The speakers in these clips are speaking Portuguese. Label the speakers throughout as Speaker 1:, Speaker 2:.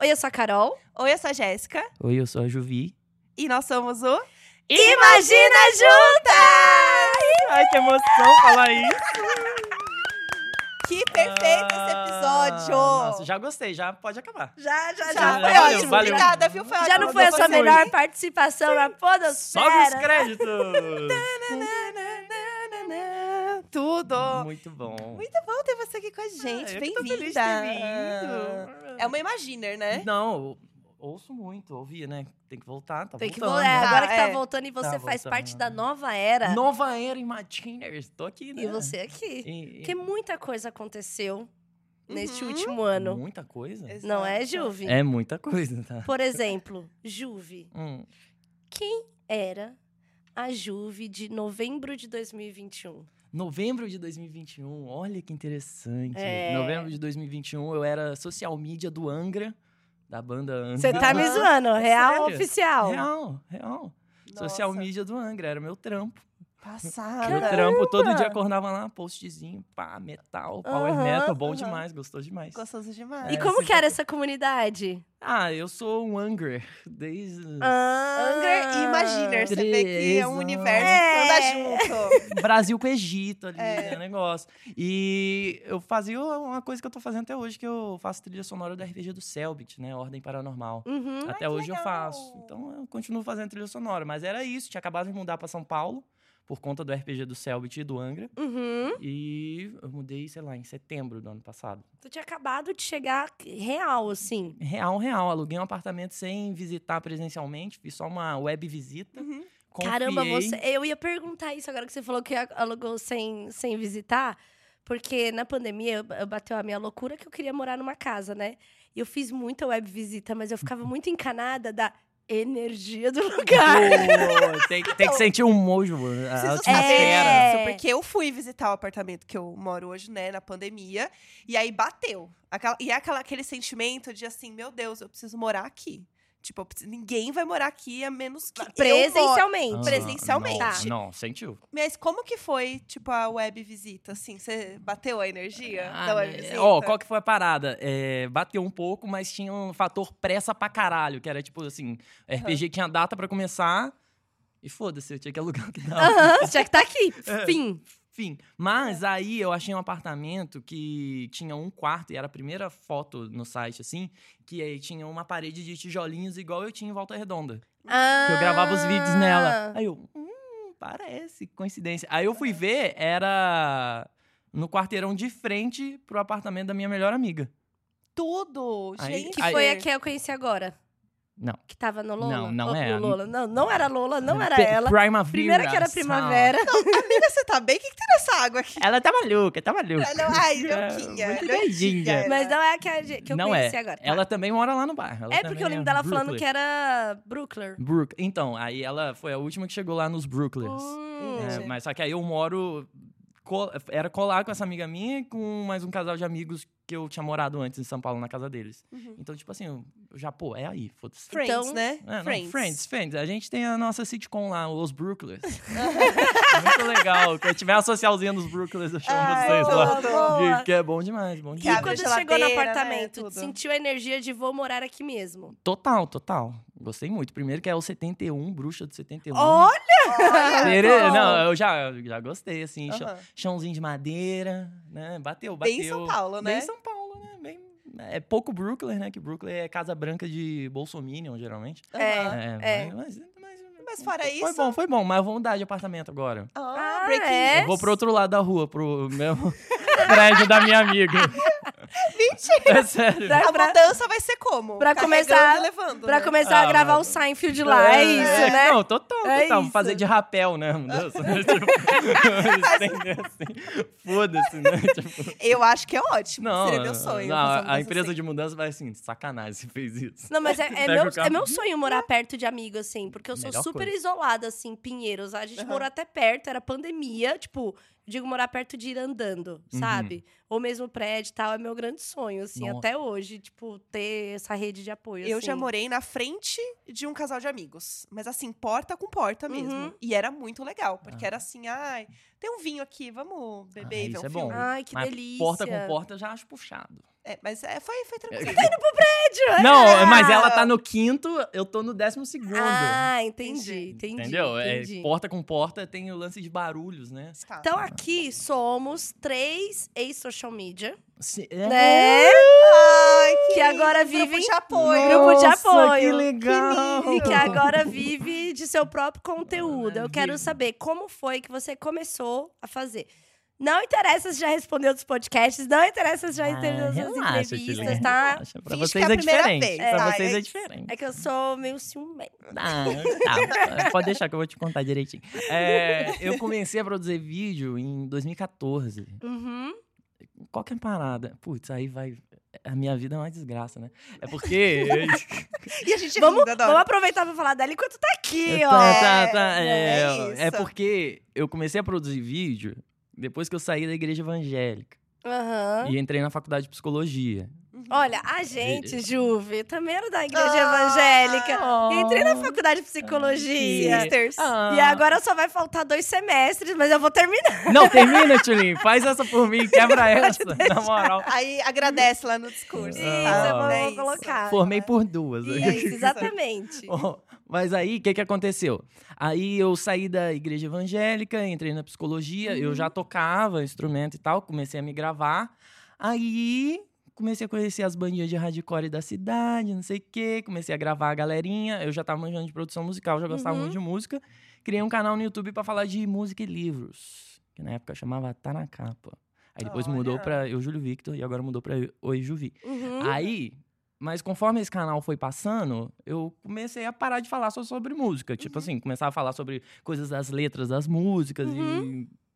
Speaker 1: Oi, eu sou a Carol.
Speaker 2: Oi, eu sou a Jéssica.
Speaker 3: Oi, eu sou a Juvi.
Speaker 2: E nós somos o.
Speaker 1: Imagina Juntas!
Speaker 3: Ai, que emoção falar isso.
Speaker 2: Que perfeito esse episódio!
Speaker 3: Ah, Nossa, já gostei, já pode acabar.
Speaker 1: Já, já,
Speaker 2: Já,
Speaker 1: já.
Speaker 2: foi
Speaker 3: valeu,
Speaker 2: ótimo.
Speaker 3: valeu.
Speaker 2: Obrigada, viu? Foi
Speaker 1: Já
Speaker 2: ótimo.
Speaker 1: não foi a sua
Speaker 2: Foi muito.
Speaker 1: melhor participação na
Speaker 3: Sobe os
Speaker 1: Podosfera?
Speaker 3: créditos!
Speaker 2: Tudo!
Speaker 3: Muito bom.
Speaker 2: Muito bom ter você aqui com a gente.
Speaker 3: Ah, eu que tô feliz de
Speaker 2: Bem-vinda!
Speaker 3: ter vindo.
Speaker 2: É uma Imaginer, né?
Speaker 3: Não, eu ouço muito, ouvia, né? Tem que voltar, tá
Speaker 1: Tem que
Speaker 3: voltando.
Speaker 1: voltar. É, agora que tá
Speaker 2: é.
Speaker 1: voltando e você
Speaker 3: Tá
Speaker 1: faz
Speaker 3: voltando.
Speaker 1: parte da nova era.
Speaker 3: Nova Era Imaginers, tô aqui, né?
Speaker 1: E você aqui.
Speaker 3: E- e-
Speaker 1: Porque muita coisa aconteceu neste
Speaker 2: Uhum.
Speaker 1: último ano.
Speaker 3: Muita coisa?
Speaker 2: Exato.
Speaker 1: Não é, Juve?
Speaker 3: É muita coisa, tá?
Speaker 1: Por exemplo, Juve.
Speaker 3: Hum.
Speaker 1: Quem era a Juve de novembro de 2021?
Speaker 3: Novembro de 2021, olha que interessante.
Speaker 1: É.
Speaker 3: Novembro de 2021, eu era social media do Angra, da banda Angra.
Speaker 1: Você tá me
Speaker 2: Aham.
Speaker 1: zoando, real ou
Speaker 3: Sério?
Speaker 1: oficial?
Speaker 3: Real, real.
Speaker 2: Nossa,
Speaker 3: Social media do Angra, era meu trampo.
Speaker 1: Ah,
Speaker 3: Meu
Speaker 2: Passada.
Speaker 3: trampo, todo dia acordava lá, postzinho, pá, metal, power
Speaker 1: Aham,
Speaker 3: metal, bom
Speaker 2: aham.
Speaker 3: demais, gostou demais.
Speaker 2: Gostoso demais.
Speaker 1: E
Speaker 3: É,
Speaker 1: como
Speaker 3: sim.
Speaker 1: que era essa comunidade?
Speaker 3: Ah, eu sou um Angra, desde...
Speaker 1: Ah,
Speaker 2: Anger e Imaginer. Você vê que é um
Speaker 3: Três
Speaker 2: universo
Speaker 1: anos.
Speaker 2: que anda junto.
Speaker 3: Brasil com Egito ali,
Speaker 2: É.
Speaker 3: né, negócio. E eu fazia uma coisa que eu tô fazendo até hoje, que eu faço trilha sonora do RPG do Selbit, né, Ordem Paranormal.
Speaker 1: Uhum.
Speaker 3: Até
Speaker 2: que
Speaker 3: hoje
Speaker 2: legal.
Speaker 3: eu faço. Então eu continuo fazendo trilha sonora. Mas era isso. Tinha acabado de mudar pra São Paulo, por conta do RPG do Selbit e do Angra.
Speaker 1: Uhum.
Speaker 3: E eu mudei, sei lá, em setembro do ano passado.
Speaker 1: Tu tinha acabado de chegar real, assim.
Speaker 3: Real, real. Aluguei um apartamento sem visitar presencialmente. Fiz só uma web visita.
Speaker 2: Uhum.
Speaker 3: Confiei.
Speaker 1: Caramba, você. Eu ia perguntar isso agora que você falou que a- alugou sem, sem visitar. Porque na pandemia eu- eu bateu a minha loucura que eu queria morar numa casa, né? E eu fiz muita web visita, mas eu ficava muito encanada da energia do lugar.
Speaker 3: Pô, tem, tem que sentir um mojo. a
Speaker 2: Preciso
Speaker 3: atmosfera.
Speaker 2: saber
Speaker 1: Então, É.
Speaker 2: disso, porque eu fui visitar o apartamento que eu moro hoje, né, na pandemia, e aí bateu. Aquela- e é aquela- aquele sentimento de assim, meu Deus, eu preciso morar aqui. Tipo, eu preciso- ninguém vai morar aqui a menos que eu more.
Speaker 3: Ah,
Speaker 1: Presencialmente.
Speaker 2: presencialmente.
Speaker 3: Não, não, sentiu.
Speaker 2: Mas como que foi, tipo, a web visita, assim? Você bateu a energia da
Speaker 3: Ah, né?
Speaker 2: web Então, visita?
Speaker 3: Ó, qual que foi a parada? É, bateu um pouco, mas tinha um fator pressa pra caralho, que era tipo assim, RPG tinha data pra começar e foda-se, eu tinha que alugar o que dava.
Speaker 1: Aham, você tinha que tá aqui.
Speaker 3: É.
Speaker 1: Fim.
Speaker 3: Enfim, mas aí eu achei um apartamento que tinha um quarto, e era a primeira foto no site, assim, que aí tinha uma parede de tijolinhos igual eu tinha em Volta Redonda. Que eu gravava os vídeos nela. Aí eu, hum, parece, coincidência. Aí eu fui ver, era no quarteirão de frente pro apartamento da minha melhor amiga.
Speaker 2: Tudo,
Speaker 3: Aí-
Speaker 2: gente.
Speaker 1: Que
Speaker 3: Aí- é.
Speaker 1: foi a que eu conheci agora.
Speaker 3: Não.
Speaker 1: Que tava no Lola.
Speaker 3: Não, não
Speaker 1: Ou
Speaker 3: é.
Speaker 1: no Lola. Não, não era Lola, não era
Speaker 3: Pe-
Speaker 1: ela.
Speaker 3: Primavera.
Speaker 1: Primeiro que era
Speaker 3: sound.
Speaker 1: primavera.
Speaker 2: Amiga, você tá bem? O que, que tem nessa água aqui?
Speaker 3: Ela tá maluca, tá maluca.
Speaker 2: Ah, não, ai,
Speaker 3: É,
Speaker 2: louquinha.
Speaker 3: muito
Speaker 2: louquinha.
Speaker 3: doidinha.
Speaker 1: Mas não é a que, a gente- que eu
Speaker 3: Não é.
Speaker 1: conheci agora. tá?
Speaker 3: Ela também mora lá no bairro.
Speaker 1: é porque eu lembro dela falando que é era Brookler.
Speaker 3: Brook. Então, aí ela foi a última que chegou lá nos Brooklers.
Speaker 1: Hum.
Speaker 3: É,
Speaker 2: Entendi.
Speaker 3: mas só que aí eu moro. co- Era colar com essa amiga minha e com mais um casal de amigos que eu tinha morado antes em São Paulo na casa deles.
Speaker 2: Uhum.
Speaker 3: Então, tipo assim, eu eu já, pô, é aí, foda-se.
Speaker 2: Friends,
Speaker 1: Então-
Speaker 2: né?
Speaker 3: É, não, Friends, Friends. A gente tem a nossa sitcom lá, os Brooklers. Muito legal. Quando tiver a socialzinha dos Brooklers, eu chamo
Speaker 2: Ai,
Speaker 3: É, vocês
Speaker 2: boa,
Speaker 3: lá.
Speaker 1: boa.
Speaker 3: Que- Que é bom demais, bom
Speaker 2: Que
Speaker 1: E
Speaker 3: demais.
Speaker 2: abre
Speaker 1: quando
Speaker 2: a
Speaker 1: chegou no
Speaker 2: geladeira, né,
Speaker 1: apartamento,
Speaker 2: tudo.
Speaker 1: sentiu a energia de vou morar aqui mesmo.
Speaker 3: Total, total. Gostei muito. Primeiro que é o 71, bruxa do 71.
Speaker 1: Olha!
Speaker 3: Tere-
Speaker 2: bom.
Speaker 3: Não, eu já, já gostei, assim. chão-
Speaker 2: Aham.
Speaker 3: Chãozinho de madeira, né? Bateu, bateu.
Speaker 2: Bem São Paulo, né?
Speaker 3: Bem São Paulo, né? Bem- É pouco Brooklyn, né? Que Brooklyn é casa branca de Bolsominion, geralmente.
Speaker 2: Aham.
Speaker 1: É.
Speaker 3: É, mas, mas,
Speaker 2: Mas fora
Speaker 3: foi
Speaker 2: isso-
Speaker 3: bom, foi bom. Mas vamos mudar de apartamento agora.
Speaker 2: Ah,
Speaker 1: Ah,
Speaker 2: breaking
Speaker 1: é?
Speaker 3: Eu vou pro outro lado da rua, pro mesmo prédio da minha amiga. Mentira! É sério.
Speaker 1: Pra,
Speaker 2: A
Speaker 1: pra-
Speaker 2: mudança vai ser como?
Speaker 1: pra
Speaker 2: Carregando
Speaker 1: começar-
Speaker 2: e levando,
Speaker 1: pra
Speaker 2: né?
Speaker 1: começar a
Speaker 3: Ah,
Speaker 1: gravar
Speaker 3: mano.
Speaker 1: o Seinfeld lá, é, isso, né?
Speaker 3: Não, total,
Speaker 1: É
Speaker 3: total.
Speaker 1: isso.
Speaker 3: Fazer de rapel, né? Mudança, né? Tipo, estender assim. Foda-se, né? Tipo,
Speaker 2: Eu acho que é ótimo.
Speaker 3: não,
Speaker 2: Seria meu sonho.
Speaker 1: um
Speaker 2: fazer
Speaker 3: não,
Speaker 2: uma
Speaker 3: a
Speaker 2: mudança
Speaker 3: empresa
Speaker 2: assim.
Speaker 3: de mudança vai assim, sacanagem, você fez isso.
Speaker 1: Não, mas é, é
Speaker 3: Pega
Speaker 1: meu,
Speaker 3: o carro.
Speaker 1: é meu sonho morar perto de amigo, assim, porque eu sou
Speaker 3: Uhum. Melhor
Speaker 1: super
Speaker 3: coisa.
Speaker 1: isolada, assim, em Pinheiros. A gente
Speaker 2: Aham.
Speaker 1: morou até perto, era pandemia, tipo, digo morar perto de ir andando,
Speaker 3: Uhum.
Speaker 1: sabe? Ou mesmo prédio e tal, é meu grande sonho, assim,
Speaker 3: Nossa.
Speaker 1: até hoje, tipo, ter essa rede de apoio.
Speaker 2: Eu
Speaker 1: assim.
Speaker 2: já morei na frente de um casal de amigos. Mas assim, porta com porta mesmo.
Speaker 1: Uhum.
Speaker 2: E era muito legal, porque
Speaker 3: Ah.
Speaker 2: era assim, ai, tem um vinho aqui, vamos beber
Speaker 3: Ah,
Speaker 2: e ver um
Speaker 3: isso é
Speaker 2: filme.
Speaker 3: bom.
Speaker 1: Ai, que
Speaker 3: Mas
Speaker 1: delícia.
Speaker 3: Porta com porta eu já acho puxado.
Speaker 2: É, mas é, foi, foi tranquilo.
Speaker 1: Prédio!
Speaker 3: Não, mas ela tá no quinto, eu tô no décimo segundo.
Speaker 1: Ah, entendi, entendi.
Speaker 3: Entendeu? É,
Speaker 1: entendi.
Speaker 3: porta com porta tem o lance de barulhos, né?
Speaker 2: Tá.
Speaker 1: Então aqui somos três ex-social media,
Speaker 3: Se- é.
Speaker 2: É.
Speaker 1: né?
Speaker 2: Ai,
Speaker 1: Que agora
Speaker 2: lindo, grupo
Speaker 1: vivem-
Speaker 2: de apoio.
Speaker 1: Nossa, Grupo de apoio.
Speaker 3: Que legal.
Speaker 1: E
Speaker 2: Uhum.
Speaker 1: que agora vive de seu próprio conteúdo. Eu quero
Speaker 3: Vive.
Speaker 1: saber como foi que você começou a fazer. Não interessa se já respondeu dos podcasts, não interessa
Speaker 3: Ah,
Speaker 1: se já entendeu das entrevistas, tá?
Speaker 3: Pra
Speaker 2: Finge que
Speaker 3: vocês
Speaker 2: é a
Speaker 3: é
Speaker 2: primeira
Speaker 3: diferente.
Speaker 2: vez,
Speaker 3: pra
Speaker 2: tá?
Speaker 3: vocês
Speaker 2: É
Speaker 3: é
Speaker 2: isso.
Speaker 3: diferente.
Speaker 1: Ah, É que eu sou meio ciumenta.
Speaker 3: Ah, tá. Pode deixar que eu vou te contar direitinho. É, eu comecei a produzir vídeo em 2014.
Speaker 1: Uhum.
Speaker 3: Qual que é a parada? Putz, aí vai. A minha vida é uma desgraça, né? É porque.
Speaker 2: E a gente
Speaker 1: Vamos,
Speaker 2: rindo, adoro.
Speaker 1: vamos aproveitar pra falar dela enquanto tá aqui,
Speaker 3: É,
Speaker 1: ó.
Speaker 3: tá, tá, tá,
Speaker 2: é,
Speaker 3: é,
Speaker 2: é isso.
Speaker 3: é porque eu comecei a produzir vídeo depois que eu saí da igreja evangélica
Speaker 1: Aham.
Speaker 3: e entrei na faculdade de psicologia.
Speaker 1: Olha, a gente, Juve, também era da igreja
Speaker 2: Ah!
Speaker 1: evangélica.
Speaker 2: Oh.
Speaker 1: Entrei na faculdade de psicologia.
Speaker 2: Sisters.
Speaker 3: Ah.
Speaker 1: E agora só vai faltar dois semestres, mas eu vou terminar.
Speaker 3: Não, termina, Tulin. Faz essa por mim, quebra essa, na moral.
Speaker 2: Aí agradece lá no discurso.
Speaker 1: Isso,
Speaker 3: Ah,
Speaker 1: eu vou,
Speaker 2: É
Speaker 1: vou
Speaker 2: isso.
Speaker 1: colocar.
Speaker 3: Formei por duas.
Speaker 1: é Isso, exatamente.
Speaker 3: Ó, Mas aí, o que, que aconteceu? Aí eu saí da igreja evangélica, entrei na psicologia, eu já tocava instrumento e tal, comecei a me gravar. Aí comecei a conhecer as bandinhas de hardcore da cidade, não sei o quê, comecei a gravar a galerinha, eu já tava manjando de produção musical, já gostava
Speaker 1: Uhum.
Speaker 3: muito de música. Criei um canal no YouTube pra falar de música e livros, que na época chamava Tá na Capa. Aí depois mudou
Speaker 2: Olha.
Speaker 3: pra Eu Júlio Victor e agora mudou pra Oi Juvi.
Speaker 1: Uhum.
Speaker 3: Aí, mas conforme esse canal foi passando, eu comecei a parar de falar só sobre música.
Speaker 1: Uhum.
Speaker 3: Tipo assim, começava a falar sobre coisas das letras das músicas
Speaker 1: Uhum.
Speaker 3: e.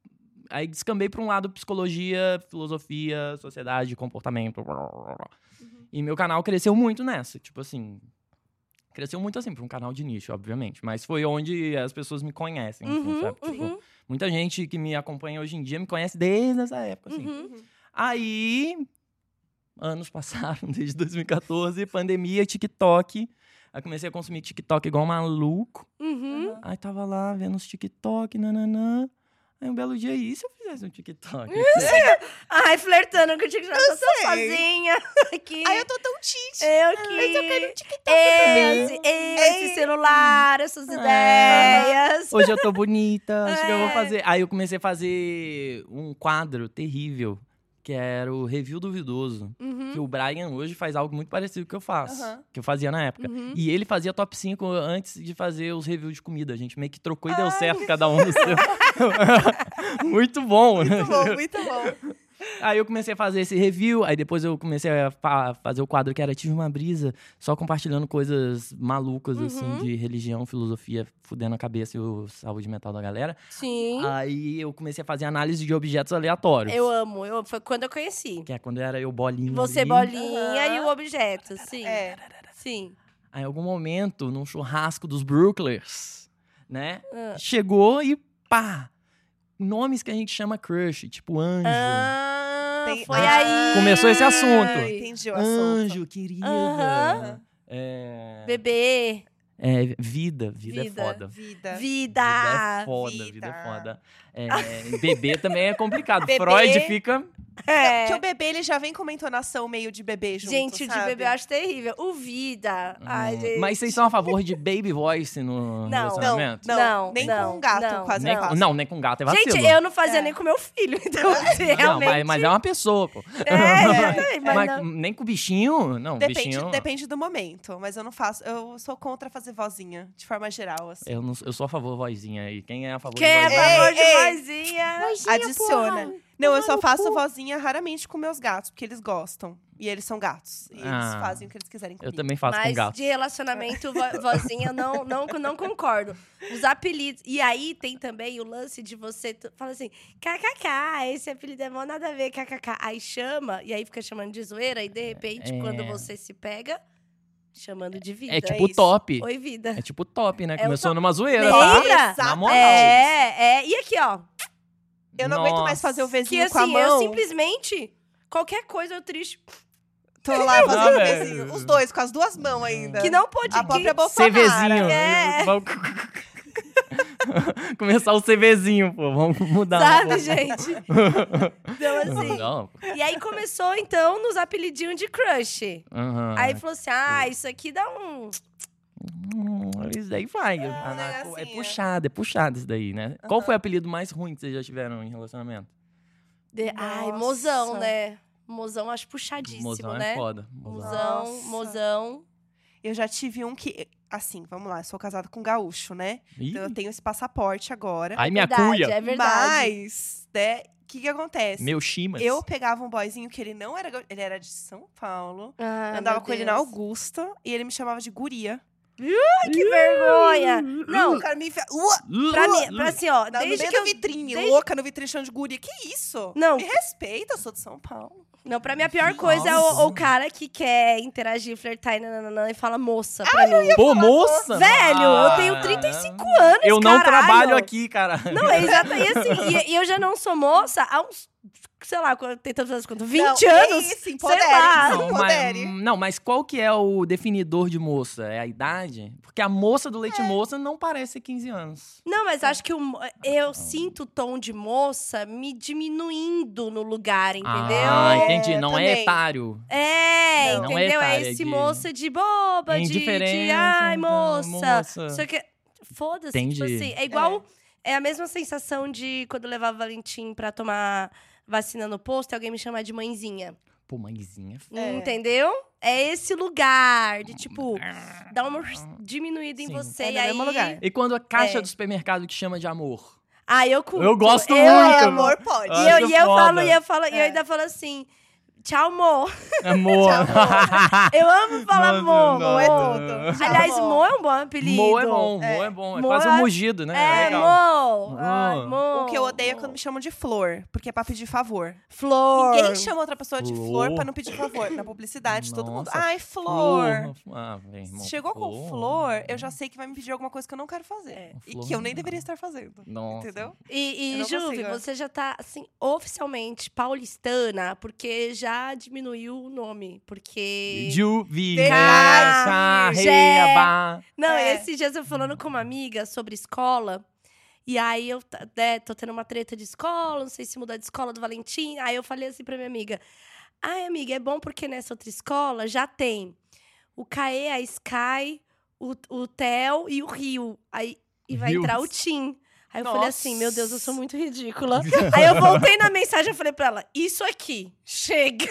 Speaker 3: Aí descambei pra um lado psicologia, filosofia, sociedade, comportamento. blá, blá, blá, blá.
Speaker 1: Uhum.
Speaker 3: E meu canal cresceu muito nessa. Tipo assim. Cresceu muito assim, pra um canal de nicho, obviamente. Mas foi onde as pessoas me conhecem, assim,
Speaker 1: Uhum,
Speaker 3: sabe? Tipo,
Speaker 1: uhum,
Speaker 3: muita gente que me acompanha hoje em dia me conhece desde essa época, assim.
Speaker 1: uhum.
Speaker 3: Aí, anos passaram, desde 2014, pandemia, TikTok. Aí comecei a consumir TikTok igual um maluco.
Speaker 1: Uhum.
Speaker 3: Aí tava lá vendo os TikTok, nananã. Aí um belo dia, e se eu fizesse um TikTok?
Speaker 1: Ai, flertando que eu tinha que eu tô
Speaker 2: sei.
Speaker 1: sozinha aqui.
Speaker 2: Aí eu tô tão cheat.
Speaker 1: Eu que. eu
Speaker 2: um
Speaker 1: quero esse, esse É.
Speaker 2: Ei.
Speaker 1: celular, essas
Speaker 3: Ah.
Speaker 1: ideias.
Speaker 3: Hoje eu tô bonita, acho que eu vou
Speaker 1: É.
Speaker 3: fazer. Aí eu comecei a fazer um quadro terrível, que era o Review Duvidoso.
Speaker 1: Uhum.
Speaker 3: Que o Brian hoje faz algo muito parecido com o que eu faço,
Speaker 2: Aham.
Speaker 3: que eu fazia na época.
Speaker 1: Uhum.
Speaker 3: E ele fazia top 5 antes de fazer os reviews de comida. A gente meio que trocou e deu certo cada um no seu. Muito bom. né?
Speaker 2: Muito bom, muito bom.
Speaker 3: Aí eu comecei a fazer esse review, aí depois eu comecei a fa- fazer o quadro que era Tive uma brisa, só compartilhando coisas malucas, assim,
Speaker 1: Uhum.
Speaker 3: de religião, filosofia, fudendo a cabeça e o saúde mental da galera.
Speaker 1: Sim.
Speaker 3: Aí eu comecei a fazer análise de objetos aleatórios.
Speaker 1: Eu amo, eu amo. Foi quando eu conheci.
Speaker 3: Que é quando era eu bolinha.
Speaker 1: Você
Speaker 3: ali.
Speaker 1: bolinha
Speaker 2: Aham.
Speaker 1: e o objeto, sim.
Speaker 2: É.
Speaker 1: Sim.
Speaker 3: Aí, em algum momento, num churrasco dos Brooklers, né?
Speaker 1: Ah.
Speaker 3: Chegou e pá! Nomes que a gente chama crush, tipo anjo.
Speaker 1: Ah,
Speaker 2: Tem-
Speaker 1: foi
Speaker 3: Ah,
Speaker 1: aí.
Speaker 3: começou esse assunto.
Speaker 2: Entendi o assunto.
Speaker 3: anjo, querida.
Speaker 1: Aham.
Speaker 3: É,
Speaker 1: Bebê,
Speaker 3: é, vida, vida, é foda.
Speaker 2: Vida.
Speaker 3: Vida é
Speaker 1: vida.
Speaker 3: foda, vida,
Speaker 2: Vida.
Speaker 3: é foda. É, bebê também é complicado.
Speaker 2: Bebê.
Speaker 3: Freud fica.
Speaker 1: É.
Speaker 2: Que o bebê, ele já vem com uma entonação meio de bebê junto,
Speaker 1: gente, o de
Speaker 2: sabe?
Speaker 1: bebê eu acho terrível. O vida. Ai,
Speaker 3: Hum,
Speaker 1: gente.
Speaker 3: Mas vocês são a favor de baby voice no
Speaker 1: Não.
Speaker 2: Não,
Speaker 3: relacionamento?
Speaker 2: não,
Speaker 1: Não,
Speaker 2: nem
Speaker 1: não,
Speaker 2: com um gato
Speaker 1: não, é
Speaker 2: quase
Speaker 3: nem,
Speaker 2: eu faço.
Speaker 3: não, nem com gato é vacilo.
Speaker 1: Gente, eu não fazia
Speaker 2: É.
Speaker 1: nem com meu filho, então assim,
Speaker 3: Não,
Speaker 1: realmente.
Speaker 3: mas, mas é uma pessoa, pô.
Speaker 1: É, exatamente, mas
Speaker 3: Mas
Speaker 1: não.
Speaker 3: nem com bichinho? Não,
Speaker 2: Depende,
Speaker 3: bichinho.
Speaker 2: depende do momento, mas eu não faço. Eu sou contra fazer vozinha, de forma geral, assim.
Speaker 3: Eu, não- eu sou a favor vozinha aí. Quem é a favor
Speaker 1: Quer
Speaker 3: de vozinha?
Speaker 1: favor de
Speaker 2: Ei,
Speaker 1: vozinha.
Speaker 2: Adiciona. não, eu só faço vozinha raramente com meus gatos, porque eles gostam. E eles são gatos. E eles
Speaker 3: Ah.
Speaker 2: fazem o que eles quiserem
Speaker 3: Eu
Speaker 2: comigo.
Speaker 3: também faço com
Speaker 1: Mas
Speaker 3: gato.
Speaker 1: de relacionamento, vo- vozinha, não, não, não concordo. Os apelidos. E aí tem também o lance de você t- fala assim: kkk, esse apelido é mó nada a ver, kkk. Aí chama, e aí fica chamando de zoeira, e de repente,
Speaker 3: É.
Speaker 1: quando você se pega, chamando de vida.
Speaker 3: É tipo
Speaker 2: isso.
Speaker 3: top.
Speaker 1: Oi, vida.
Speaker 3: É tipo top, né?
Speaker 1: o
Speaker 3: Começou numa zoeira, tá?
Speaker 1: Lembra?
Speaker 3: Na moral.
Speaker 1: É, é. E aqui, ó.
Speaker 2: Eu não aguento mais
Speaker 3: Nossa.
Speaker 2: fazer o
Speaker 1: Que
Speaker 2: vizinho com a
Speaker 1: assim, eu
Speaker 2: mão.
Speaker 1: simplesmente. Qualquer coisa eu triste.
Speaker 2: Tô lá fazendo o
Speaker 3: velho.
Speaker 2: vizinho. Os dois, com as duas mãos ainda.
Speaker 1: Que É, não pode.
Speaker 2: Tá. A né?
Speaker 1: que-
Speaker 2: própria Bolsonaro.
Speaker 3: CVzinho.
Speaker 1: É.
Speaker 3: começar o CVzinho, pô. Vamos mudar. um
Speaker 1: Sabe,
Speaker 3: pô.
Speaker 1: gente? Então, assim.
Speaker 3: Não, pô.
Speaker 1: E aí começou, então, nos apelidinhos de crush.
Speaker 3: Aham.
Speaker 1: Aí falou assim: ah, isso aqui dá um.
Speaker 3: Hum, Isso daí vai. Ah, na-
Speaker 2: negocinho.
Speaker 3: é puxado, é puxado isso daí, né? Qual foi o apelido mais ruim que vocês já tiveram em relacionamento?
Speaker 1: de- Ai,
Speaker 2: Nossa.
Speaker 1: mozão, né? Mozão, acho puxadíssimo,
Speaker 3: Mozão
Speaker 1: né?
Speaker 3: é foda. Mozão.
Speaker 1: Mozão,
Speaker 2: Nossa.
Speaker 1: mozão.
Speaker 2: Eu já tive um que. Assim, vamos lá, eu sou casada com um gaúcho, né?
Speaker 3: Ih,
Speaker 2: Então eu tenho esse passaporte agora.
Speaker 3: Ai, minha
Speaker 1: verdade,
Speaker 3: cuia.
Speaker 1: é verdade.
Speaker 2: Mas, né, o que, que acontece?
Speaker 3: Meu chimas.
Speaker 2: Eu pegava um boyzinho que ele não era. gaú- Ele era de São Paulo.
Speaker 1: Ah,
Speaker 2: andava
Speaker 1: meu
Speaker 2: com ele na
Speaker 1: Deus.
Speaker 2: Augusta e ele me chamava de guria.
Speaker 1: Que vergonha! Não,
Speaker 2: O cara me enfia. Ua!
Speaker 1: pra mim, pra assim, ó,
Speaker 2: Na- no
Speaker 1: desde
Speaker 2: meio
Speaker 1: que eu
Speaker 2: da vitrine,
Speaker 1: desde-
Speaker 2: louca, no vitrine chamando de guria. Que isso?
Speaker 1: Não.
Speaker 2: Me respeita, eu sou de São Paulo.
Speaker 1: Não, pra mim a pior coisa é o,
Speaker 3: Nossa.
Speaker 1: o cara que quer interagir, flertar e nananã, e fala moça pra mim.
Speaker 3: Pô, moça!
Speaker 1: Velho, eu tenho
Speaker 3: Ah,
Speaker 1: 35 anos,
Speaker 3: Eu não
Speaker 1: caralho.
Speaker 3: trabalho aqui, cara.
Speaker 1: Não, é exato. E assim, e, e eu já não sou moça há uns, sei lá, qu- tem tantos anos quanto, 20
Speaker 2: Não,
Speaker 1: anos.
Speaker 2: É isso,
Speaker 1: lá.
Speaker 2: empodere,
Speaker 1: Não,
Speaker 2: se
Speaker 3: mas,
Speaker 2: empodere.
Speaker 3: não, mas qual que é o definidor de moça? É a idade? Porque a moça do
Speaker 1: É.
Speaker 3: leite moça não parece 15 anos.
Speaker 1: Não, mas acho que o mo- eu sinto o tom de moça me diminuindo no lugar, entendeu?
Speaker 3: Ah,
Speaker 2: É,
Speaker 3: entendi. Não é
Speaker 2: também.
Speaker 3: etário.
Speaker 1: É,
Speaker 3: Não. Não é
Speaker 1: entendeu? É,
Speaker 3: etária,
Speaker 1: esse
Speaker 3: de-
Speaker 1: moça de boba, de, de
Speaker 3: Indiferença,
Speaker 1: ai,
Speaker 3: então,
Speaker 1: moça.
Speaker 3: moça.
Speaker 1: Só que foda-se, tipo
Speaker 3: Entendi.
Speaker 1: assim, é igual é. a mesma sensação de quando eu levava o Valentim pra tomar vacina no posto e alguém me chamar de mãezinha.
Speaker 3: Pô, mãezinha.
Speaker 2: É.
Speaker 1: Entendeu? É esse lugar de tipo dar uma diminuída em
Speaker 3: Sim.
Speaker 1: você
Speaker 2: É,
Speaker 1: e
Speaker 2: no
Speaker 1: aí
Speaker 2: mesmo lugar.
Speaker 3: E quando a caixa
Speaker 1: É.
Speaker 3: do supermercado te chama de amor?
Speaker 1: Ah, eu curto.
Speaker 3: Eu gosto
Speaker 2: Ai,
Speaker 3: muito,
Speaker 2: amor, pode.
Speaker 3: Ah,
Speaker 1: E eu,
Speaker 3: acho
Speaker 1: e eu
Speaker 3: foda.
Speaker 1: falo, e eu falo, e eu
Speaker 2: É.
Speaker 1: ainda falo assim: "Tchau, amor".
Speaker 3: Amor.
Speaker 1: Eu amo falar
Speaker 3: Nossa,
Speaker 1: amor.
Speaker 3: não.
Speaker 1: amor.
Speaker 2: é tudo. Já
Speaker 1: Aliás,
Speaker 2: amou.
Speaker 1: Mo é um bom apelido.
Speaker 3: Mo é bom, Mo é
Speaker 2: É.
Speaker 3: bom. É
Speaker 1: Mo
Speaker 3: quase
Speaker 1: é-
Speaker 3: um mugido, né?
Speaker 1: É,
Speaker 3: legal.
Speaker 1: Mo. Ai,
Speaker 3: Mo.
Speaker 1: Mo.
Speaker 2: O que eu odeio é quando me chamam de flor, porque é pra pedir favor.
Speaker 1: Flor.
Speaker 2: Ninguém chama outra pessoa de flor
Speaker 3: Flor.
Speaker 2: pra não pedir favor. Na publicidade, todo mundo.
Speaker 3: Nossa,
Speaker 2: Ai, flor.
Speaker 3: Ah, vem, irmão,
Speaker 2: Chegou com flor, eu já sei que vai me pedir alguma coisa que eu não quero fazer.
Speaker 1: É.
Speaker 2: E
Speaker 3: Flor
Speaker 2: que eu nem
Speaker 3: não.
Speaker 2: deveria estar fazendo.
Speaker 3: Nossa.
Speaker 2: Entendeu?
Speaker 1: E,
Speaker 2: Eu
Speaker 1: e
Speaker 2: não
Speaker 1: Juve,
Speaker 2: consigo.
Speaker 1: você já tá, assim, oficialmente paulistana, porque já diminuiu o nome. Porque.
Speaker 3: Juvia,
Speaker 1: Verdade.
Speaker 3: Sarreba.
Speaker 1: Não,
Speaker 2: É.
Speaker 1: esses dias eu falando com uma amiga sobre escola. E aí eu ta- né, tô tendo uma treta de escola, não sei se mudar de escola do Valentim. Aí eu falei assim pra minha amiga: Ai, amiga, é bom porque nessa outra escola já tem o Caê, a Sky, o, o Theo e o Rio. Aí e vai
Speaker 3: Rios.
Speaker 1: entrar o Tim. Aí eu falei
Speaker 2: Nossa.
Speaker 1: assim, meu Deus, eu sou muito ridícula. Aí eu voltei na mensagem e falei pra ela, isso aqui, chega.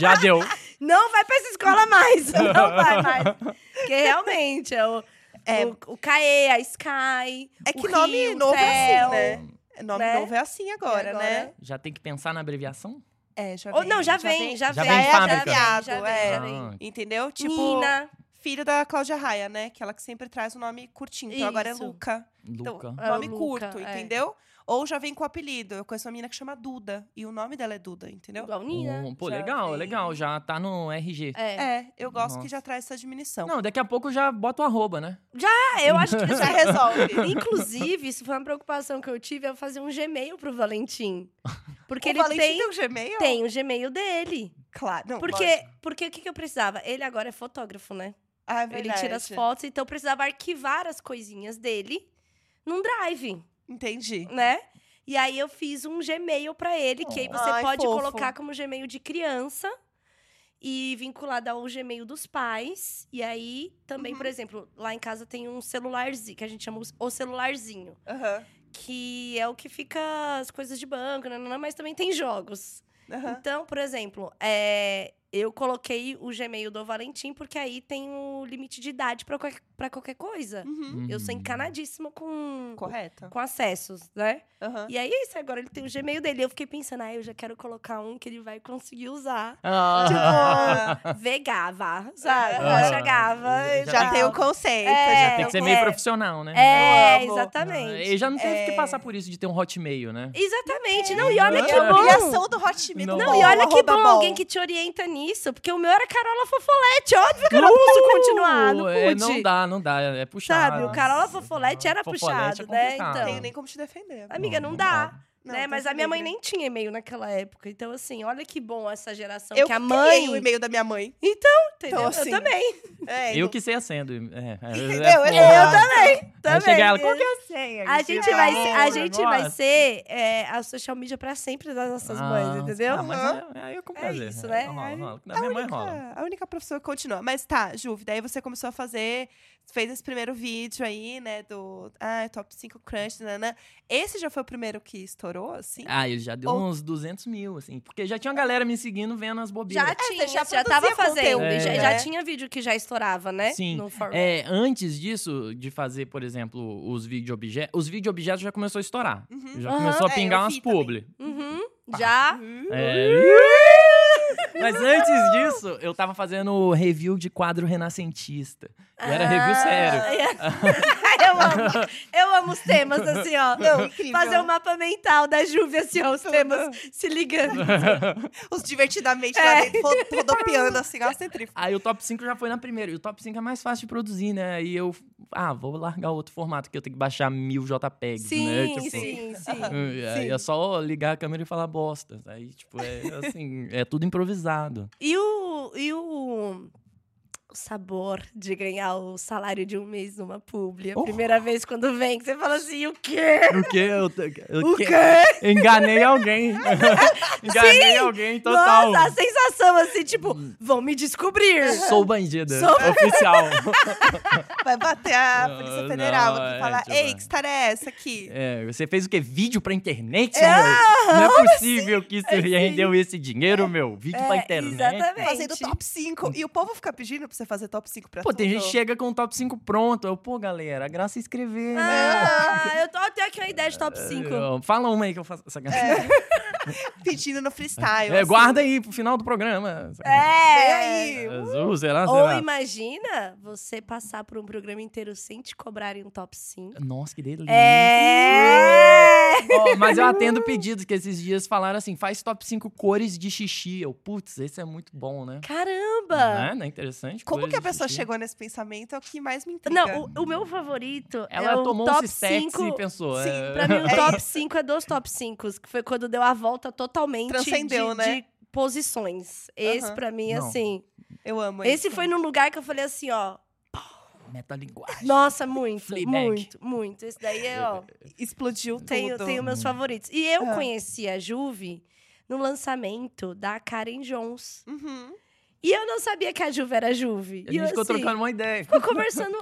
Speaker 3: Já deu.
Speaker 1: Não vai pra essa escola mais. Não vai mais. Porque realmente, é o,
Speaker 2: É.
Speaker 1: o, o Caê, a Sky.
Speaker 2: É
Speaker 1: o
Speaker 2: que nome
Speaker 1: Rio, o
Speaker 2: novo é
Speaker 1: Theo.
Speaker 2: assim, né? Nome
Speaker 1: né?
Speaker 2: novo é assim agora,
Speaker 1: agora?
Speaker 2: né?
Speaker 3: Já tem que pensar na abreviação?
Speaker 2: É, já
Speaker 1: Ou, não, já vem, já vem.
Speaker 3: já
Speaker 1: Já
Speaker 3: vem
Speaker 1: vem,
Speaker 3: fábrica.
Speaker 1: já vem, já vem. Já
Speaker 3: Ah,
Speaker 1: vem.
Speaker 2: Entendeu? Tipo,
Speaker 1: Nina.
Speaker 2: filho da Cláudia Raia, né? Que ela que sempre traz o nome curtinho. Então agora é
Speaker 1: Isso.
Speaker 2: Luca.
Speaker 3: Luca.
Speaker 1: Ah,
Speaker 2: Então, nome
Speaker 1: Luca,
Speaker 2: curto,
Speaker 1: é.
Speaker 2: entendeu? Ou já vem com apelido. Eu conheço uma menina que chama Duda. E o nome dela é Duda, entendeu?
Speaker 1: Igual Nina.
Speaker 3: Bom, Hum, pô,
Speaker 2: Já
Speaker 3: legal,
Speaker 2: vem.
Speaker 3: legal. Já tá no RG.
Speaker 1: É.
Speaker 2: É, eu gosto
Speaker 3: Nossa.
Speaker 2: que já traz essa diminuição.
Speaker 3: Não, daqui a pouco já bota o arroba, né?
Speaker 1: Ah, eu acho que
Speaker 2: Já
Speaker 1: isso
Speaker 2: resolve.
Speaker 1: Inclusive, isso foi uma preocupação que eu tive, é fazer um Gmail pro Valentim. Porque
Speaker 2: o
Speaker 1: ele
Speaker 2: Valentim
Speaker 1: tem,
Speaker 2: um Gmail?
Speaker 1: tem o Gmail dele.
Speaker 2: Claro. Não, lógico.
Speaker 1: Porque, porque o que, que eu precisava? Ele agora é fotógrafo, né?
Speaker 2: Ah, é
Speaker 1: Ele tira as
Speaker 2: verdade.
Speaker 1: fotos, então eu precisava arquivar as coisinhas dele num drive,
Speaker 2: Entendi.
Speaker 1: né? E aí eu fiz um Gmail pra ele, que aí você
Speaker 2: Ai,
Speaker 1: pode
Speaker 2: fofo.
Speaker 1: colocar como Gmail de criança e vinculado ao Gmail dos pais. E aí também,
Speaker 2: Uhum.
Speaker 1: por exemplo, lá em casa tem um celularzinho, que a gente chama o celularzinho,
Speaker 2: Aham.
Speaker 1: que é o que fica as coisas de banco, nananã, mas também tem jogos.
Speaker 2: aham.
Speaker 1: Então, por exemplo, é, eu coloquei o Gmail do Valentim, porque aí tem o limite de idade pra qualquer, pra qualquer coisa.
Speaker 2: Uhum.
Speaker 1: Hum, Eu
Speaker 3: Hum.
Speaker 1: sou encanadíssima com,
Speaker 2: Correto.
Speaker 1: com acessos, né?
Speaker 2: Aham.
Speaker 1: E aí é isso, agora ele tem o Gmail dele. Eu fiquei pensando, ah, eu já quero colocar um que ele vai conseguir usar.
Speaker 3: Ah.
Speaker 1: Vegava, sabe?
Speaker 2: Ah.
Speaker 1: Eu chegava. e
Speaker 3: Já
Speaker 2: Já
Speaker 1: tal.
Speaker 2: tem o conceito.
Speaker 1: É,
Speaker 2: já
Speaker 3: Tem
Speaker 2: tem
Speaker 3: que ser meio
Speaker 1: é.
Speaker 3: profissional, né? Ah,
Speaker 1: É,
Speaker 2: Eu amo.
Speaker 1: exatamente.
Speaker 3: E já não teve que
Speaker 2: É.
Speaker 3: passar por isso de ter um hotmail, né?
Speaker 1: Exatamente. Não, e olha
Speaker 3: Não,
Speaker 1: que
Speaker 3: é a
Speaker 1: bom.
Speaker 2: Criação do Hotmail.
Speaker 3: Não.
Speaker 2: do
Speaker 1: Não,
Speaker 2: bom,
Speaker 1: e olha que
Speaker 2: arroba
Speaker 1: bom,
Speaker 2: bom
Speaker 1: alguém que te orienta nisso, porque o meu era Carola Fofolete. Óbvio que eu não posso continuar, não
Speaker 3: É,
Speaker 1: pude.
Speaker 3: Uh, não dá, não dá. É puxado.
Speaker 1: Sabe, o Carola Fofolete era
Speaker 3: Fofolete é
Speaker 1: puxado, né?
Speaker 3: complicado.
Speaker 2: Não tenho
Speaker 1: Então,
Speaker 2: nem como te defender.
Speaker 1: amiga, não dá.
Speaker 2: Não,
Speaker 1: né?
Speaker 2: Deus
Speaker 1: Mas
Speaker 2: me
Speaker 1: a minha mãe
Speaker 2: livre.
Speaker 1: nem tinha e-mail naquela época. Então, assim, olha que bom essa geração.
Speaker 2: Eu
Speaker 1: que a
Speaker 2: criei
Speaker 1: mãe.
Speaker 2: o e-mail da minha mãe.
Speaker 1: entendeu?
Speaker 2: então, assim,
Speaker 1: eu também.
Speaker 2: É,
Speaker 3: Eu
Speaker 2: não-
Speaker 3: que sei a senha. do- É, é,
Speaker 2: Entendeu?
Speaker 3: é
Speaker 2: Eu
Speaker 3: foda.
Speaker 2: também. né?
Speaker 3: Aí
Speaker 1: também.
Speaker 3: chega ela, qual que é a senha?
Speaker 1: A
Speaker 3: Isso
Speaker 1: gente
Speaker 3: é
Speaker 1: vai
Speaker 3: bom,
Speaker 1: ser, a gente vai
Speaker 3: nossa.
Speaker 1: ser é, a social media pra sempre das nossas
Speaker 3: Ah,
Speaker 1: mães, entendeu?
Speaker 3: Ah, mas
Speaker 2: Aham.
Speaker 3: é, é, eu com
Speaker 1: É
Speaker 3: prazer.
Speaker 1: isso, né?
Speaker 3: Rola, rola.
Speaker 2: A
Speaker 3: Da minha mãe
Speaker 2: única-
Speaker 3: rola.
Speaker 2: A única profissão que continua. Mas tá, Juve, daí você começou a fazer, fez esse primeiro vídeo aí, né, do ah, top 5 crunch, nanã. né. Esse já foi o primeiro que estourou, assim?
Speaker 3: Ah, ele já deu
Speaker 2: Ou-
Speaker 3: uns 200 mil, assim. Porque já tinha uma galera me seguindo vendo as bobeiras.
Speaker 1: Já
Speaker 2: você
Speaker 1: tinha,
Speaker 2: já
Speaker 1: já, tava
Speaker 2: produzia
Speaker 1: fazendo.
Speaker 3: conteúdo,
Speaker 1: já,
Speaker 3: né?
Speaker 1: já tinha vídeo que já estourava, né?
Speaker 3: Sim.
Speaker 1: No for...
Speaker 3: É, antes disso, de fazer, por exemplo, os vídeo objetos, os vídeo objetos já começou a estourar.
Speaker 2: Uhum.
Speaker 3: Já
Speaker 1: Aham.
Speaker 3: começou a
Speaker 2: É,
Speaker 3: pingar
Speaker 2: eu
Speaker 3: umas
Speaker 2: vi também.
Speaker 3: publi.
Speaker 1: Uhum,
Speaker 3: Ah,
Speaker 1: já.
Speaker 2: Uhum.
Speaker 3: É. Mas antes disso, eu tava fazendo review de quadro renascentista. E era review sério.
Speaker 1: Ah, é. eu, amo, eu amo os temas, assim, ó.
Speaker 2: Não, incrível. né?
Speaker 1: Fazer o mapa mental da Juve, assim, ó, os temas se ligando.
Speaker 3: Uhum.
Speaker 2: Os divertidamente
Speaker 1: É.
Speaker 2: lá dentro, ro- rodopiando, assim, ó, centrífuga.
Speaker 3: Aí o top 5 já foi na primeira. E o top 5 é mais fácil de produzir, né? E eu, ah, vou largar outro formato, que eu tenho que baixar mil JPEGs, né?
Speaker 1: Sim,
Speaker 3: Tipo,
Speaker 1: sim, sim.
Speaker 3: É, é só ligar a câmera e falar bosta. Aí, tipo, é assim, é tudo improvisado.
Speaker 1: E o, e o o sabor de ganhar o salário de um mês numa publi? A
Speaker 3: Oh.
Speaker 1: primeira vez quando vem, que você fala assim, o quê?
Speaker 3: O quê? Eu, eu-
Speaker 1: O
Speaker 3: que-
Speaker 1: quê?
Speaker 3: Enganei alguém. Enganei alguém total. Hum.
Speaker 1: Nossa, a sensação assim, tipo, vão me descobrir.
Speaker 3: Sou bandida.
Speaker 1: Sou-
Speaker 3: Oficial.
Speaker 2: Vai bater a
Speaker 3: Não,
Speaker 2: Polícia Federal
Speaker 3: não,
Speaker 2: aqui e
Speaker 3: é,
Speaker 2: falar,
Speaker 3: tipo,
Speaker 2: ei,
Speaker 3: é.
Speaker 2: que história é essa aqui?
Speaker 3: É, você fez o quê? Vídeo pra internet, meu? Não é possível que isso rendeu esse dinheiro, meu. Vídeo pra
Speaker 1: assim? É,
Speaker 3: internet.
Speaker 1: exatamente.
Speaker 2: Fazendo top 5. E o povo fica pedindo pra você fazer top 5 pra
Speaker 3: Pô,
Speaker 2: Tá tudo.
Speaker 3: tem gente que chega com o top 5 pronto. Eu, pô, galera, a graça é escrever, né?
Speaker 1: Ah, eu tô até aqui uma ideia de top 5.
Speaker 3: É, Eu- Fala uma aí que eu faço. sacanagem.
Speaker 2: pedindo no freestyle.
Speaker 3: É,
Speaker 2: assim.
Speaker 3: guarda aí pro final do programa.
Speaker 2: Vem
Speaker 1: É.
Speaker 2: aí.
Speaker 3: Azul, será?
Speaker 1: Ou
Speaker 3: será?
Speaker 1: imagina você passar por um programa inteiro sem te cobrarem um top 5.
Speaker 3: Nossa, que delícia.
Speaker 1: É!
Speaker 3: Ó, mas eu atendo pedidos que esses dias falaram assim: faz top 5 cores de xixi. Eu, putz, esse é muito bom, né? Não
Speaker 1: Caramba!
Speaker 3: é, não é interessante?
Speaker 2: Como
Speaker 3: Cores
Speaker 2: que a
Speaker 3: de
Speaker 2: pessoa
Speaker 3: xixi.
Speaker 2: chegou nesse pensamento é o que mais me intriga.
Speaker 1: Não, o, o meu favorito
Speaker 3: É. Ela
Speaker 1: é o
Speaker 3: tomou
Speaker 1: top
Speaker 3: um cistex
Speaker 1: 5
Speaker 3: e pensou.
Speaker 2: Sim,
Speaker 3: é...
Speaker 1: Pra mim, o
Speaker 2: É
Speaker 1: top 5 é dos top 5, que foi quando deu a volta totalmente
Speaker 2: Transcendeu,
Speaker 1: de,
Speaker 2: né?
Speaker 1: de posições. Esse,
Speaker 2: Aham.
Speaker 1: pra mim,
Speaker 3: Não.
Speaker 1: assim.
Speaker 2: Eu amo
Speaker 1: Esse
Speaker 2: isso.
Speaker 1: foi num lugar que eu falei assim, ó.
Speaker 3: Metalinguagem.
Speaker 1: Nossa, muito,
Speaker 3: Fleabag.
Speaker 1: muito, muito. Esse daí é, ó.
Speaker 2: Explodiu
Speaker 1: Tenho,
Speaker 2: tudo.
Speaker 1: tenho
Speaker 3: Uhum.
Speaker 1: meus favoritos. E eu
Speaker 2: Ah.
Speaker 1: conheci a Juve no lançamento da Karen Jones.
Speaker 2: Uhum.
Speaker 1: E eu não sabia que a Juve era a Juve.
Speaker 3: A
Speaker 1: E eu,
Speaker 3: gente ficou
Speaker 1: assim,
Speaker 3: trocando uma ideia.
Speaker 1: ficou conversando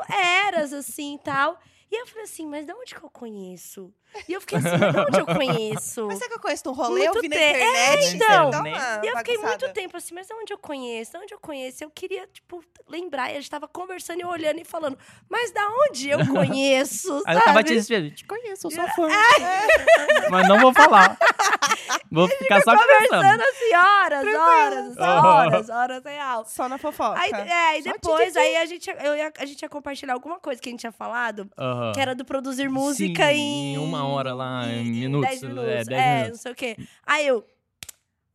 Speaker 1: eras, assim, e tal. E eu falei assim, mas de onde que eu conheço? E eu fiquei assim, mas de onde eu conheço?
Speaker 2: Mas será que eu conheço um rolê? eu
Speaker 1: Muito
Speaker 2: vi na
Speaker 1: te- é,
Speaker 2: internet.
Speaker 1: então.
Speaker 2: dá uma
Speaker 1: E eu fiquei muito
Speaker 2: Tá bagunçada.
Speaker 1: tempo assim, mas de onde eu conheço? De onde eu conheço? Eu queria, tipo, lembrar. E a gente tava conversando e eu olhando e falando, mas da onde eu conheço?
Speaker 3: Aí eu tava te
Speaker 1: sabe?
Speaker 3: dizendo, te conheço, eu sou fã. Mas não vou falar. Vou ficar só
Speaker 1: Conversando
Speaker 3: conversando.
Speaker 1: assim, horas, horas, horas, horas real.
Speaker 2: É, Só na fofoca.
Speaker 1: Aí, é, e
Speaker 2: Só te
Speaker 1: depois,
Speaker 2: dizer.
Speaker 1: aí a gente, ia- eu ia- a gente ia compartilhar alguma coisa que a gente tinha falado,
Speaker 3: Aham.
Speaker 1: que era do produzir música
Speaker 3: Ah. Sim,
Speaker 1: em...
Speaker 3: uma hora lá, em minutos.
Speaker 1: 10 minutos.
Speaker 3: É,
Speaker 1: É,
Speaker 3: 10
Speaker 1: não
Speaker 3: minutos.
Speaker 1: sei o quê. Aí eu,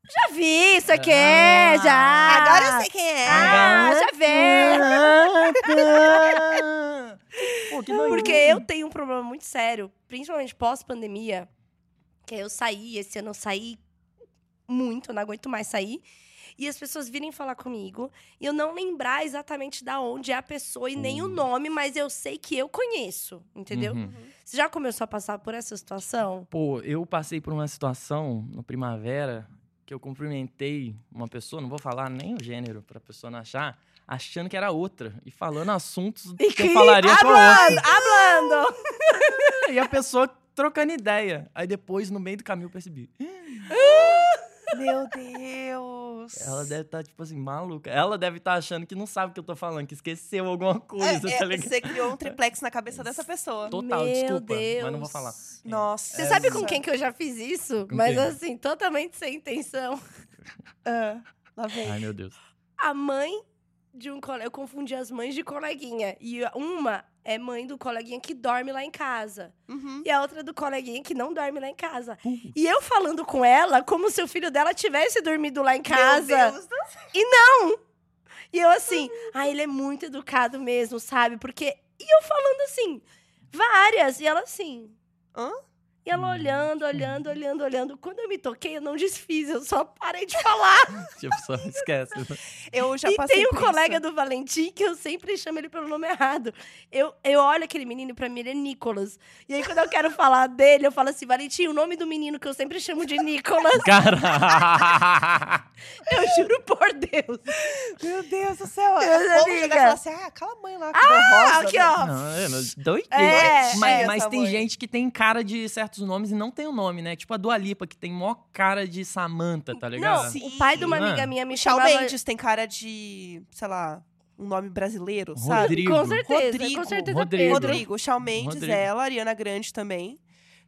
Speaker 1: já vi isso aqui,
Speaker 3: Ah.
Speaker 1: já.
Speaker 2: Agora eu sei quem é.
Speaker 1: Ah, já vi.
Speaker 3: Caraca! Pô, que doido.
Speaker 1: Porque eu tenho um problema muito sério, principalmente pós-pandemia, que eu saí, esse ano eu saí muito, eu não aguento mais sair. E as pessoas virem falar comigo e eu não lembrar exatamente da onde é a pessoa e nem o
Speaker 3: Hum.
Speaker 1: nome, mas eu sei que eu conheço, entendeu?
Speaker 3: Uhum.
Speaker 1: Você já começou a passar por essa situação?
Speaker 3: Pô, eu passei por uma situação no primavera que eu cumprimentei uma pessoa, não vou falar nem o gênero pra pessoa não achar, achando que era outra e falando assuntos que, eu falaria com a outra.
Speaker 1: Hablando, hablando!
Speaker 3: E a pessoa trocando ideia. Aí depois, no meio do caminho, eu percebi.
Speaker 2: Meu Deus.
Speaker 3: Ela deve estar, tipo assim, maluca. Ela deve estar achando que não sabe o que eu tô falando, que esqueceu alguma coisa,
Speaker 2: É, é,
Speaker 3: tá ligado?
Speaker 2: Você criou um triplex na cabeça dessa pessoa.
Speaker 3: Total,
Speaker 1: Meu
Speaker 3: desculpa,
Speaker 1: Deus.
Speaker 3: mas não vou falar.
Speaker 2: Nossa.
Speaker 1: Você sabe com quem que eu já fiz isso?
Speaker 3: Com
Speaker 1: Mas
Speaker 3: quem?
Speaker 1: assim, totalmente sem intenção.
Speaker 2: Ah, lá vem.
Speaker 3: Ai, meu Deus.
Speaker 1: a mãe de um colega. Eu confundi as mães de coleguinha. E uma é mãe do coleguinha que dorme lá em casa.
Speaker 2: Uhum.
Speaker 1: E a outra é do coleguinha que não dorme lá em casa. E eu falando com ela como se o filho dela tivesse dormido lá em
Speaker 2: Meu
Speaker 1: casa.
Speaker 2: Deus do-
Speaker 1: E eu assim, ah, ele é muito educado mesmo, sabe? Porque. E eu falando assim, várias. E ela assim.
Speaker 2: Hã?
Speaker 1: E ela olhando, olhando, olhando, olhando. Quando eu me toquei, eu não desfiz, eu só parei de falar.
Speaker 3: Tipo, só esquece.
Speaker 2: Eu já
Speaker 1: e
Speaker 2: passei
Speaker 1: tem um
Speaker 2: por
Speaker 1: colega
Speaker 2: isso.
Speaker 1: do Valentim que eu sempre chamo ele pelo nome errado. Eu, eu olho aquele menino, pra mim ele é Nicolas. E aí, quando eu quero falar dele, eu falo assim, Valentim, o nome do menino que eu sempre chamo de Nicolas,
Speaker 3: Cara.
Speaker 1: eu juro por Deus.
Speaker 3: Tá
Speaker 2: Meu Deus do céu.
Speaker 1: Deus,
Speaker 2: Vamos chegar e
Speaker 1: amiga.
Speaker 2: falar assim, ah, cala a mãe lá, que ah,
Speaker 1: aqui, ó.
Speaker 3: Não, é no- doideira.
Speaker 1: É,
Speaker 3: mas
Speaker 2: é,
Speaker 3: mas
Speaker 2: essa
Speaker 3: tem
Speaker 2: mãe.
Speaker 3: gente que tem cara de certos nomes e não tem o nome, né? Tipo a Dua Lipa, que tem mó cara de Samanta, tá ligado?
Speaker 1: Não,
Speaker 2: Sim.
Speaker 1: o pai de uma
Speaker 3: Não é?
Speaker 1: amiga minha me
Speaker 2: Shawn
Speaker 1: chamava...
Speaker 2: Mendes tem cara de, sei lá, um nome brasileiro, sabe?
Speaker 3: Rodrigo.
Speaker 1: Com certeza,
Speaker 2: Rodrigo.
Speaker 1: com certeza
Speaker 3: Rodrigo.
Speaker 1: Pedro.
Speaker 2: Rodrigo, Shawn Mendes,
Speaker 3: Rodrigo.
Speaker 2: ela, Ariana Grande também.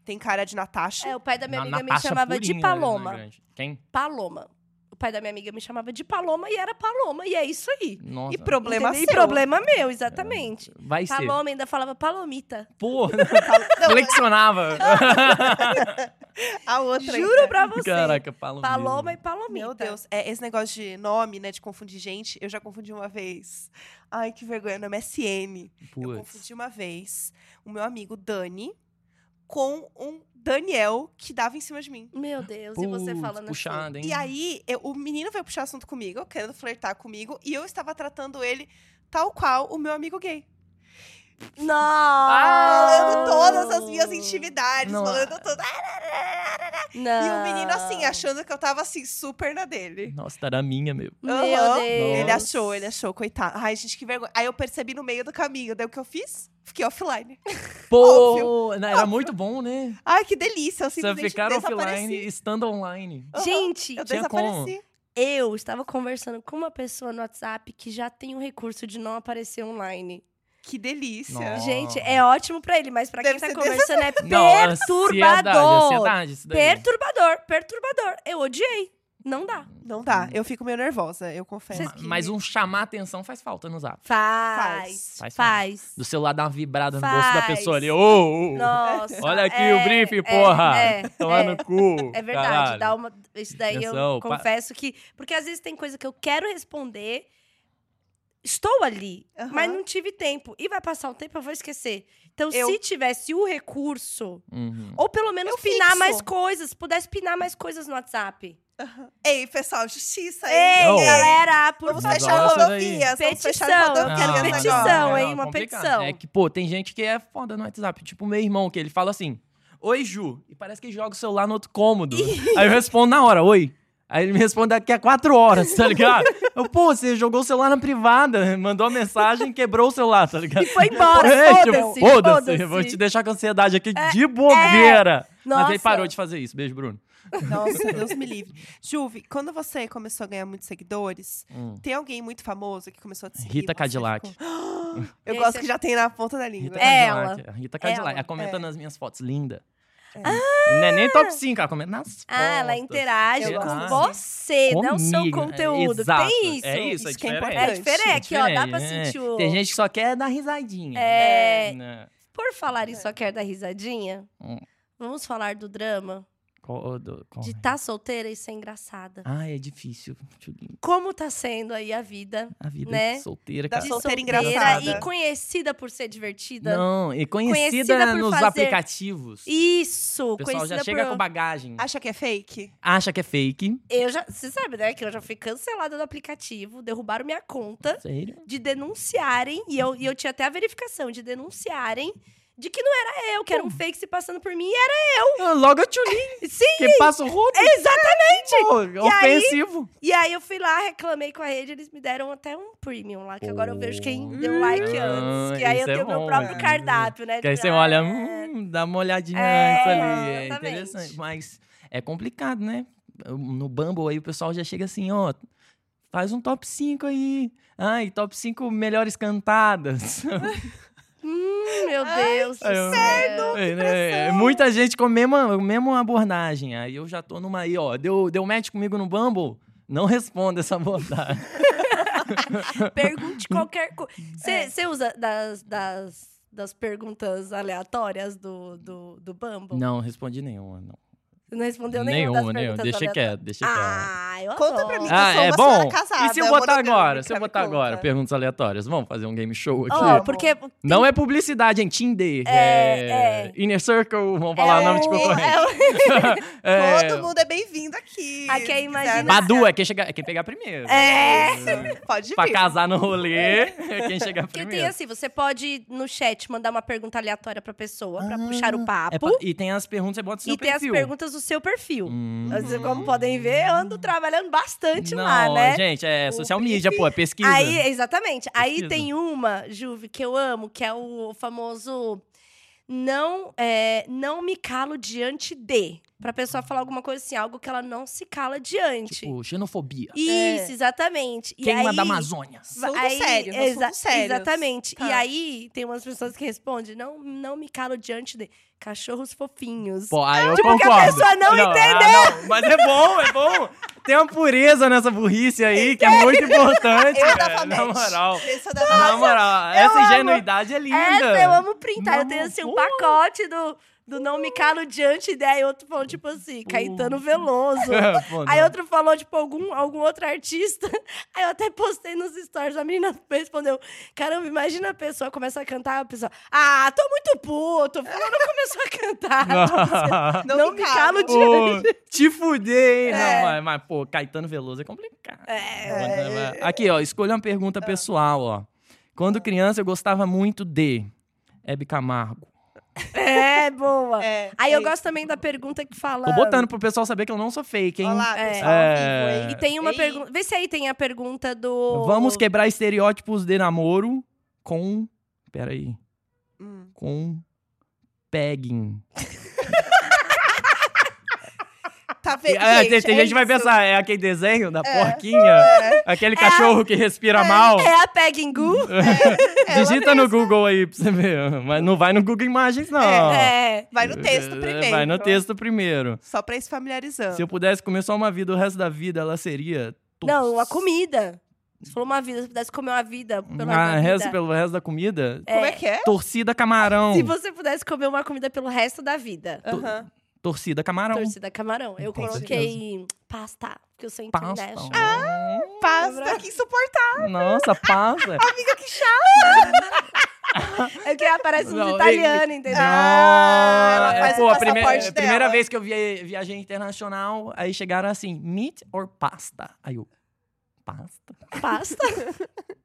Speaker 2: Tem cara de Natasha.
Speaker 1: É, o pai da minha
Speaker 3: Na-
Speaker 1: amiga me
Speaker 3: Natasha
Speaker 1: chamava
Speaker 3: Purinho,
Speaker 1: de
Speaker 3: né, Ariana
Speaker 1: Paloma.
Speaker 3: Grande. Quem?
Speaker 1: Paloma. O pai da minha amiga me chamava de Paloma e era Paloma, e é isso aí.
Speaker 3: Nossa.
Speaker 2: E problema
Speaker 1: Entendeu? E
Speaker 2: seu.
Speaker 1: problema meu, exatamente.
Speaker 3: Vai ser.
Speaker 1: Paloma ainda falava Palomita.
Speaker 3: Pô,
Speaker 2: Não,
Speaker 3: flexionava.
Speaker 2: a outra
Speaker 1: Juro pra você.
Speaker 3: Caraca, Paloma.
Speaker 1: Paloma e Palomita.
Speaker 2: Meu Deus, é, esse negócio de nome, né, de confundir gente, eu já confundi uma vez. Ai, que vergonha, meu nome é SN. Eu
Speaker 3: Putz.
Speaker 2: confundi uma vez o meu amigo Dani com um Daniel que dava em cima de mim.
Speaker 1: Meu Deus, e você
Speaker 3: Putz,
Speaker 1: falando assim.
Speaker 3: Puxado, hein?
Speaker 2: E aí, eu- o menino veio puxar assunto comigo, querendo flertar comigo, e eu estava tratando ele tal qual o meu amigo gay.
Speaker 1: Não! Ah!
Speaker 2: Falando todas as minhas intimidades,
Speaker 3: Ah. Não, é.
Speaker 2: falando tudo.
Speaker 1: Não.
Speaker 2: E o menino,
Speaker 3: Ah.
Speaker 2: assim, achando que eu tava, assim, super na dele.
Speaker 3: Nossa, era minha mesmo.
Speaker 1: Meu
Speaker 2: Aham.
Speaker 1: Deus.
Speaker 2: Ele achou, ele achou, coitado. Ai, gente, que vergonha. Aí eu percebi no meio do caminho, daí o que eu fiz? Fiquei offline.
Speaker 3: Pô, não, era muito bom, né?
Speaker 2: Ai, que delícia. Eu
Speaker 3: Você
Speaker 2: simplesmente
Speaker 3: ficar offline,
Speaker 2: desapareci.
Speaker 3: estando online.
Speaker 2: Aham.
Speaker 1: Gente,
Speaker 2: Eu
Speaker 3: Tinha
Speaker 2: desapareci.
Speaker 1: eu estava conversando com uma pessoa no WhatsApp que já tem o recurso de não aparecer online.
Speaker 2: Que delícia.
Speaker 3: Nossa. Oh.
Speaker 1: Gente, é ótimo pra ele, mas pra
Speaker 2: Deve
Speaker 1: quem tá
Speaker 2: ser
Speaker 1: conversando é
Speaker 3: Não, ansiedade,
Speaker 1: perturbador.
Speaker 3: ansiedade, isso daí.
Speaker 1: Perturbador, perturbador. Eu odiei. Não dá.
Speaker 2: Não dá. Eu fico meio nervosa, eu confesso.
Speaker 1: Vocês-
Speaker 3: Ma- Mas um chamar atenção faz falta no zap.
Speaker 1: Faz.
Speaker 3: Faz.
Speaker 1: Faz.
Speaker 3: Do celular dar uma vibrada no
Speaker 1: Faz.
Speaker 3: bolso da pessoa ali. Ô, ô, ô.
Speaker 1: Nossa.
Speaker 3: Olha aqui
Speaker 1: é,
Speaker 3: o briefing,
Speaker 1: é,
Speaker 3: porra.
Speaker 1: É,
Speaker 3: Tomar
Speaker 1: é.
Speaker 3: no cu.
Speaker 1: É verdade,
Speaker 3: caralho.
Speaker 1: dá uma. Isso daí
Speaker 3: Atenção,
Speaker 1: eu
Speaker 3: pa-
Speaker 1: confesso que. Porque às vezes tem coisa que eu quero responder, estou ali,
Speaker 2: Aham.
Speaker 1: mas não tive tempo. E vai passar o tempo, eu vou esquecer. Então,
Speaker 2: Eu-
Speaker 1: se tivesse o recurso,
Speaker 3: Uhum.
Speaker 1: ou pelo menos
Speaker 2: Eu
Speaker 1: pinar
Speaker 2: fixo.
Speaker 1: mais coisas, pudesse pinar mais coisas no WhatsApp.
Speaker 2: Ei, pessoal, justiça Tá aí.
Speaker 1: Ei,
Speaker 3: Não.
Speaker 1: galera, por
Speaker 2: Vamos
Speaker 3: Vamos
Speaker 2: fechar
Speaker 3: agora isso daí.
Speaker 2: rodovias. Vamos fechar
Speaker 1: Petição, eu
Speaker 2: rodovias
Speaker 1: quero
Speaker 2: agora.
Speaker 1: petição,
Speaker 3: não,
Speaker 1: hein,
Speaker 3: não,
Speaker 1: uma
Speaker 3: complicado.
Speaker 1: petição.
Speaker 3: É que, pô, tem gente que é foda no WhatsApp. Tipo, meu irmão, que ele fala assim: Oi, Ju. E parece que joga o celular no outro cômodo. Aí eu respondo na hora: Oi. Aí ele me responde daqui a quatro horas, tá ligado? Eu, pô, você jogou o celular na privada, mandou a mensagem, quebrou o celular, tá ligado?
Speaker 1: E foi embora,
Speaker 3: É,
Speaker 1: foda-se.
Speaker 3: tipo,
Speaker 1: É,
Speaker 3: foda-se, vou te deixar com ansiedade aqui de bobeira. Mas ele
Speaker 1: Nossa.
Speaker 3: parou de fazer isso. Beijo, Bruno.
Speaker 2: Nossa, Deus me livre. Juve, quando você começou a ganhar muitos seguidores,
Speaker 3: Hum.
Speaker 2: tem alguém muito famoso que começou a te seguir?
Speaker 3: Rita
Speaker 2: Você
Speaker 3: Cadillac.
Speaker 2: ficou, "Ah!" Eu
Speaker 1: E aí
Speaker 2: gosto
Speaker 1: você-
Speaker 2: que já tem na ponta da língua.
Speaker 3: Rita
Speaker 1: É, Ela. é,
Speaker 3: Cadillac. a Rita Cadillac.
Speaker 1: Ela.
Speaker 3: Ela comenta nas minhas fotos, linda. Não é nem top 5, ela comenta nas fotos.
Speaker 1: Ah, ela interage
Speaker 3: Eu
Speaker 1: com
Speaker 3: gosto.
Speaker 1: você, não seu
Speaker 3: Comigo, né?
Speaker 1: conteúdo.
Speaker 3: Exato.
Speaker 1: Tem isso.
Speaker 3: É isso, é
Speaker 2: Isso que é
Speaker 3: diferente.
Speaker 1: É
Speaker 2: importante.
Speaker 1: diferente, aqui, ó, dá pra
Speaker 3: diferente,
Speaker 1: sentir
Speaker 3: né?
Speaker 1: o...
Speaker 3: Tem gente que só quer dar risadinha.
Speaker 1: É.
Speaker 3: Né?
Speaker 1: Por falar em só quer dar risadinha,
Speaker 3: Hum.
Speaker 1: vamos falar do drama
Speaker 3: Qual- do- qual
Speaker 1: de
Speaker 3: é?
Speaker 1: estar tá solteira e ser engraçada.
Speaker 3: Ah, é difícil. Tchulinho.
Speaker 1: Como tá sendo aí a vida
Speaker 3: A vida
Speaker 1: Né?
Speaker 3: de solteira,
Speaker 2: Da
Speaker 3: cara.
Speaker 1: de
Speaker 2: solteira
Speaker 1: solteira,
Speaker 2: engraçada.
Speaker 1: e conhecida por ser divertida?
Speaker 3: Não, e conhecida,
Speaker 1: Conhecida por
Speaker 3: nos
Speaker 1: fazer-
Speaker 3: aplicativos.
Speaker 1: Isso,
Speaker 3: o pessoal
Speaker 1: conhecida
Speaker 3: já chega
Speaker 1: por...
Speaker 3: com bagagem.
Speaker 2: Acha que é fake?
Speaker 3: Acha que é fake.
Speaker 1: Eu já, você sabe, né, que eu já fui cancelada do aplicativo, derrubaram minha conta
Speaker 3: Sério?
Speaker 1: de denunciarem, e eu, e eu tinha até a verificação, de denunciarem de que não era eu, que era um fake se passando por mim, e era
Speaker 3: Ah, Logo é o Tchulin,
Speaker 1: sim,
Speaker 3: que passa o rodo.
Speaker 1: exatamente.
Speaker 3: Exatamente.
Speaker 1: E aí-
Speaker 3: ofensivo.
Speaker 1: E aí eu fui lá, reclamei com a rede, eles me deram até um premium lá, que agora eu vejo quem deu like antes. Que aí eu
Speaker 3: Isso é
Speaker 1: tenho meu
Speaker 3: bom,
Speaker 1: próprio
Speaker 3: né?
Speaker 1: cardápio, né?
Speaker 3: Que aí você
Speaker 1: Ah,
Speaker 3: olha,
Speaker 1: é.
Speaker 3: hum, dá uma olhadinha
Speaker 1: É,
Speaker 3: antes ali. É
Speaker 1: exatamente.
Speaker 3: interessante. Mas é complicado, né? No Bumble aí o pessoal já chega assim, ó. Faz um top 5 aí. Ai, top 5 melhores cantadas.
Speaker 1: Hum, meu Deus do
Speaker 3: Ai, eu-
Speaker 1: céu.
Speaker 3: É, né? Muita gente com a mesma, mesma abordagem. Aí eu já tô numa aí, ó. Deu, deu match comigo no Bumble? Não responda essa abordagem.
Speaker 1: Pergunte qualquer coisa.
Speaker 3: É.
Speaker 1: Você usa das, das, das perguntas aleatórias do, do, do Bumble?
Speaker 3: não, respondi nenhuma, não.
Speaker 1: Não respondeu nenhuma,
Speaker 3: Nenhuma,
Speaker 1: das
Speaker 3: nenhuma.
Speaker 1: perguntas
Speaker 3: Deixa
Speaker 1: da
Speaker 3: quieto, deixa quieto.
Speaker 1: Ah, eu
Speaker 2: Conta
Speaker 1: adoro.
Speaker 2: pra mim que
Speaker 3: Ah,
Speaker 2: eu sou
Speaker 3: é
Speaker 2: uma
Speaker 3: bom?
Speaker 2: senhora casada.
Speaker 3: e se eu botar
Speaker 2: monogâmica,
Speaker 3: agora? Se eu
Speaker 2: me
Speaker 3: botar
Speaker 2: conta.
Speaker 3: agora, perguntas aleatórias. Vamos fazer um game show aqui.
Speaker 1: Ó,
Speaker 2: Vamos.
Speaker 1: porque
Speaker 3: Não é publicidade, é em Tinder. É,
Speaker 1: É, é.
Speaker 3: Inner Circle, vamos falar
Speaker 1: É
Speaker 3: nome de
Speaker 1: o-
Speaker 3: concorrente.
Speaker 1: é o-
Speaker 3: É,
Speaker 2: Todo mundo é bem-vindo aqui.
Speaker 1: Aqui é
Speaker 2: Se quiser
Speaker 1: imagina-
Speaker 2: anunciar-
Speaker 3: Badu é quem, chegar, é quem pegar primeiro.
Speaker 1: É.
Speaker 2: Pode vir.
Speaker 3: Pra casar no rolê, é quem chegar
Speaker 1: Porque
Speaker 3: primeiro.
Speaker 1: tem assim, você pode no chat mandar uma pergunta aleatória pra pessoa, pra puxar o papo.
Speaker 3: É pra- e tem as perguntas, você bota no seu
Speaker 1: e tem as
Speaker 3: perfil.
Speaker 1: perguntas do seu perfil.
Speaker 3: Hum.
Speaker 1: Mas, Como podem ver, eu ando trabalhando bastante
Speaker 3: Não,
Speaker 1: lá, né?
Speaker 3: gente, é
Speaker 1: O
Speaker 3: social media, pô, é pesquisa.
Speaker 1: Aí, exatamente. Aí
Speaker 3: Pesquisa.
Speaker 1: tem uma, Juve, que eu amo, que é o famoso não é, não me calo diante de. Pra pessoa falar alguma coisa assim, algo que ela não se cala diante.
Speaker 3: tipo, xenofobia.
Speaker 1: Isso, exatamente. E
Speaker 3: Queima
Speaker 1: aí,
Speaker 3: da Amazônia. né?
Speaker 2: Assunto sério, assunto sério.
Speaker 1: Exatamente.
Speaker 2: Tá.
Speaker 1: E aí, tem umas pessoas que respondem, não, não me calo diante de cachorros fofinhos.
Speaker 3: Pô, aí eu
Speaker 1: Tipo, que a
Speaker 3: concordo.
Speaker 1: pessoa não
Speaker 3: entendeu. mas é bom, é bom. Tem uma pureza nessa burrice aí que é muito importante.
Speaker 2: Eu
Speaker 3: cara,
Speaker 2: dava
Speaker 3: na
Speaker 2: match.
Speaker 3: moral.
Speaker 2: Esse eu
Speaker 3: Na
Speaker 2: dava match.
Speaker 3: moral, essa ingenuidade é linda.
Speaker 1: Essa eu amo printar.
Speaker 3: Não,
Speaker 1: eu tenho assim um
Speaker 3: pô.
Speaker 1: pacote do, do não me calo diante de. Aí outro falou, tipo assim, Caetano Veloso.
Speaker 3: É, Pô,
Speaker 1: Aí
Speaker 3: não.
Speaker 1: outro falou, tipo, algum, algum outro artista. Aí eu até postei nos stories. A menina respondeu: Caramba, imagina a pessoa começa a cantar, a pessoa. Ah, tô muito puto. Fulano começou a cantar.
Speaker 2: Não
Speaker 1: Não,
Speaker 2: me
Speaker 1: me calo
Speaker 2: calo.
Speaker 1: diante.
Speaker 3: Ô, te fuder, hein?
Speaker 1: É.
Speaker 3: Não, mas, mas, pô, Caetano Veloso é complicado.
Speaker 2: É.
Speaker 3: Aqui, ó, escolha uma pergunta
Speaker 1: Ah.
Speaker 3: pessoal, ó. Quando criança, eu gostava muito de Hebe Camargo.
Speaker 1: É, boa.
Speaker 2: É,
Speaker 1: Aí eu
Speaker 2: é
Speaker 1: gosto também da pergunta que fala.
Speaker 3: Tô botando pro pessoal saber que eu não sou fake, hein?
Speaker 2: Olá,
Speaker 1: É.
Speaker 2: pessoal,
Speaker 3: É.
Speaker 2: vivo, hein?
Speaker 1: E tem uma
Speaker 2: Ei.
Speaker 1: pergunta. Vê se aí tem a pergunta do.
Speaker 3: Vamos quebrar estereótipos de namoro com. Peraí.
Speaker 2: Hum.
Speaker 3: Com. Pegging.
Speaker 2: Tá vendo,
Speaker 3: Ah, tem
Speaker 2: gente?
Speaker 3: tem
Speaker 2: É
Speaker 3: gente que vai
Speaker 2: isso.
Speaker 3: pensar, é aquele desenho da
Speaker 2: É.
Speaker 3: porquinha? Aquele cachorro que respira mal?
Speaker 1: É a Pegging Goo.
Speaker 2: Ela
Speaker 3: Digita no Google aí pra você ver. Mas não vai no Google Imagens, não.
Speaker 1: É.
Speaker 2: Vai no texto primeiro.
Speaker 3: Vai no texto primeiro.
Speaker 2: Só pra ir se familiarizando.
Speaker 3: Se eu pudesse comer só uma vida o resto da vida, ela seria. tosse.
Speaker 1: Não, uma comida. Você falou uma vida, se pudesse comer uma vida pela
Speaker 3: Ah,
Speaker 1: uma
Speaker 3: resto,
Speaker 1: vida.
Speaker 3: pelo resto da comida?
Speaker 2: Como é que é?
Speaker 3: Torcida camarão.
Speaker 1: Se você pudesse comer uma comida pelo resto da vida.
Speaker 2: Aham.
Speaker 3: Torcida camarão.
Speaker 1: Torcida camarão. Eu
Speaker 3: Com
Speaker 1: coloquei pasta, porque eu sou
Speaker 3: Pasta.
Speaker 1: international.
Speaker 3: Ah,
Speaker 1: Uhum.
Speaker 2: Pasta, que insuportável.
Speaker 3: Nossa, pasta.
Speaker 1: É que aparece uns
Speaker 3: Não,
Speaker 1: italianos, entendeu?
Speaker 2: Ah, ela
Speaker 3: é,
Speaker 2: faz
Speaker 3: pô,
Speaker 2: o
Speaker 3: a primeira,
Speaker 2: passaporte
Speaker 3: a primeira
Speaker 2: dela.
Speaker 3: vez que eu via viagem internacional, aí chegaram assim, meat or pasta? Aí eu, pasta?
Speaker 1: Pasta.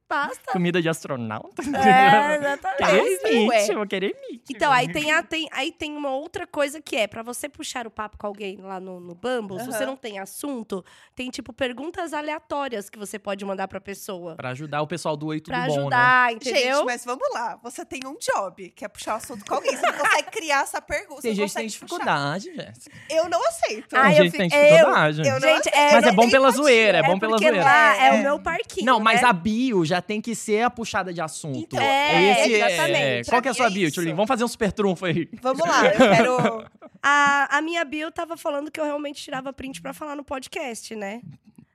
Speaker 1: Pasta.
Speaker 3: Comida de astronauta?
Speaker 1: É,
Speaker 3: Querer
Speaker 1: exatamente.
Speaker 2: pasta,
Speaker 3: meat,
Speaker 2: ué.
Speaker 3: eu vou querer meat.
Speaker 1: Então, aí tem, a- tem- aí tem uma outra coisa que é, pra você puxar o papo com alguém lá no, no Bumble, se você
Speaker 2: Aham.
Speaker 1: não tem assunto, tem, tipo, perguntas aleatórias que você pode mandar pra pessoa.
Speaker 3: Pra ajudar o pessoal do Oi Tudo
Speaker 1: Pra
Speaker 3: Bom, né?
Speaker 1: ajudar, entendeu?
Speaker 2: Gente, mas vamos lá. Você tem um job, que é puxar o assunto com alguém. Você não consegue criar essa pergunta.
Speaker 3: Tem
Speaker 2: você não
Speaker 3: gente que tem
Speaker 2: consegue
Speaker 3: dificuldade, Jéssica.
Speaker 2: puxar. Eu não aceito.
Speaker 1: Ah,
Speaker 3: Tem
Speaker 1: eu
Speaker 3: gente que tem
Speaker 1: fi- eu-
Speaker 3: dificuldade.
Speaker 2: eu não
Speaker 1: Gente, é,
Speaker 3: Mas
Speaker 1: não
Speaker 3: é bom
Speaker 2: tem
Speaker 3: pela
Speaker 2: empatia.
Speaker 3: zoeira, é
Speaker 1: É
Speaker 3: bom pela
Speaker 1: porque
Speaker 3: zoeira.
Speaker 1: lá é,
Speaker 2: É.
Speaker 1: o meu parquinho.
Speaker 3: Não, mas
Speaker 1: né?
Speaker 3: a bio já tem que ser a puxada de assunto.
Speaker 2: Então,
Speaker 1: é,
Speaker 2: exatamente.
Speaker 3: Qual que é a
Speaker 2: Pra
Speaker 3: sua
Speaker 2: mim é
Speaker 3: bio,
Speaker 2: isso.
Speaker 3: Tulin? Vamos fazer uns super trunfo aí.
Speaker 2: Vamos lá, eu quero...
Speaker 1: a, a minha bio tava falando que eu realmente tirava print pra falar no podcast, né?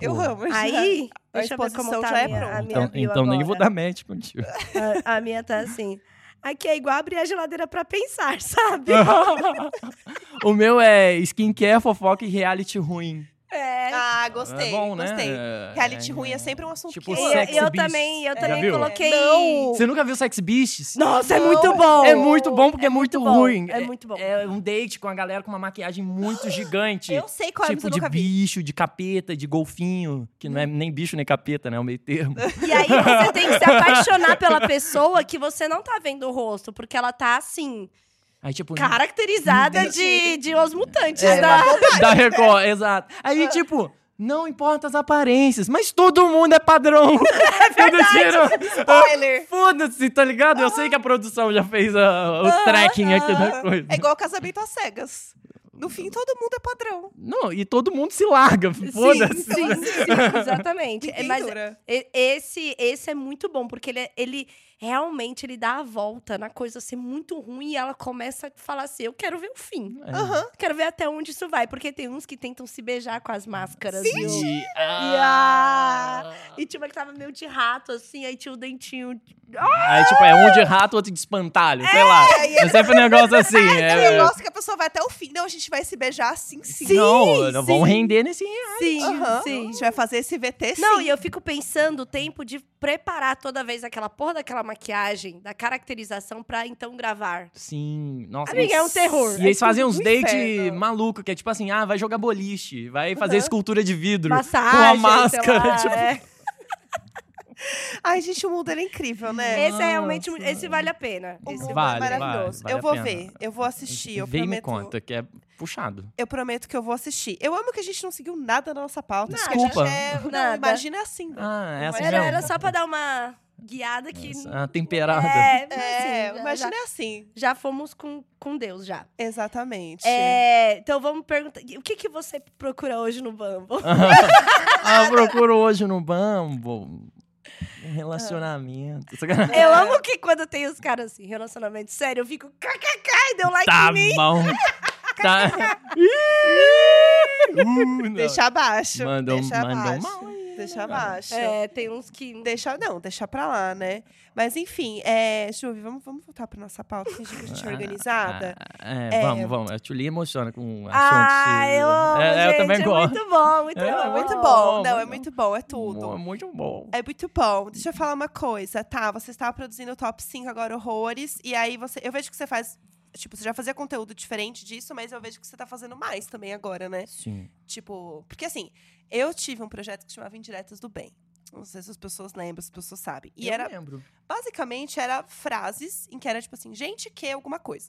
Speaker 2: Eu
Speaker 3: Pô.
Speaker 2: amo. já.
Speaker 1: Aí,
Speaker 2: é. A
Speaker 1: deixa eu ver
Speaker 2: exposição
Speaker 1: como tá
Speaker 2: já é
Speaker 1: a minha,
Speaker 2: pronta.
Speaker 1: a minha
Speaker 3: Então,
Speaker 1: bio
Speaker 3: então nem
Speaker 1: agora.
Speaker 3: vou dar match contigo.
Speaker 1: A, a minha tá assim. Aqui é igual abrir a geladeira pra pensar, sabe?
Speaker 3: Ah, o meu é skincare, fofoca e reality ruim.
Speaker 1: É.
Speaker 2: Ah, gostei,
Speaker 3: é bom, né?
Speaker 2: gostei.
Speaker 3: É,
Speaker 2: Reality
Speaker 3: é,
Speaker 2: ruim
Speaker 3: é.
Speaker 2: é sempre um assunto
Speaker 3: Tipo,
Speaker 1: E
Speaker 2: que...
Speaker 3: o sexo. Sex
Speaker 1: eu
Speaker 3: Beast.
Speaker 1: também, eu
Speaker 3: Já
Speaker 1: também
Speaker 3: viu?
Speaker 1: coloquei.
Speaker 2: Não!
Speaker 3: Você nunca viu Sex Beasts?
Speaker 1: Nossa, é
Speaker 2: Não.
Speaker 1: muito bom!
Speaker 3: É muito bom porque é, muito,
Speaker 1: bom,
Speaker 3: ruim.
Speaker 1: É muito bom.
Speaker 3: É um date com a galera com uma maquiagem muito gigante.
Speaker 2: Eu sei qual é, mas
Speaker 3: tipo
Speaker 2: eu
Speaker 3: de
Speaker 2: nunca vi.
Speaker 3: bicho, de capeta, de golfinho, que não é nem bicho nem capeta, né? É o meio termo.
Speaker 1: E aí você tem que se apaixonar pela pessoa que você não tá vendo o rosto, porque ela tá assim,
Speaker 3: Aí, tipo,
Speaker 1: caracterizada de, de os mutantes,
Speaker 3: Uhum. É,
Speaker 1: tá?
Speaker 3: da Record, exato. Aí, tipo, não importa as aparências, mas todo mundo é padrão. É
Speaker 2: Spoiler!
Speaker 3: Foda-se, tá ligado? Eu sei que a produção já fez ah, o tracking aqui da coisa.
Speaker 2: É igual casamento às cegas. No fim, todo mundo é padrão.
Speaker 3: Não, e todo mundo se larga, foda-se.
Speaker 1: Sim, sim, sim, exatamente. É,
Speaker 2: Ninguém
Speaker 1: mas
Speaker 2: dura.
Speaker 1: e- esse, esse é muito bom, porque ele, é- ele realmente ele dá a volta na coisa ser muito ruim e ela começa a falar assim: eu quero ver o fim.
Speaker 3: É.
Speaker 2: Aham.
Speaker 1: Quero ver até onde isso vai, porque tem uns que tentam se beijar com as máscaras. E, o-
Speaker 3: E-
Speaker 1: ah, e tinha uma que tava meio de rato, assim, aí tinha o dentinho.
Speaker 3: Aí, tipo, é um de rato, outro de espantalho, sei lá. É sempre um negócio assim.
Speaker 2: É um
Speaker 3: é-
Speaker 2: negócio que a discussão vai até o fim. Não, a gente vai se beijar assim, sim.
Speaker 1: Sim,
Speaker 3: não, não vão
Speaker 1: sim.
Speaker 3: render nesse real.
Speaker 1: Sim,
Speaker 2: Aham. A
Speaker 1: sim.
Speaker 2: gente vai fazer esse VT, sim.
Speaker 1: Não, e eu fico pensando o tempo de preparar toda vez aquela porra daquela maquiagem, da caracterização, pra então gravar.
Speaker 3: Sim, nossa.
Speaker 1: Amiga, é um terror.
Speaker 3: E eles fazem uns
Speaker 2: um
Speaker 3: date
Speaker 2: inferno.
Speaker 3: maluco, que é tipo assim, ah, vai jogar boliche, vai fazer
Speaker 2: Uhum.
Speaker 3: escultura de vidro.
Speaker 1: Massagem,
Speaker 3: com a
Speaker 1: sei
Speaker 3: máscara,
Speaker 1: lá,
Speaker 3: tipo-
Speaker 1: é.
Speaker 2: Ai, gente, o mundo ele é incrível, né?
Speaker 1: Esse é realmente, mu-
Speaker 3: Nossa.
Speaker 1: esse vale a pena.
Speaker 2: O
Speaker 1: Esse
Speaker 2: mundo
Speaker 3: Vale,
Speaker 2: é maravilhoso.
Speaker 3: vale, vale
Speaker 2: eu
Speaker 3: a
Speaker 2: vou
Speaker 3: pena.
Speaker 2: ver, eu vou assistir, eu
Speaker 3: Vem e me
Speaker 2: prometo.
Speaker 3: conta, que é puxado.
Speaker 2: Eu prometo que eu vou assistir. Eu amo que a gente não seguiu nada da nossa pauta.
Speaker 1: Nada.
Speaker 2: porque a gente
Speaker 3: Desculpa.
Speaker 2: é- não,
Speaker 1: Nada.
Speaker 2: imagina assim.
Speaker 3: Ah, é assim
Speaker 1: era,
Speaker 3: mesmo?
Speaker 1: era só pra dar uma guiada que...
Speaker 3: Essa- a temperada.
Speaker 1: É, mas
Speaker 2: É,
Speaker 1: assim, já- já,
Speaker 2: imagina assim.
Speaker 1: já fomos com, com Deus, já.
Speaker 2: Exatamente.
Speaker 1: É, então vamos perguntar, o que, que você procura hoje no Bumble?
Speaker 3: Ah, eu procuro hoje no Bumble um
Speaker 2: Ah.
Speaker 3: relacionamento.
Speaker 1: Eu amo que quando tem os caras assim, relacionamento sério, eu fico kkk e deu like
Speaker 3: Tá
Speaker 1: em mim.
Speaker 3: bom. Tá. Ih, uh, não.
Speaker 2: Deixa abaixo.
Speaker 3: Mandou- um-
Speaker 2: deixa
Speaker 3: mandou
Speaker 2: abaixo.
Speaker 3: mal né,
Speaker 2: Deixa abaixo.
Speaker 1: É, tem uns que...
Speaker 2: Deixa, não, deixa pra lá, né? Mas enfim, é, Juvi, vamos, vamos voltar pra nossa pauta, fingir que a gente é
Speaker 3: Ah,
Speaker 2: organizada.
Speaker 3: É,
Speaker 2: É.
Speaker 3: Vamos, vamos. A Tchuli emociona com assuntos.
Speaker 1: Ah, eu amo,
Speaker 3: é,
Speaker 1: gente,
Speaker 3: Eu também
Speaker 1: é
Speaker 3: gosto.
Speaker 1: muito bom, muito
Speaker 3: É,
Speaker 1: bom.
Speaker 2: Não, é muito
Speaker 3: bom,
Speaker 2: bom. Não,
Speaker 3: muito
Speaker 2: é
Speaker 3: bom.
Speaker 2: muito bom, é tudo.
Speaker 3: Muito bom.
Speaker 2: É muito bom. Deixa eu falar uma coisa, tá? Você estava produzindo o top 5 agora horrores, e aí você. Eu vejo que você faz. Tipo, você já fazia conteúdo diferente disso, mas eu vejo que você tá fazendo mais também agora, né?
Speaker 3: Sim.
Speaker 2: Tipo, porque assim, eu tive um projeto que chamava Indiretas do Bem. Não sei se as pessoas lembram, se as pessoas sabem. E
Speaker 3: eu
Speaker 2: era
Speaker 3: lembro.
Speaker 2: basicamente era frases em que era tipo assim, gente que alguma coisa.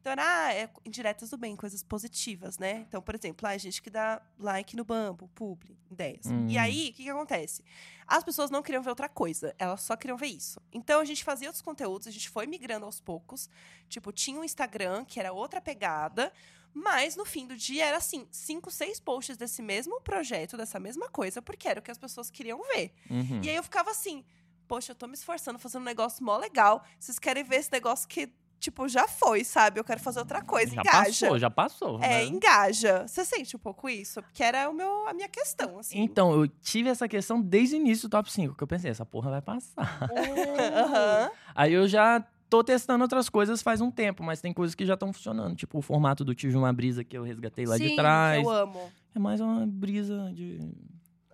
Speaker 2: Então era ah, é, indiretas do bem, coisas positivas, né? Então, por exemplo, ah, gente que dá like no bambu, publi, ideias.
Speaker 3: Hum.
Speaker 2: E aí, o que, que acontece? As pessoas não queriam ver outra coisa, elas só queriam ver isso. Então a gente fazia outros conteúdos, a gente foi migrando aos poucos. Tipo, tinha um Instagram que era outra pegada. Mas no fim do dia era assim, cinco, seis posts desse mesmo projeto, dessa mesma coisa, porque era o que as pessoas queriam ver.
Speaker 3: Uhum.
Speaker 2: E aí eu ficava assim, poxa, eu tô me esforçando, fazendo um negócio mó legal. Vocês querem ver esse negócio que, tipo, já foi, sabe? Eu quero fazer outra coisa,
Speaker 3: já
Speaker 2: engaja.
Speaker 3: passou, já passou.
Speaker 2: É,
Speaker 3: né?
Speaker 2: engaja. Você sente um pouco isso? Porque era o meu, a minha questão, assim.
Speaker 3: Então, eu tive essa questão desde o início do top 5, que eu pensei, essa porra vai passar.
Speaker 2: Aham.
Speaker 3: Aí eu já tô testando outras coisas faz um tempo, mas tem coisas que já estão funcionando. Tipo, o formato do Tive Uma Brisa que eu resgatei lá de
Speaker 1: Sim,
Speaker 3: trás.
Speaker 2: Eu amo.
Speaker 3: É mais uma brisa de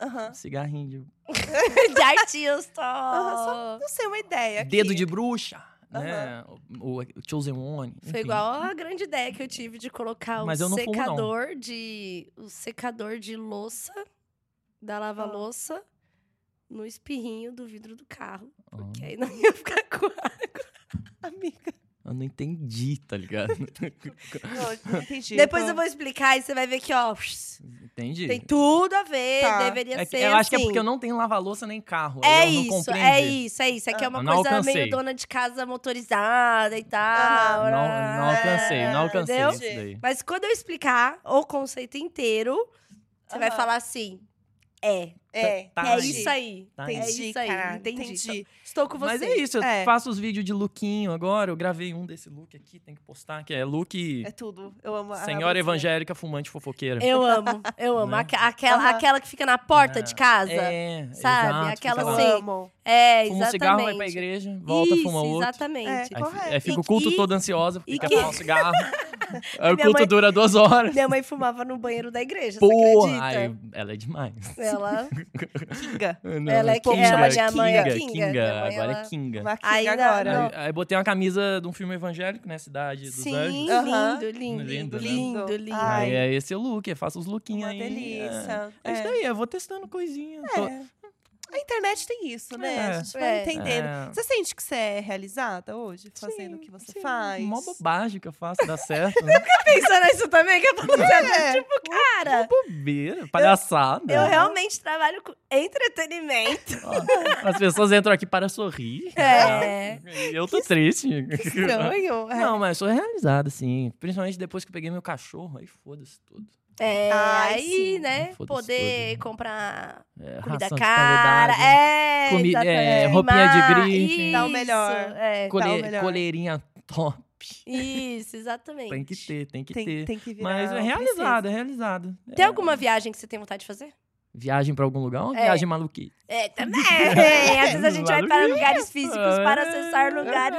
Speaker 2: Aham.
Speaker 3: cigarrinho,
Speaker 1: de artista.
Speaker 2: Não sei, uma ideia.
Speaker 3: de
Speaker 1: É
Speaker 2: aqui.
Speaker 3: dedo de bruxa, né? O, o Chosen One.
Speaker 1: Foi
Speaker 3: enfim.
Speaker 1: igual a grande ideia que eu tive de colocar o
Speaker 3: Mas eu não fumo, não.
Speaker 1: secador de o secador de louça da
Speaker 2: Ah.
Speaker 1: lava louça no espirrinho do vidro do carro,
Speaker 3: Ah,
Speaker 1: porque aí não
Speaker 2: Hum.
Speaker 1: ia ficar com água.
Speaker 2: Amiga.
Speaker 3: eu não entendi, tá ligado?
Speaker 2: Não, não entendi.
Speaker 1: Depois
Speaker 2: tô-
Speaker 1: eu vou explicar e você vai ver que ó,
Speaker 3: entendi.
Speaker 1: tem tudo a ver,
Speaker 2: Tá.
Speaker 1: deveria
Speaker 3: É que-
Speaker 1: ser
Speaker 3: eu acho que é
Speaker 1: assim.
Speaker 3: porque eu não tenho lava-louça nem carro.
Speaker 1: É
Speaker 3: aí eu não
Speaker 1: isso, é
Speaker 3: compreendo.
Speaker 1: isso, é isso. É que é uma
Speaker 3: Eu não
Speaker 1: coisa
Speaker 3: alcancei. Ah,
Speaker 1: meio dona de casa motorizada e tal. é,
Speaker 3: Não, não alcancei, não alcancei
Speaker 1: Entendeu?
Speaker 3: isso daí.
Speaker 1: Mas quando eu explicar o conceito inteiro, você vai
Speaker 2: Aham.
Speaker 1: falar assim: é,
Speaker 2: É,
Speaker 3: Tá
Speaker 1: é
Speaker 3: aí.
Speaker 1: isso aí.
Speaker 3: Tá
Speaker 1: É
Speaker 3: aí.
Speaker 2: Entendi,
Speaker 1: isso aí,
Speaker 2: cara,
Speaker 1: entendi.
Speaker 2: entendi.
Speaker 1: Estou com você.
Speaker 3: Mas é isso, eu
Speaker 2: É.
Speaker 3: faço os vídeos de lookinho agora. Eu gravei um desse look aqui, tem que postar, que é look
Speaker 2: É tudo. Eu amo a
Speaker 3: Senhora
Speaker 1: assim.
Speaker 2: Rapunzel.
Speaker 3: Evangélica Fumante Fofoqueira.
Speaker 1: Eu amo, eu amo.
Speaker 3: Né?
Speaker 1: Aque- Aquela,
Speaker 2: Aham.
Speaker 1: aquela que fica na porta de casa. É,
Speaker 3: É,
Speaker 1: Sabe,
Speaker 3: exato,
Speaker 1: aquela
Speaker 2: Eu
Speaker 3: fica lá,
Speaker 1: assim,
Speaker 2: amo.
Speaker 1: exatamente.
Speaker 3: Fuma um cigarro, vai pra igreja, volta,
Speaker 1: Isso,
Speaker 3: fuma outro.
Speaker 1: Exatamente.
Speaker 2: É.
Speaker 3: Aí, fi-
Speaker 2: Correto.
Speaker 3: aí fica o
Speaker 1: E
Speaker 3: culto
Speaker 1: que-
Speaker 3: todo ansioso, porque
Speaker 1: e
Speaker 3: quer
Speaker 1: que-
Speaker 3: fumar um cigarro. aí o
Speaker 1: Minha
Speaker 3: culto
Speaker 1: mãe-
Speaker 3: dura duas horas.
Speaker 1: É. Minha mãe fumava no banheiro da igreja,
Speaker 3: Pô,
Speaker 1: você acredita?
Speaker 3: aí, ela é demais.
Speaker 1: Ela
Speaker 2: Kinga.
Speaker 3: Não,
Speaker 1: Ela é
Speaker 3: Kinga,
Speaker 1: Kinga, ela- minha mãe é
Speaker 3: Kinga,
Speaker 1: Kinga,
Speaker 3: Kinga,
Speaker 1: minha mãe,
Speaker 3: agora é
Speaker 1: ela-
Speaker 3: Kinga.
Speaker 2: Uma Kinga
Speaker 1: Ainda
Speaker 2: agora.
Speaker 1: não.
Speaker 3: Aí, aí botei uma camisa de um filme evangélico, né? Cidade dos
Speaker 1: Sim,
Speaker 3: Anjos.
Speaker 1: lindo,
Speaker 2: Aham.
Speaker 1: lindo, lindo,
Speaker 3: Lindo, né?
Speaker 1: lindo,
Speaker 2: Ai.
Speaker 3: Aí é esse look, faça os lookinhos
Speaker 2: Uma
Speaker 3: aí. é.
Speaker 2: delícia.
Speaker 3: É isso
Speaker 2: É.
Speaker 3: daí, eu vou testando coisinha. tô-
Speaker 2: A internet tem isso, né?
Speaker 3: É.
Speaker 2: A gente vai
Speaker 1: É.
Speaker 2: entendendo.
Speaker 3: É.
Speaker 2: Você sente que você é realizada hoje, fazendo o que você faz?
Speaker 3: Mó bobagem que eu faço, dá certo. Né?
Speaker 1: Pensando nisso também, que eu falo,
Speaker 2: É.
Speaker 1: tipo, cara,
Speaker 3: Bobeira, palhaçada.
Speaker 1: eu realmente trabalho com entretenimento.
Speaker 3: Ó, Ah, As pessoas entram aqui para sorrir.
Speaker 1: É.
Speaker 3: tá? E Eu tô triste.
Speaker 2: Estranho. é.
Speaker 3: Não, mas sou realizada, sim. Principalmente depois que eu peguei meu cachorro, aí foda-se tudo.
Speaker 1: É,
Speaker 2: Ai,
Speaker 1: aí,
Speaker 2: sim.
Speaker 1: né,
Speaker 3: Foda-se
Speaker 1: poder
Speaker 3: tudo.
Speaker 1: comprar
Speaker 3: É,
Speaker 1: comida
Speaker 3: ração de
Speaker 1: cara,
Speaker 3: qualidade,
Speaker 1: é,
Speaker 3: Comi- é,
Speaker 1: exatamente,
Speaker 3: roupinha de
Speaker 1: mimar,
Speaker 3: grife.
Speaker 2: Dá o
Speaker 1: isso,
Speaker 2: melhor.
Speaker 1: é.
Speaker 3: cole-
Speaker 2: tá, o melhor.
Speaker 3: Coleirinha top.
Speaker 1: Isso, exatamente.
Speaker 3: Tem que ter, tem que
Speaker 2: Tem,
Speaker 3: ter.
Speaker 2: tem que virar.
Speaker 3: Mas é
Speaker 2: uma
Speaker 3: realizado, é realizado.
Speaker 1: Tem alguma viagem que você tem vontade de fazer?
Speaker 3: Viagem pra algum lugar ou
Speaker 1: É.
Speaker 3: viagem maluquinha?
Speaker 1: É, também. Às vezes a gente vai para
Speaker 3: Maluquice.
Speaker 1: lugares físicos para
Speaker 3: É.
Speaker 1: acessar lugares.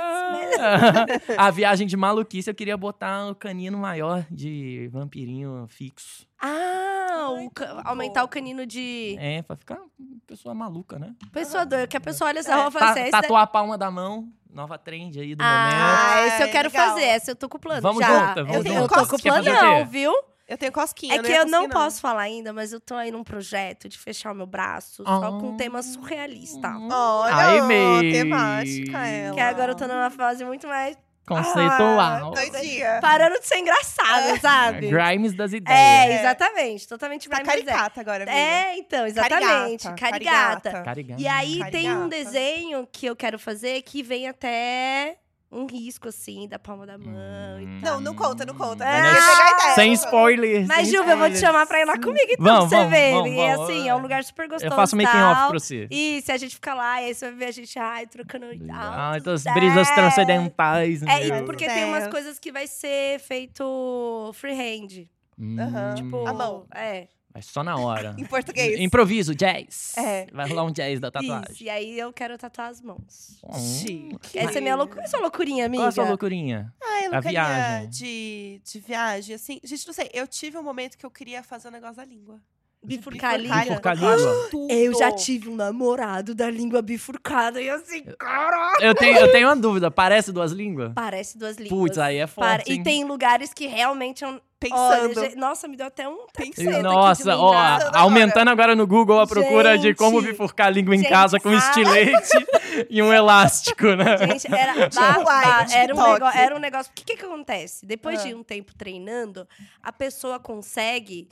Speaker 3: a viagem de maluquice, eu queria botar o canino maior de vampirinho fixo.
Speaker 1: Ah, o
Speaker 2: Ai,
Speaker 1: ca-
Speaker 2: que bom.
Speaker 1: aumentar o canino de
Speaker 3: É, pra ficar uma pessoa maluca, né? tá,
Speaker 1: pessoa doida, que a pessoa olha essa
Speaker 2: É,
Speaker 1: roupa e fala
Speaker 3: Ta-
Speaker 1: assim, "Essa-
Speaker 3: tatuar a palma da mão, nova trend aí do momento.
Speaker 1: Ah,
Speaker 2: momento.
Speaker 1: esse eu
Speaker 2: Ai,
Speaker 1: quero
Speaker 2: É, legal.
Speaker 1: fazer, essa eu tô com o plano
Speaker 3: né? Vamos
Speaker 1: já.
Speaker 3: juntas,
Speaker 1: eu,
Speaker 2: vamos
Speaker 1: tenho- eu
Speaker 2: juntas.
Speaker 1: tô com o
Speaker 3: Quer fazer o
Speaker 1: planão,
Speaker 3: quê?
Speaker 1: viu?
Speaker 2: Eu tenho cosquinha,
Speaker 1: É
Speaker 2: eu
Speaker 1: que
Speaker 2: ia
Speaker 1: eu não
Speaker 2: conseguir,
Speaker 1: posso falar ainda, mas eu tô aí num projeto de fechar o meu braço, só com um tema surrealista.
Speaker 3: Ah. Hum,
Speaker 2: Olha,
Speaker 3: Ai,
Speaker 2: ó,
Speaker 3: mei.
Speaker 2: temática ela.
Speaker 1: Porque agora eu tô numa fase muito mais ah,
Speaker 3: Conceitual.
Speaker 2: Doidinha.
Speaker 1: parando de ser
Speaker 3: É.
Speaker 1: engraçada, sabe?
Speaker 3: Grimes das ideias.
Speaker 1: É, exatamente, totalmente
Speaker 2: né? Tá
Speaker 1: vai me dizer.
Speaker 2: caricata agora, amiga.
Speaker 1: É, então, exatamente,
Speaker 2: Carigata, Uhum.
Speaker 1: carigata.
Speaker 3: Carigana.
Speaker 1: E aí tem um
Speaker 2: Carigata.
Speaker 1: desenho que eu quero fazer que vem até um risco, assim, da palma da mãe.
Speaker 2: Não, não conta, não conta.
Speaker 1: Ah!
Speaker 2: Ninguém ia pegar a ideia.
Speaker 3: Sem spoilers.
Speaker 1: Mas,
Speaker 3: sem
Speaker 1: Gilva, eu vou te
Speaker 2: é,
Speaker 3: spoilers.
Speaker 1: chamar pra ir lá comigo, então,
Speaker 3: Vamos,
Speaker 1: pra você
Speaker 3: vamos,
Speaker 1: ver.
Speaker 3: vamos,
Speaker 1: e
Speaker 3: vamos.
Speaker 1: assim, é um lugar super gostoff.
Speaker 3: Eu faço making off pra você.
Speaker 1: E se a gente ficar lá, e aí você vai ver a gente, ai, trocando...
Speaker 3: Ah, então as
Speaker 1: altos
Speaker 3: brisas
Speaker 1: dez.
Speaker 3: transcendentais.
Speaker 1: É, e
Speaker 3: entendeu?
Speaker 1: porque tem umas
Speaker 2: Deus.
Speaker 1: coisas que vai ser feito freehand.
Speaker 3: Hum,
Speaker 2: Aham.
Speaker 1: Tipo,
Speaker 2: A mão.
Speaker 1: É,
Speaker 3: Mas só na hora.
Speaker 2: Em português.
Speaker 3: Improviso, jazz.
Speaker 2: É.
Speaker 3: Vai rolar um jazz da
Speaker 1: isso.
Speaker 3: tatuagem.
Speaker 1: E aí eu quero tatuar as mãos.
Speaker 3: Hum.
Speaker 1: Essa é minha loucura. Qual é a sua loucurinha, amiga?
Speaker 3: Qual a sua loucurinha?
Speaker 2: Ah, eu
Speaker 3: A
Speaker 2: queria
Speaker 3: viagem.
Speaker 2: De, de viagem, assim. Gente, não sei. Eu tive um momento que eu queria fazer um negócio da língua. Tipo,
Speaker 1: Bifurcar a
Speaker 2: Bifurcar a
Speaker 1: língua.
Speaker 3: Bifurcar então. a língua.
Speaker 2: Tudo.
Speaker 1: Eu já tive um namorado da língua bifurcada e assim, cara.
Speaker 3: Eu tenho, eu tenho uma dúvida. Parece duas línguas?
Speaker 1: Parece duas línguas.
Speaker 3: Putz, aí é
Speaker 1: Para-
Speaker 3: forte,
Speaker 1: E
Speaker 3: hein?
Speaker 1: tem lugares que realmente. é um-
Speaker 2: Pensando.
Speaker 1: Olha, gente, nossa, me deu até um.
Speaker 2: pensando.
Speaker 1: senta aqui de
Speaker 3: Nossa, ó,
Speaker 1: bengala
Speaker 2: agora.
Speaker 3: aumentando agora no Google a procura de
Speaker 1: Gente.
Speaker 3: como bifurcar a língua em
Speaker 1: Gente,
Speaker 3: casa com um
Speaker 1: ah.
Speaker 3: estilete e um elástico, né?
Speaker 1: Gente, era,
Speaker 2: Tinha
Speaker 1: babá,
Speaker 2: like,
Speaker 1: era, um
Speaker 2: TikTok.
Speaker 1: nego- era um negócio. O que, que acontece? Depois
Speaker 2: Ah.
Speaker 1: de um tempo treinando, a pessoa consegue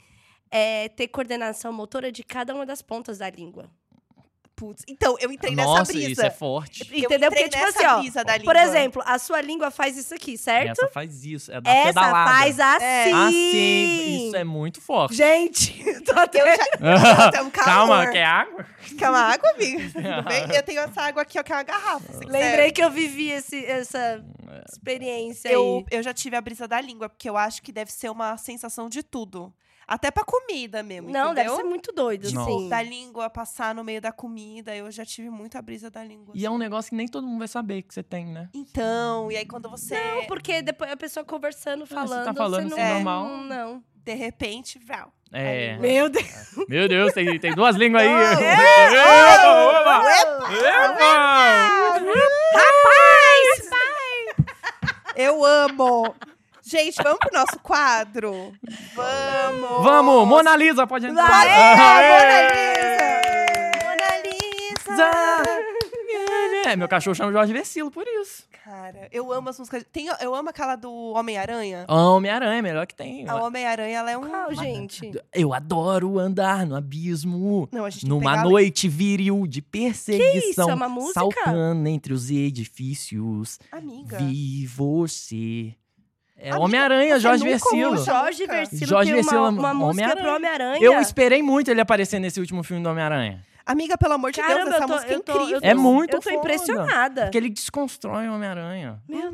Speaker 1: é, ter coordenação motora de cada uma das pontas da língua.
Speaker 2: Putz. Então, eu entrei nessa
Speaker 3: Nossa,
Speaker 2: brisa.
Speaker 3: isso é forte.
Speaker 2: Eu
Speaker 1: Entendeu?
Speaker 2: entrei
Speaker 1: Porque, tipo
Speaker 2: nessa
Speaker 1: assim, ó,
Speaker 2: brisa da
Speaker 1: Por
Speaker 2: língua.
Speaker 1: exemplo, a sua língua faz isso aqui, certo?
Speaker 3: Essa faz isso, é da
Speaker 1: Essa,
Speaker 3: pedalada.
Speaker 1: faz assim.
Speaker 2: É.
Speaker 3: Assim, isso é muito forte.
Speaker 1: Gente, tô até...
Speaker 2: Eu já... Não, tem um calor.
Speaker 3: Calma, quer água?
Speaker 2: Quer uma água, amiga? Tudo bem? Eu tenho essa água aqui, ó, que é uma garrafa. se quiser.
Speaker 1: Lembrei que eu vivi esse- essa
Speaker 3: É.
Speaker 1: experiência
Speaker 2: Eu,
Speaker 1: aí.
Speaker 2: eu já tive a brisa da língua, porque eu acho que deve ser uma sensação de tudo. Até pra comida mesmo.
Speaker 1: Não, deve
Speaker 2: entendeu? Tá
Speaker 1: ser muito doido, assim.
Speaker 3: Nossa.
Speaker 1: sim.
Speaker 2: Da língua passar no meio da comida. Eu já tive muita brisa da língua. assim.
Speaker 3: E é um negócio que nem todo mundo vai saber que você tem, né?
Speaker 2: Então, e aí quando você,
Speaker 1: Não, porque depois a pessoa conversando,
Speaker 3: você tá
Speaker 1: falando,
Speaker 3: falando,
Speaker 1: você
Speaker 3: isso
Speaker 1: não...
Speaker 3: é normal.
Speaker 1: Não.
Speaker 2: de repente, vrau.
Speaker 3: É.
Speaker 2: língua.
Speaker 1: Meu Deus.
Speaker 3: Meu Deus, tem, tem duas línguas aí.
Speaker 1: Não, é.
Speaker 3: Opa, opa, opa.
Speaker 2: Eu amo! Gente, vamos pro nosso quadro? Vamos!
Speaker 3: Vamos, Mona Lisa, pode entrar.
Speaker 1: Vai,
Speaker 3: Aê!
Speaker 2: Mona Lisa!
Speaker 3: É, meu cachorro chama Jorge Versilo por isso.
Speaker 2: Cara, eu amo as músicas. Tem, eu amo aquela do Homem-Aranha.
Speaker 3: Homem-Aranha, melhor que tem.
Speaker 2: A Homem-Aranha, ela é um.
Speaker 1: Qual, gente?
Speaker 3: Eu adoro andar no abismo.
Speaker 2: Não, a gente tem que
Speaker 3: Numa
Speaker 2: pegar a
Speaker 3: noite viril de perseguição.
Speaker 1: Que isso, é uma música?
Speaker 3: Saltando entre os edifícios.
Speaker 2: Amiga.
Speaker 3: Vi você. É
Speaker 2: Amiga,
Speaker 3: Homem-Aranha,
Speaker 2: você
Speaker 3: Jorge
Speaker 2: nunca
Speaker 3: Versilo.
Speaker 2: ouviu
Speaker 1: Jorge
Speaker 2: Nunca.
Speaker 1: Versilo
Speaker 3: Jorge
Speaker 1: tem
Speaker 3: Versilo é
Speaker 1: uma, uma música
Speaker 3: Homem-Aranha.
Speaker 1: pro Homem-Aranha.
Speaker 3: Eu esperei muito ele aparecer nesse último filme do Homem-Aranha.
Speaker 2: Amiga, pelo amor de
Speaker 1: Caramba,
Speaker 2: Deus, essa
Speaker 1: eu tô,
Speaker 2: música é
Speaker 1: eu tô, eu
Speaker 2: incrível.
Speaker 1: tô-
Speaker 3: É muito
Speaker 1: Eu tô
Speaker 3: foda.
Speaker 1: impressionada.
Speaker 2: É.
Speaker 3: Porque ele desconstrói o Homem-Aranha.
Speaker 1: Meu
Speaker 3: Eu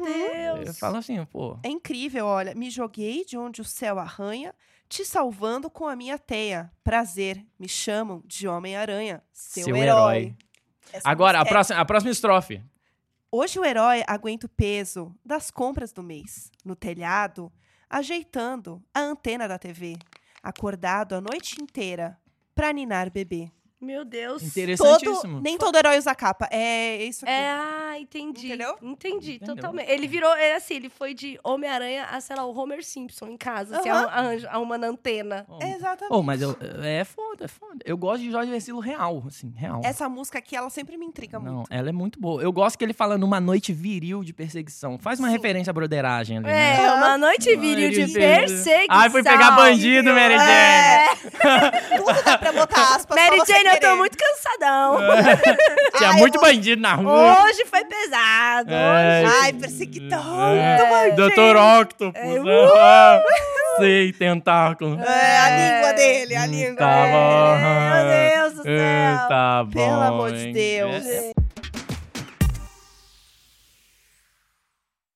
Speaker 1: Deus.
Speaker 3: falo assim, pô.
Speaker 2: É incrível, olha. Me joguei de onde o céu arranha, te salvando com a minha teia. Prazer, me chamam de Homem-Aranha, seu,
Speaker 3: Seu
Speaker 2: herói.
Speaker 3: herói.
Speaker 2: Essa
Speaker 3: Agora, a
Speaker 2: música é-
Speaker 3: próxima, a próxima estrofe.
Speaker 2: Hoje o herói aguenta o peso das compras do mês, no telhado, ajeitando a antena da TV, acordado a noite inteira pra ninar bebê.
Speaker 1: Meu Deus.
Speaker 3: Interessantíssimo.
Speaker 2: Todo, nem todo herói usa capa, é isso aqui.
Speaker 1: É, ah, entendi.
Speaker 2: Entendeu?
Speaker 1: Entendi,
Speaker 3: Entendeu?
Speaker 1: totalmente. Ele virou, ele, assim, ele foi de Homem-Aranha a, sei lá, o Homer Simpson em casa, assim,
Speaker 2: Aham.
Speaker 1: arranja- arrumando antena.
Speaker 3: Oh,
Speaker 2: Exatamente.
Speaker 3: oh, mas eu, é foda, é foda. Eu gosto de Jorge Versilo real, assim, real.
Speaker 2: Essa música aqui, ela sempre me intriga
Speaker 3: Não,
Speaker 2: muito.
Speaker 3: ela é muito boa. Eu gosto que ele fala numa noite viril de perseguição. Faz uma
Speaker 2: Sim.
Speaker 3: referência à broderagem ali, né?
Speaker 1: É, uma noite viril de
Speaker 3: Entendi.
Speaker 1: perseguição.
Speaker 3: Ai, fui pegar bandido, Mary Jane.
Speaker 1: É.
Speaker 2: Tudo dá pra botar aspas.
Speaker 1: Mary
Speaker 2: só você
Speaker 1: Jane, eu tô
Speaker 2: querer.
Speaker 1: muito cansadão.
Speaker 3: É, Tinha
Speaker 2: Ai,
Speaker 3: muito
Speaker 2: eu-
Speaker 3: bandido na rua.
Speaker 1: Hoje foi pesado.
Speaker 3: É.
Speaker 2: Ai, perseguidão.
Speaker 3: É. Doutor Octopus.
Speaker 1: É,
Speaker 3: ah,
Speaker 2: uh!
Speaker 3: Sei, tentáculo.
Speaker 2: É, a língua dele, a
Speaker 3: Hum,
Speaker 2: língua.
Speaker 3: Tá bom.
Speaker 1: Meu Deus do céu.
Speaker 3: Hum, Tá bom. É.
Speaker 2: Pelo amor de
Speaker 3: hein?
Speaker 2: Deus.
Speaker 3: É.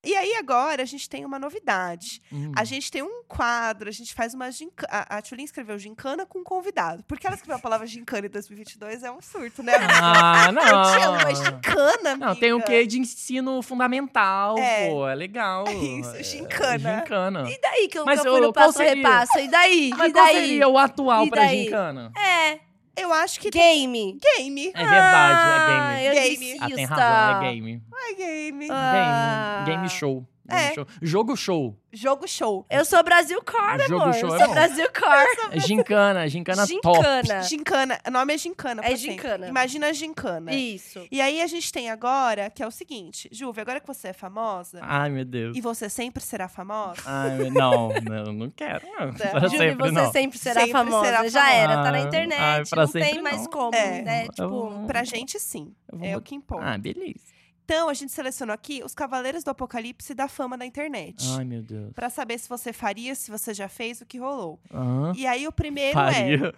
Speaker 2: E aí agora a gente tem uma novidade.
Speaker 3: Hum.
Speaker 2: A gente tem um quadro, a gente faz uma gincana. A Tulin escreveu gincana com um convidado. Porque ela escreveu a palavra gincana em 2022, é um surto, né?
Speaker 3: Ah,
Speaker 2: Eu tinha uma
Speaker 3: não.
Speaker 2: gincana,
Speaker 3: Não, tem o
Speaker 2: amiga.
Speaker 3: quê de ensino fundamental,
Speaker 2: É.
Speaker 3: pô. É legal.
Speaker 2: É isso,
Speaker 3: É,
Speaker 2: gincana.
Speaker 3: gincana.
Speaker 1: E daí que eu,
Speaker 3: Mas
Speaker 1: que eu fui
Speaker 3: eu-
Speaker 1: no passo
Speaker 3: qual seria?
Speaker 1: repassa? E daí?
Speaker 3: Mas
Speaker 1: e
Speaker 3: qual
Speaker 1: daí?
Speaker 3: seria o atual
Speaker 1: E
Speaker 3: pra
Speaker 1: daí?
Speaker 3: gincana?
Speaker 1: É,
Speaker 2: Eu acho que
Speaker 1: game.
Speaker 2: game.
Speaker 3: É verdade, é game.
Speaker 1: Ah, eu
Speaker 2: Game.
Speaker 1: disse
Speaker 3: Ah, tem
Speaker 1: Ah, isso,
Speaker 3: razão,
Speaker 1: tá.
Speaker 3: é game. É
Speaker 2: Ai, game.
Speaker 1: Ah.
Speaker 3: Game. Game show. Game
Speaker 2: É.
Speaker 3: show. Jogo show.
Speaker 2: Jogo show.
Speaker 1: Eu sou Brasil Core,
Speaker 3: Jogo
Speaker 1: amor.
Speaker 3: show
Speaker 1: eu
Speaker 3: é
Speaker 1: sou
Speaker 3: bom.
Speaker 1: Brasil Core.
Speaker 3: É Gincana, gincana, top.
Speaker 1: assim? Gincana.
Speaker 2: Gincana. O nome é gincana.
Speaker 1: É
Speaker 2: pra sempre.
Speaker 1: gincana.
Speaker 2: Imagina a gincana. E...
Speaker 1: Isso.
Speaker 2: aí a gente tem agora, que é o seguinte. Juve, agora que você é famosa,
Speaker 3: Ai, meu Deus.
Speaker 2: e você sempre será famosa...
Speaker 3: Ai, meu- não, não, não quero. Não.
Speaker 2: Tá.
Speaker 3: Pra
Speaker 1: Júlio,
Speaker 3: sempre,
Speaker 1: você
Speaker 3: não.
Speaker 1: sempre será
Speaker 2: Sempre
Speaker 1: famosa.
Speaker 2: será
Speaker 1: Já era, tá na
Speaker 3: Ah,
Speaker 1: internet.
Speaker 3: ai, pra
Speaker 1: não tem
Speaker 3: sempre
Speaker 1: mais
Speaker 3: não. um
Speaker 1: como,
Speaker 2: É.
Speaker 1: né?
Speaker 3: Eu-
Speaker 1: Tipo.
Speaker 2: Pra gente, sim.
Speaker 3: Eu vou
Speaker 2: É o
Speaker 3: botar-
Speaker 2: que importa.
Speaker 3: Ah, beleza.
Speaker 2: Então, a gente selecionou aqui os Cavaleiros do Apocalipse da fama na internet.
Speaker 3: Ai, meu Deus.
Speaker 2: Pra saber se você faria, se você já fez, o que rolou.
Speaker 3: Aham.
Speaker 2: E aí, o primeiro é...
Speaker 3: Faria.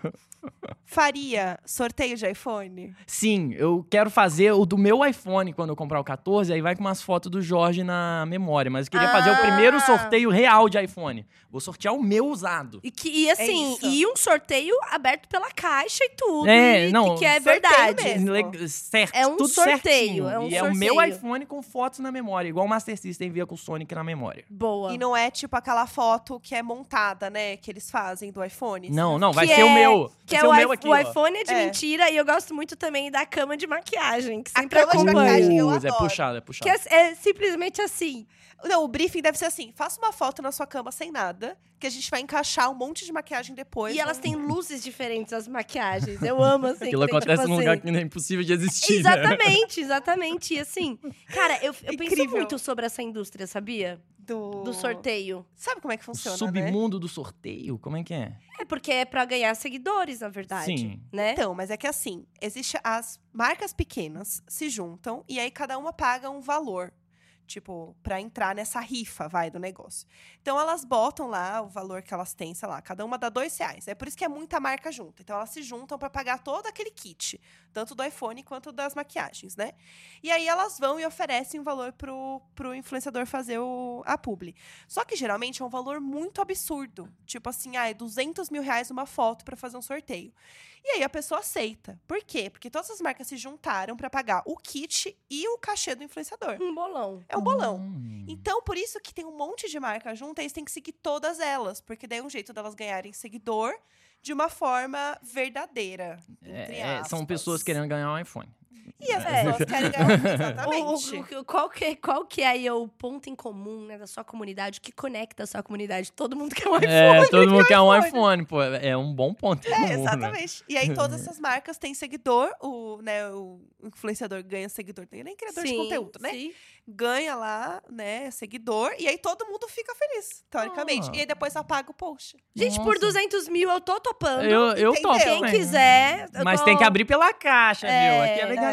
Speaker 2: Faria sorteio de iPhone?
Speaker 3: Sim, eu quero fazer o do meu iPhone quando eu comprar o 14, aí vai com umas fotos do Jorge na memória. Mas eu queria fazer o
Speaker 1: Ah.
Speaker 3: primeiro sorteio real de iPhone. Vou sortear o meu usado.
Speaker 1: E, que, e assim,
Speaker 2: É isso.
Speaker 1: e um sorteio aberto pela caixa e tudo.
Speaker 3: É,
Speaker 1: e
Speaker 3: não,
Speaker 1: que é
Speaker 2: sorteio
Speaker 1: verdade.
Speaker 2: mesmo.
Speaker 3: Le- Certo,
Speaker 1: É um
Speaker 3: tudo
Speaker 1: sorteio,
Speaker 3: certinho.
Speaker 1: é um
Speaker 3: e é o meu
Speaker 1: sorteio.
Speaker 3: iPhone com fotos na memória, igual o Master System via com o Sonic na memória.
Speaker 1: Boa.
Speaker 2: E não é tipo aquela foto que é montada, né? Que eles fazem do iPhone.
Speaker 3: Não, não, vai
Speaker 1: Que
Speaker 3: ser
Speaker 1: é-
Speaker 3: o meu. Vai
Speaker 1: que é
Speaker 3: ser
Speaker 1: o,
Speaker 3: o meu
Speaker 1: i-
Speaker 3: aqui.
Speaker 1: o
Speaker 3: ó.
Speaker 1: iPhone é de
Speaker 2: É.
Speaker 1: mentira e eu gosto muito também da cama de maquiagem, que
Speaker 2: A
Speaker 1: sempre
Speaker 2: cama de maquiagem,
Speaker 1: acompanha.
Speaker 2: eu
Speaker 3: É
Speaker 2: adoro.
Speaker 3: puxado, é puxado.
Speaker 1: Que é, é simplesmente assim.
Speaker 2: Não, o briefing deve ser assim: faça uma foto na sua cama sem nada, que a gente vai encaixar um monte de maquiagem depois.
Speaker 1: e elas têm luzes diferentes as maquiagens. Eu amo assim.
Speaker 3: Aquilo
Speaker 1: que tem,
Speaker 3: acontece
Speaker 1: tipo
Speaker 3: num
Speaker 1: assim.
Speaker 3: lugar que é impossível de existir. Né?
Speaker 1: Exatamente, exatamente. E assim, cara, eu, eu penso
Speaker 2: Incrível.
Speaker 1: muito sobre essa indústria, sabia?
Speaker 2: do...
Speaker 1: Do sorteio.
Speaker 2: Sabe como é que funciona? Né?
Speaker 3: Submundo do sorteio? Como é que é?
Speaker 1: É porque é pra ganhar seguidores, na verdade.
Speaker 3: Sim.
Speaker 1: Né?
Speaker 2: Então, mas é que assim, existe as marcas pequenas se juntam e aí cada uma paga um valor, tipo, pra entrar nessa rifa, vai, do negócio. Então elas botam lá o valor que elas têm, sei lá, cada uma dá dois reais. É por isso que é muita marca junta. Então elas se juntam pra pagar todo aquele kit, tanto do iPhone quanto das maquiagens, né? E aí elas vão e oferecem um valor pro, pro influenciador fazer o, a publi. Só que geralmente é um valor muito absurdo. Tipo assim, ah, é 200 mil reais uma foto pra fazer um sorteio. E aí a pessoa aceita. Por quê? Porque todas as marcas se juntaram pra pagar o kit e o cachê do influenciador.
Speaker 1: Um bolão.
Speaker 2: É um bolão.
Speaker 3: Hum.
Speaker 2: Então, por isso que tem um monte de marca junta, eles têm que seguir todas elas, porque daí é um jeito delas ganharem seguidor de uma forma verdadeira. entre
Speaker 3: É, é, são
Speaker 2: aspas.
Speaker 3: pessoas querendo ganhar um iPhone.
Speaker 2: E as
Speaker 1: É.
Speaker 2: pessoas querem ganhar. Exatamente.
Speaker 1: O- o- o- qual, que, qual que é aí o ponto em comum né, da sua comunidade? O que conecta a sua comunidade? Todo mundo quer um iPhone.
Speaker 3: É, todo mundo quer um
Speaker 2: iPhone.
Speaker 3: iPhone, pô. É um bom ponto. em comum,
Speaker 2: É,
Speaker 3: né?
Speaker 2: exatamente. E aí todas essas marcas têm seguidor, o, né, o influenciador ganha seguidor, ele é criador de conteúdo, né?
Speaker 1: Sim.
Speaker 2: ganha lá, né, seguidor, e aí todo mundo fica feliz, teoricamente.
Speaker 3: Ah.
Speaker 2: E aí depois apaga o post.
Speaker 1: Gente, por
Speaker 3: Nossa.
Speaker 1: 200 mil eu tô topando.
Speaker 3: Eu, eu
Speaker 2: Entendeu?
Speaker 3: topo.
Speaker 1: Quem
Speaker 3: também.
Speaker 1: quiser. eu
Speaker 3: Mas
Speaker 1: tô-
Speaker 3: tem que abrir pela caixa,
Speaker 1: É,
Speaker 3: viu? Aqui é
Speaker 1: é,
Speaker 3: legalidade.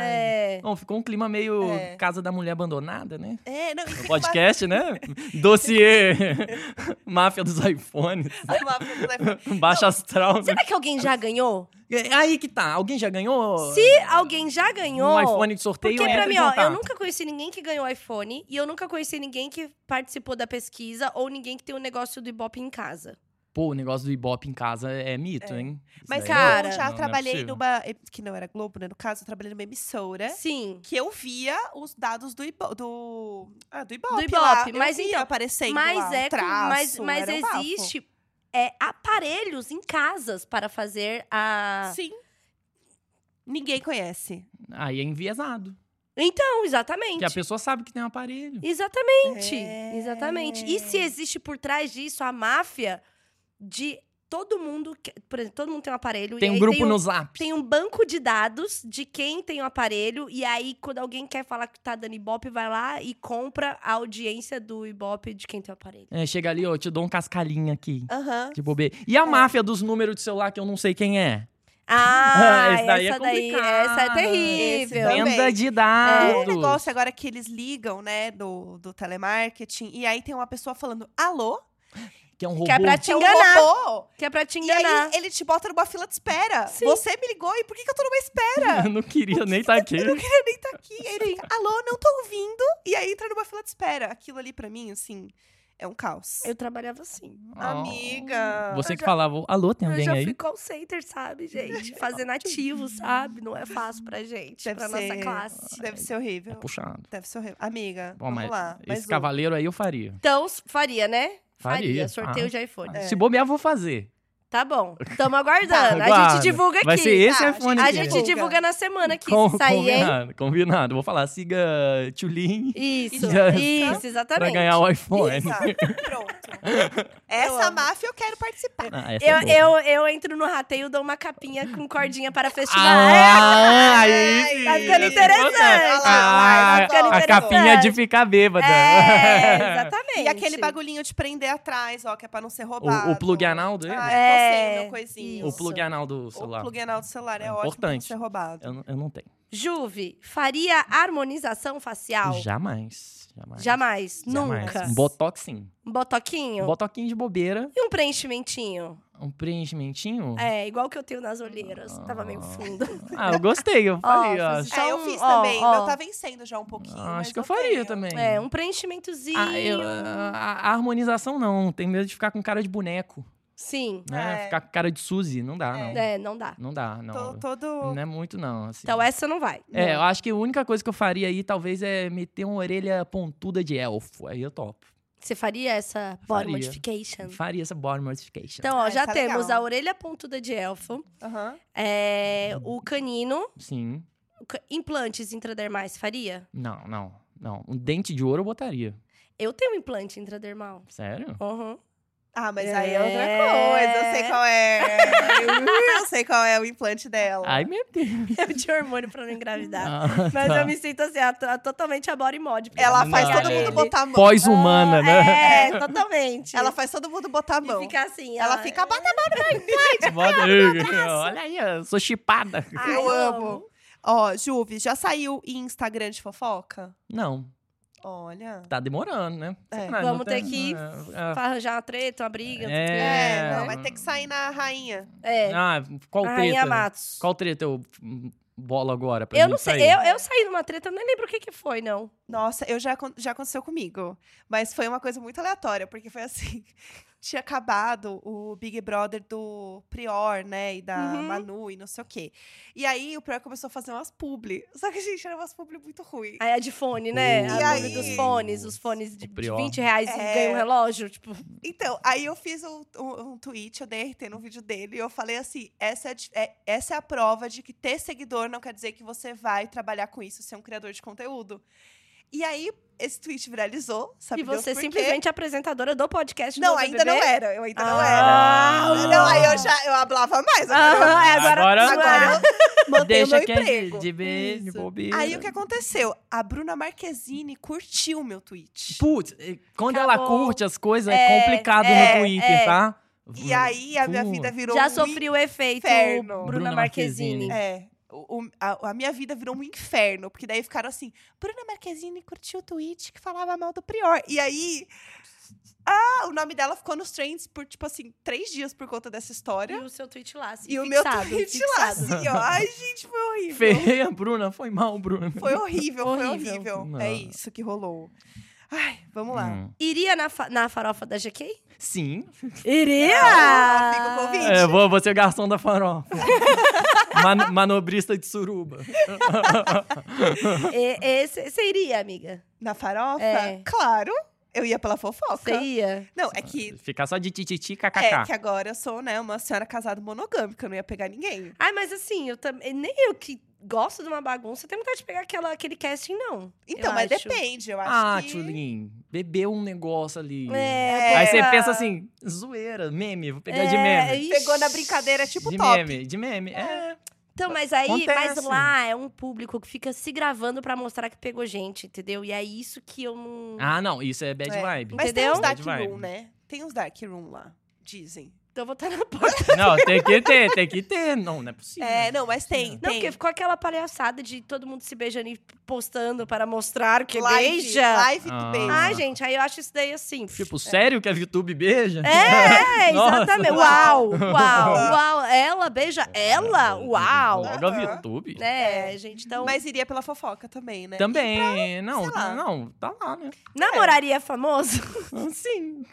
Speaker 1: É.
Speaker 3: Bom, ficou um clima meio
Speaker 2: É.
Speaker 3: Casa da Mulher Abandonada, né?
Speaker 2: É, não, e fica
Speaker 3: Podcast, né? Dossiê Máfia dos iPhones.
Speaker 1: né?
Speaker 2: uma- uma- uma-
Speaker 3: Baixa astral. né?
Speaker 1: Será que alguém já ganhou?
Speaker 3: É Aí que tá. Alguém já ganhou?
Speaker 1: Se alguém já ganhou.
Speaker 3: Um iPhone de sorteio
Speaker 1: Porque pra
Speaker 3: entra
Speaker 1: mim,
Speaker 3: em
Speaker 1: ó,
Speaker 3: contato.
Speaker 1: eu nunca conheci ninguém que ganhou iPhone e eu nunca conheci ninguém que participou da pesquisa ou ninguém que tem um negócio do Ibope em casa.
Speaker 3: Pô, o negócio do Ibope em casa é mito, hein? Isso
Speaker 2: Mas
Speaker 3: daí
Speaker 1: cara,
Speaker 2: eu
Speaker 3: não-
Speaker 2: já
Speaker 3: não é
Speaker 2: trabalhei
Speaker 3: possível.
Speaker 2: numa. Que não era Globo, né? No caso, eu trabalhei numa emissora
Speaker 1: Sim.
Speaker 2: que eu via os dados do Ibo, do, ah, do Ibope.
Speaker 1: Do Ibope,
Speaker 2: lá. Eu
Speaker 1: mas
Speaker 2: via
Speaker 1: então-
Speaker 2: aparecendo
Speaker 1: Mas
Speaker 2: lá,
Speaker 1: é,
Speaker 2: o
Speaker 1: com-
Speaker 2: traço,
Speaker 1: mas, mas
Speaker 2: era um bafo.
Speaker 1: existe é, aparelhos em casas para fazer a.
Speaker 2: Sim. Ninguém conhece.
Speaker 3: Aí é enviesado.
Speaker 1: Então,
Speaker 3: Porque
Speaker 1: exatamente.
Speaker 3: a pessoa sabe que tem um aparelho.
Speaker 1: Exatamente.
Speaker 2: É.
Speaker 1: Exatamente. E se existe por trás disso a máfia de todo mundo, que- por exemplo, todo mundo tem um aparelho e
Speaker 3: Tem um
Speaker 1: aí
Speaker 3: grupo
Speaker 1: tem um-
Speaker 3: no Zap.
Speaker 1: Tem um banco de dados de quem tem o aparelho, e aí, quando alguém quer falar que tá dando Ibope, vai lá e compra a audiência do Ibope de quem tem o aparelho.
Speaker 3: É, chega ali, ó, eu te dou um cascalhinho aqui.
Speaker 2: Aham.
Speaker 3: De bobeira. E
Speaker 1: é.
Speaker 3: a máfia dos números de celular que eu não sei quem é?
Speaker 1: Ah,
Speaker 3: Esse daí é
Speaker 1: essa daí,
Speaker 3: complicado.
Speaker 1: essa é
Speaker 2: Esse
Speaker 1: terrível.
Speaker 2: daí-
Speaker 3: Venda
Speaker 2: Também.
Speaker 1: É.
Speaker 3: de
Speaker 2: Tem
Speaker 3: dados.
Speaker 2: um negócio agora que eles ligam, né, do, do telemarketing, e aí tem uma pessoa falando alô,
Speaker 3: Que é um robô.
Speaker 1: Que é pra te
Speaker 2: Então,
Speaker 1: enganar.
Speaker 2: o robô,
Speaker 1: Que é pra te
Speaker 2: E aí
Speaker 1: enganar.
Speaker 2: ele te bota numa fila de espera.
Speaker 1: Sim.
Speaker 2: Você me ligou e por que, que eu tô numa espera?
Speaker 3: Eu não queria nem estar aqui.
Speaker 2: Eu não queria nem estar aqui. E aí ele fica, alô, não tô ouvindo. E aí entra numa fila de espera. Aquilo ali pra mim, assim, é um caos.
Speaker 1: Eu trabalhava assim.
Speaker 3: Oh.
Speaker 2: Amiga.
Speaker 3: Você
Speaker 1: Eu
Speaker 3: que
Speaker 1: já-
Speaker 3: falava, alô, tem
Speaker 1: eu
Speaker 3: alguém
Speaker 1: já
Speaker 3: É um aí?
Speaker 1: fui call center, sabe, gente? Fazendo ativo, sabe? Não é fácil pra gente,
Speaker 2: Deve
Speaker 1: pra
Speaker 2: ser.
Speaker 1: nossa classe.
Speaker 2: Deve ser
Speaker 3: É
Speaker 2: horrível.
Speaker 3: puxado.
Speaker 2: Deve ser horrível. Amiga,
Speaker 3: Bom,
Speaker 2: vamos
Speaker 3: mas
Speaker 2: lá. mais
Speaker 3: esse
Speaker 2: um.
Speaker 3: cavaleiro aí eu faria.
Speaker 1: Então, s- faria, né?
Speaker 3: Faria.
Speaker 1: Sorteio
Speaker 3: Ah,
Speaker 1: de iPhone.
Speaker 2: É.
Speaker 3: Se bobear, vou fazer.
Speaker 1: Tá bom. Tamo aguardando. A
Speaker 3: Aguarda.
Speaker 1: gente divulga aqui.
Speaker 3: Vai ser esse
Speaker 2: tá?
Speaker 3: iPhone
Speaker 1: A
Speaker 3: aqui.
Speaker 1: gente
Speaker 2: Divulga.
Speaker 1: divulga na semana que
Speaker 3: Com-
Speaker 1: sair, hein?
Speaker 3: combinado, combinado. Vou falar, siga Tulin
Speaker 1: Isso,
Speaker 3: Já-
Speaker 1: isso,
Speaker 3: pra
Speaker 1: exatamente.
Speaker 3: ganhar o iPhone.
Speaker 2: Exato. Pronto.
Speaker 1: Eu
Speaker 2: Essa
Speaker 1: amo.
Speaker 2: máfia eu quero participar.
Speaker 3: Ah, essa é
Speaker 1: Eu,
Speaker 3: boa.
Speaker 1: eu, eu entro no rateio, dou uma capinha com cordinha para festival.
Speaker 3: Ah,
Speaker 2: É,
Speaker 3: aí sim,
Speaker 1: tá ficando
Speaker 3: essa é
Speaker 1: interessante.
Speaker 3: importante.
Speaker 1: Olha
Speaker 2: lá,
Speaker 3: Ah,
Speaker 2: tá ficando
Speaker 3: a
Speaker 2: interessante.
Speaker 3: capinha de ficar bêbada.
Speaker 1: É, exatamente.
Speaker 2: E aquele bagulhinho de prender atrás, ó, que é pra não ser roubado.
Speaker 3: o, o plug anal dele?
Speaker 2: Ah,
Speaker 1: É,
Speaker 2: tô sem meu coisinho.
Speaker 3: o
Speaker 1: isso.
Speaker 3: plug anal do
Speaker 2: O
Speaker 3: celular.
Speaker 2: plug anal do celular é,
Speaker 3: É
Speaker 2: ótimo
Speaker 3: importante.
Speaker 2: pra não ser roubado.
Speaker 3: Eu, não- eu não tenho.
Speaker 1: Juve, faria harmonização facial?
Speaker 3: Jamais.
Speaker 1: Jamais,
Speaker 3: Jamais. Jamais.
Speaker 1: nunca.
Speaker 3: Um botox sim.
Speaker 1: Um botoquinho?
Speaker 3: Um botoquinho de bobeira,
Speaker 1: E um preenchimentinho?
Speaker 3: um preenchimentinho.
Speaker 1: É, igual que eu tenho nas olheiras. Tava meio fundo.
Speaker 3: Ah, eu gostei, eu falei, ó.
Speaker 1: fiz
Speaker 2: É, eu
Speaker 1: Só um-
Speaker 2: fiz
Speaker 1: ó,
Speaker 2: também.
Speaker 1: ó.
Speaker 2: Meu tá vencendo já um pouquinho.
Speaker 3: Ah,
Speaker 2: mas
Speaker 3: acho que eu
Speaker 2: tenho.
Speaker 3: faria também.
Speaker 1: É, um preenchimentozinho.
Speaker 3: Ah, eu- a, a harmonização não, tem medo de ficar com cara de boneco,
Speaker 1: Sim.
Speaker 3: né?
Speaker 2: É.
Speaker 3: Ficar com cara de Suzy, não dá, não.
Speaker 1: É, não dá.
Speaker 3: Não dá, não.
Speaker 2: Tô, todo.
Speaker 3: Não é muito, não. assim.
Speaker 1: Então essa não vai.
Speaker 3: É, eu acho que a única coisa que eu faria aí, talvez, é meter uma orelha pontuda de elfo. Aí eu topo.
Speaker 1: Você faria essa body
Speaker 3: Faria.
Speaker 1: modification?
Speaker 3: Faria essa body modification.
Speaker 1: Então, ó,
Speaker 2: Ah,
Speaker 1: já
Speaker 2: tá
Speaker 1: temos
Speaker 2: legal.
Speaker 1: a orelha pontuda de elfo,
Speaker 2: Aham.
Speaker 1: é, o canino,
Speaker 3: Sim.
Speaker 1: o ca- implantes intradermais, faria?
Speaker 3: Não, não, não. Um dente de ouro eu botaria.
Speaker 1: Eu tenho um implante intradermal.
Speaker 3: Sério?
Speaker 1: Uhum.
Speaker 2: Ah, mas aí é
Speaker 1: É.
Speaker 2: outra coisa. Eu sei qual é. eu sei qual é o implante dela.
Speaker 3: Ai, meu Deus.
Speaker 1: Eu tinha É hormônio pra não engravidar.
Speaker 3: Ah,
Speaker 1: Mas
Speaker 3: tá.
Speaker 1: eu me sinto assim, a- a- totalmente a body mod. porque
Speaker 2: Ela
Speaker 1: eu
Speaker 2: faz
Speaker 1: vou
Speaker 2: todo
Speaker 1: pegar
Speaker 2: mundo
Speaker 1: ele.
Speaker 2: botar a mão.
Speaker 3: Pós-humana, né?
Speaker 1: É, totalmente.
Speaker 2: Ela faz todo mundo botar a mão.
Speaker 1: E fica assim.
Speaker 2: Ela fica batendo.
Speaker 3: Bota- Olha aí, eu sou chipada.
Speaker 1: Ai,
Speaker 2: eu amo. Ó, Juve, já saiu em Instagram de fofoca?
Speaker 3: Não,
Speaker 2: Olha.
Speaker 3: tá demorando, né?
Speaker 2: É.
Speaker 3: Não,
Speaker 1: Vamos
Speaker 3: não
Speaker 1: ter
Speaker 3: tem-
Speaker 1: que-
Speaker 3: é,
Speaker 1: Pra arranjar uma treta, uma briga. não sei o quê.
Speaker 2: É,
Speaker 3: É,
Speaker 2: não, vai ter que sair na rainha.
Speaker 1: É.
Speaker 3: Ah, qual
Speaker 1: a Rainha
Speaker 3: treta?
Speaker 1: Matos.
Speaker 3: Qual treta eu hum, bolo agora? Pra
Speaker 1: Eu
Speaker 3: mim
Speaker 1: não sei,
Speaker 3: sair?
Speaker 1: eu, eu saí numa treta, eu nem lembro o que que foi, não.
Speaker 2: Nossa, eu já, acon- já aconteceu comigo. Mas foi uma coisa muito aleatória, porque foi assim. Tinha acabado o Big Brother do Prior, né? E da
Speaker 1: Uhum.
Speaker 2: Manu e não sei o quê. E aí o Prior começou a fazer umas publi. Só que, gente, era umas publi muito ruim.
Speaker 1: Aí a de fone, né?
Speaker 3: Putz.
Speaker 1: a
Speaker 2: E
Speaker 1: nome
Speaker 2: aí?
Speaker 1: dos fones, os fones de,
Speaker 3: O
Speaker 1: de
Speaker 3: Prior.
Speaker 1: 20 reais
Speaker 2: É.
Speaker 1: e ganha um relógio, tipo...
Speaker 2: Então, aí eu fiz um, um, um tweet, eu dei RT no vídeo dele, e eu falei assim: essa é, a di- é- essa é a prova de que ter seguidor não quer dizer que você vai trabalhar com isso, ser um criador de conteúdo. E aí, esse tweet viralizou, sabe?
Speaker 1: e
Speaker 2: Deus
Speaker 1: você
Speaker 2: por quê?
Speaker 1: simplesmente é apresentadora do podcast
Speaker 2: Não,
Speaker 1: do
Speaker 2: ainda não é.
Speaker 1: BBB?
Speaker 2: era, eu ainda não era.
Speaker 3: Ah,
Speaker 1: Ah,
Speaker 2: Não, aí eu já eu hablava mais.
Speaker 1: Aham, é,
Speaker 2: Agora,
Speaker 1: agora, é.
Speaker 3: Agora-
Speaker 2: eu- agora eu mantenho
Speaker 3: Deixa
Speaker 2: meu
Speaker 3: que é
Speaker 2: emprego.
Speaker 3: de, de beijo,
Speaker 1: Isso.
Speaker 3: bobeira.
Speaker 2: Aí o que aconteceu? A Bruna Marquezine curtiu meu tweet.
Speaker 3: Putz, eh, quando ela
Speaker 1: Acabou.
Speaker 3: curte as coisas, é,
Speaker 1: É,
Speaker 3: complicado
Speaker 2: é,
Speaker 3: no Twitter,
Speaker 1: é.
Speaker 3: tá?
Speaker 2: E aí a minha
Speaker 3: Putz.
Speaker 2: vida virou
Speaker 1: já
Speaker 2: um
Speaker 1: sofri o efeito
Speaker 2: inferno.
Speaker 1: Bruna
Speaker 3: Bruna
Speaker 1: Marquezine.
Speaker 3: Marquezine.
Speaker 2: É. o- o- a, a minha vida virou um inferno, porque daí ficaram assim: Bruna Marquezine curtiu o tweet que falava mal do Prior. E aí. Ah, o nome dela ficou nos trends por, tipo assim, três dias por conta dessa
Speaker 1: E
Speaker 2: história.
Speaker 1: o seu tweet lá, assim,
Speaker 2: É. E o meu
Speaker 1: fixado,
Speaker 2: tweet lá,
Speaker 1: fixado.
Speaker 2: assim, ó. Ai, gente, foi horrível.
Speaker 3: Feia, Bruna, foi mal, Bruna.
Speaker 2: Foi horrível, foi
Speaker 1: Horrível.
Speaker 2: horrível.
Speaker 3: Não.
Speaker 2: É isso que rolou. Ai, vamos lá.
Speaker 3: Hum.
Speaker 1: Iria na, fa- na farofa da GK?
Speaker 3: Sim.
Speaker 1: Iria!
Speaker 2: Ah, fica o convite.
Speaker 3: É, vou, vou ser o garçom da farofa. Man- manobrista de suruba.
Speaker 1: Você é, iria, amiga?
Speaker 2: Na farofa?
Speaker 1: É.
Speaker 2: Claro, eu ia pela fofoca.
Speaker 1: Você ia?
Speaker 2: Não, é que.
Speaker 3: Ficar só de tititi,
Speaker 2: É que
Speaker 3: kkk.
Speaker 2: agora eu sou, né, uma senhora casada monogâmica, eu não ia pegar ninguém.
Speaker 1: Ai, mas assim, eu também. Nem eu que gosto de uma bagunça tenho vontade de pegar aquela, aquele casting, não.
Speaker 2: Então,
Speaker 1: eu
Speaker 2: mas
Speaker 1: acho.
Speaker 2: depende, eu acho
Speaker 3: Ah,
Speaker 2: que...
Speaker 3: Tulin, bebeu um negócio ali.
Speaker 1: É,
Speaker 3: Aí você
Speaker 1: boa.
Speaker 3: pensa assim, zoeira, meme, vou pegar de
Speaker 1: É,
Speaker 3: meme.
Speaker 1: ixi.
Speaker 2: Pegou na brincadeira, tipo
Speaker 3: de
Speaker 2: top.
Speaker 3: meme, de meme. É.
Speaker 1: Então, mas aí, mas
Speaker 3: Acontece.
Speaker 1: lá é um público que fica se gravando pra mostrar que pegou gente, entendeu? E é isso que eu não.
Speaker 3: Ah, não, isso é bad
Speaker 2: É.
Speaker 3: vibe.
Speaker 2: Mas
Speaker 1: Entendeu?
Speaker 2: tem uns dark
Speaker 3: Bad
Speaker 2: room,
Speaker 3: vibe.
Speaker 2: né? Tem uns dark room lá, dizem.
Speaker 1: Então eu vou estar na porta.
Speaker 3: Não, tem que ter, tem que ter. Não, não é possível.
Speaker 2: É, não, mas
Speaker 3: né?
Speaker 2: tem.
Speaker 1: Não,
Speaker 2: tem.
Speaker 1: porque ficou aquela palhaçada de todo mundo se beijando e postando para mostrar que beija.
Speaker 2: Live do
Speaker 3: Ah.
Speaker 2: beijo.
Speaker 1: Ai, gente, aí eu acho isso daí assim.
Speaker 2: É.
Speaker 3: Tipo, sério que a VTube beija?
Speaker 1: É, é,
Speaker 3: Nossa.
Speaker 1: exatamente. Uau, uau, uau. Ela beija ela? Uau.
Speaker 3: Logo a VTube?
Speaker 2: Né?
Speaker 1: É, gente, então...
Speaker 2: Mas iria pela fofoca também, né?
Speaker 3: Também. Não,
Speaker 2: sei lá.
Speaker 3: não, tá lá, né?
Speaker 1: Namoraria famoso?
Speaker 3: Sim.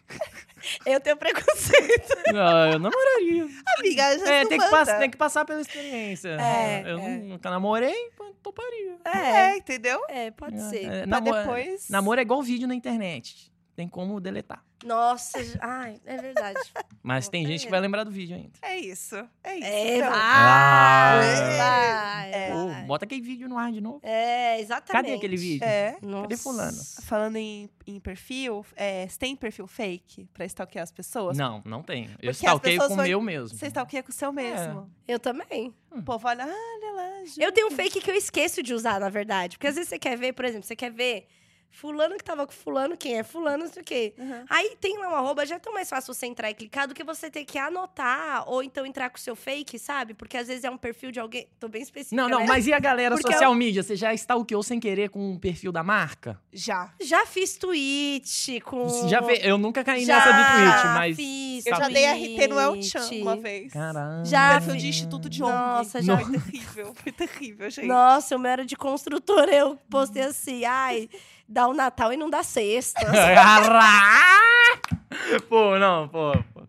Speaker 1: Eu tenho preconceito.
Speaker 3: Ah, eu namoraria.
Speaker 2: Amiga, às vezes
Speaker 3: É,
Speaker 2: não
Speaker 3: tem que,
Speaker 2: manda.
Speaker 3: pass- tem que passar pela experiência.
Speaker 1: É,
Speaker 3: eu
Speaker 2: é.
Speaker 3: nunca namorei, mas toparia.
Speaker 1: É,
Speaker 2: É, entendeu?
Speaker 1: é, pode
Speaker 3: É,
Speaker 1: ser.
Speaker 3: é,
Speaker 2: Pra
Speaker 3: namo-
Speaker 2: depois...
Speaker 3: Namoro é igual vídeo na internet. Tem como deletar.
Speaker 1: Nossa, ai, é verdade.
Speaker 3: Mas tem gente que vai lembrar do vídeo ainda.
Speaker 2: É isso, é isso.
Speaker 1: É,
Speaker 2: Então,
Speaker 1: vai,
Speaker 3: É.
Speaker 1: vai,
Speaker 2: É.
Speaker 1: vai.
Speaker 3: Pô, bota aquele vídeo no ar de novo.
Speaker 1: É, exatamente.
Speaker 3: Cadê aquele vídeo?
Speaker 2: é.
Speaker 1: Nossa.
Speaker 3: Cadê fulano?
Speaker 2: Falando em, em perfil, é, você tem perfil fake pra stalkear as pessoas?
Speaker 3: Não, É. não tem. Eu
Speaker 2: Porque as
Speaker 3: stalkeio
Speaker 2: pessoas
Speaker 3: com o
Speaker 2: vão-
Speaker 3: meu mesmo.
Speaker 2: Você stalkeia com o seu mesmo.
Speaker 1: Eu também.
Speaker 2: O povo olha, "Ah, olha lá, gente.
Speaker 1: Eu tenho um fake que eu esqueço de usar, na verdade. Porque às vezes você quer ver, por exemplo, você quer ver fulano que tava com fulano, quem é fulano, não sei o quê.
Speaker 2: Uhum.
Speaker 1: Aí tem lá um arroba, já é tão mais fácil você entrar e clicar do que você ter que anotar ou então entrar com o seu fake, sabe? Porque às vezes é um perfil de alguém. Tô bem específica.
Speaker 3: Não, não,
Speaker 1: né?
Speaker 3: mas e a galera
Speaker 2: Porque
Speaker 3: social media? Você já stalkeou sem querer com o perfil da marca?
Speaker 2: Já.
Speaker 1: Já fiz tweet com.
Speaker 3: Já ve-
Speaker 2: Hum,
Speaker 3: Eu nunca caí
Speaker 1: Já
Speaker 3: nessa do Twitch, mas. tá
Speaker 1: Fiz
Speaker 3: Eu
Speaker 2: Eu já
Speaker 3: Sabe.
Speaker 2: dei RT no El Chan
Speaker 1: tweet.
Speaker 2: uma vez.
Speaker 3: Caramba.
Speaker 1: Já
Speaker 2: Perfil de Instituto de ONG.
Speaker 1: Nossa, já-
Speaker 2: Foi terrível, foi terrível, gente.
Speaker 1: Nossa, eu era de construtora, eu postei assim, ai, dá o Natal e não dá sexta.
Speaker 3: Caraca! pô, não, pô, pô.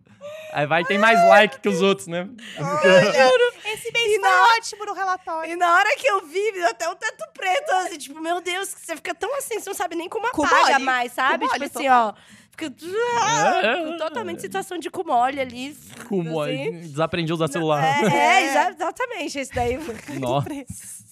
Speaker 3: Aí vai ter mais like que os outros, né?
Speaker 2: Olha, esse mês foi ótimo no relatório.
Speaker 1: E na hora que eu vi, me deu até um teto preto, assim, tipo, meu Deus, você fica tão assim, você não sabe nem como
Speaker 2: Com
Speaker 1: apaga
Speaker 2: mole.
Speaker 1: mais, sabe?
Speaker 2: Com
Speaker 1: tipo
Speaker 2: mole,
Speaker 1: assim, ó, fica
Speaker 3: É.
Speaker 1: com totalmente situação de cu mole ali.
Speaker 3: Como
Speaker 1: assim.
Speaker 3: desaprendi a usar celular.
Speaker 1: É, é, exa- exatamente, esse daí.
Speaker 3: Nossa.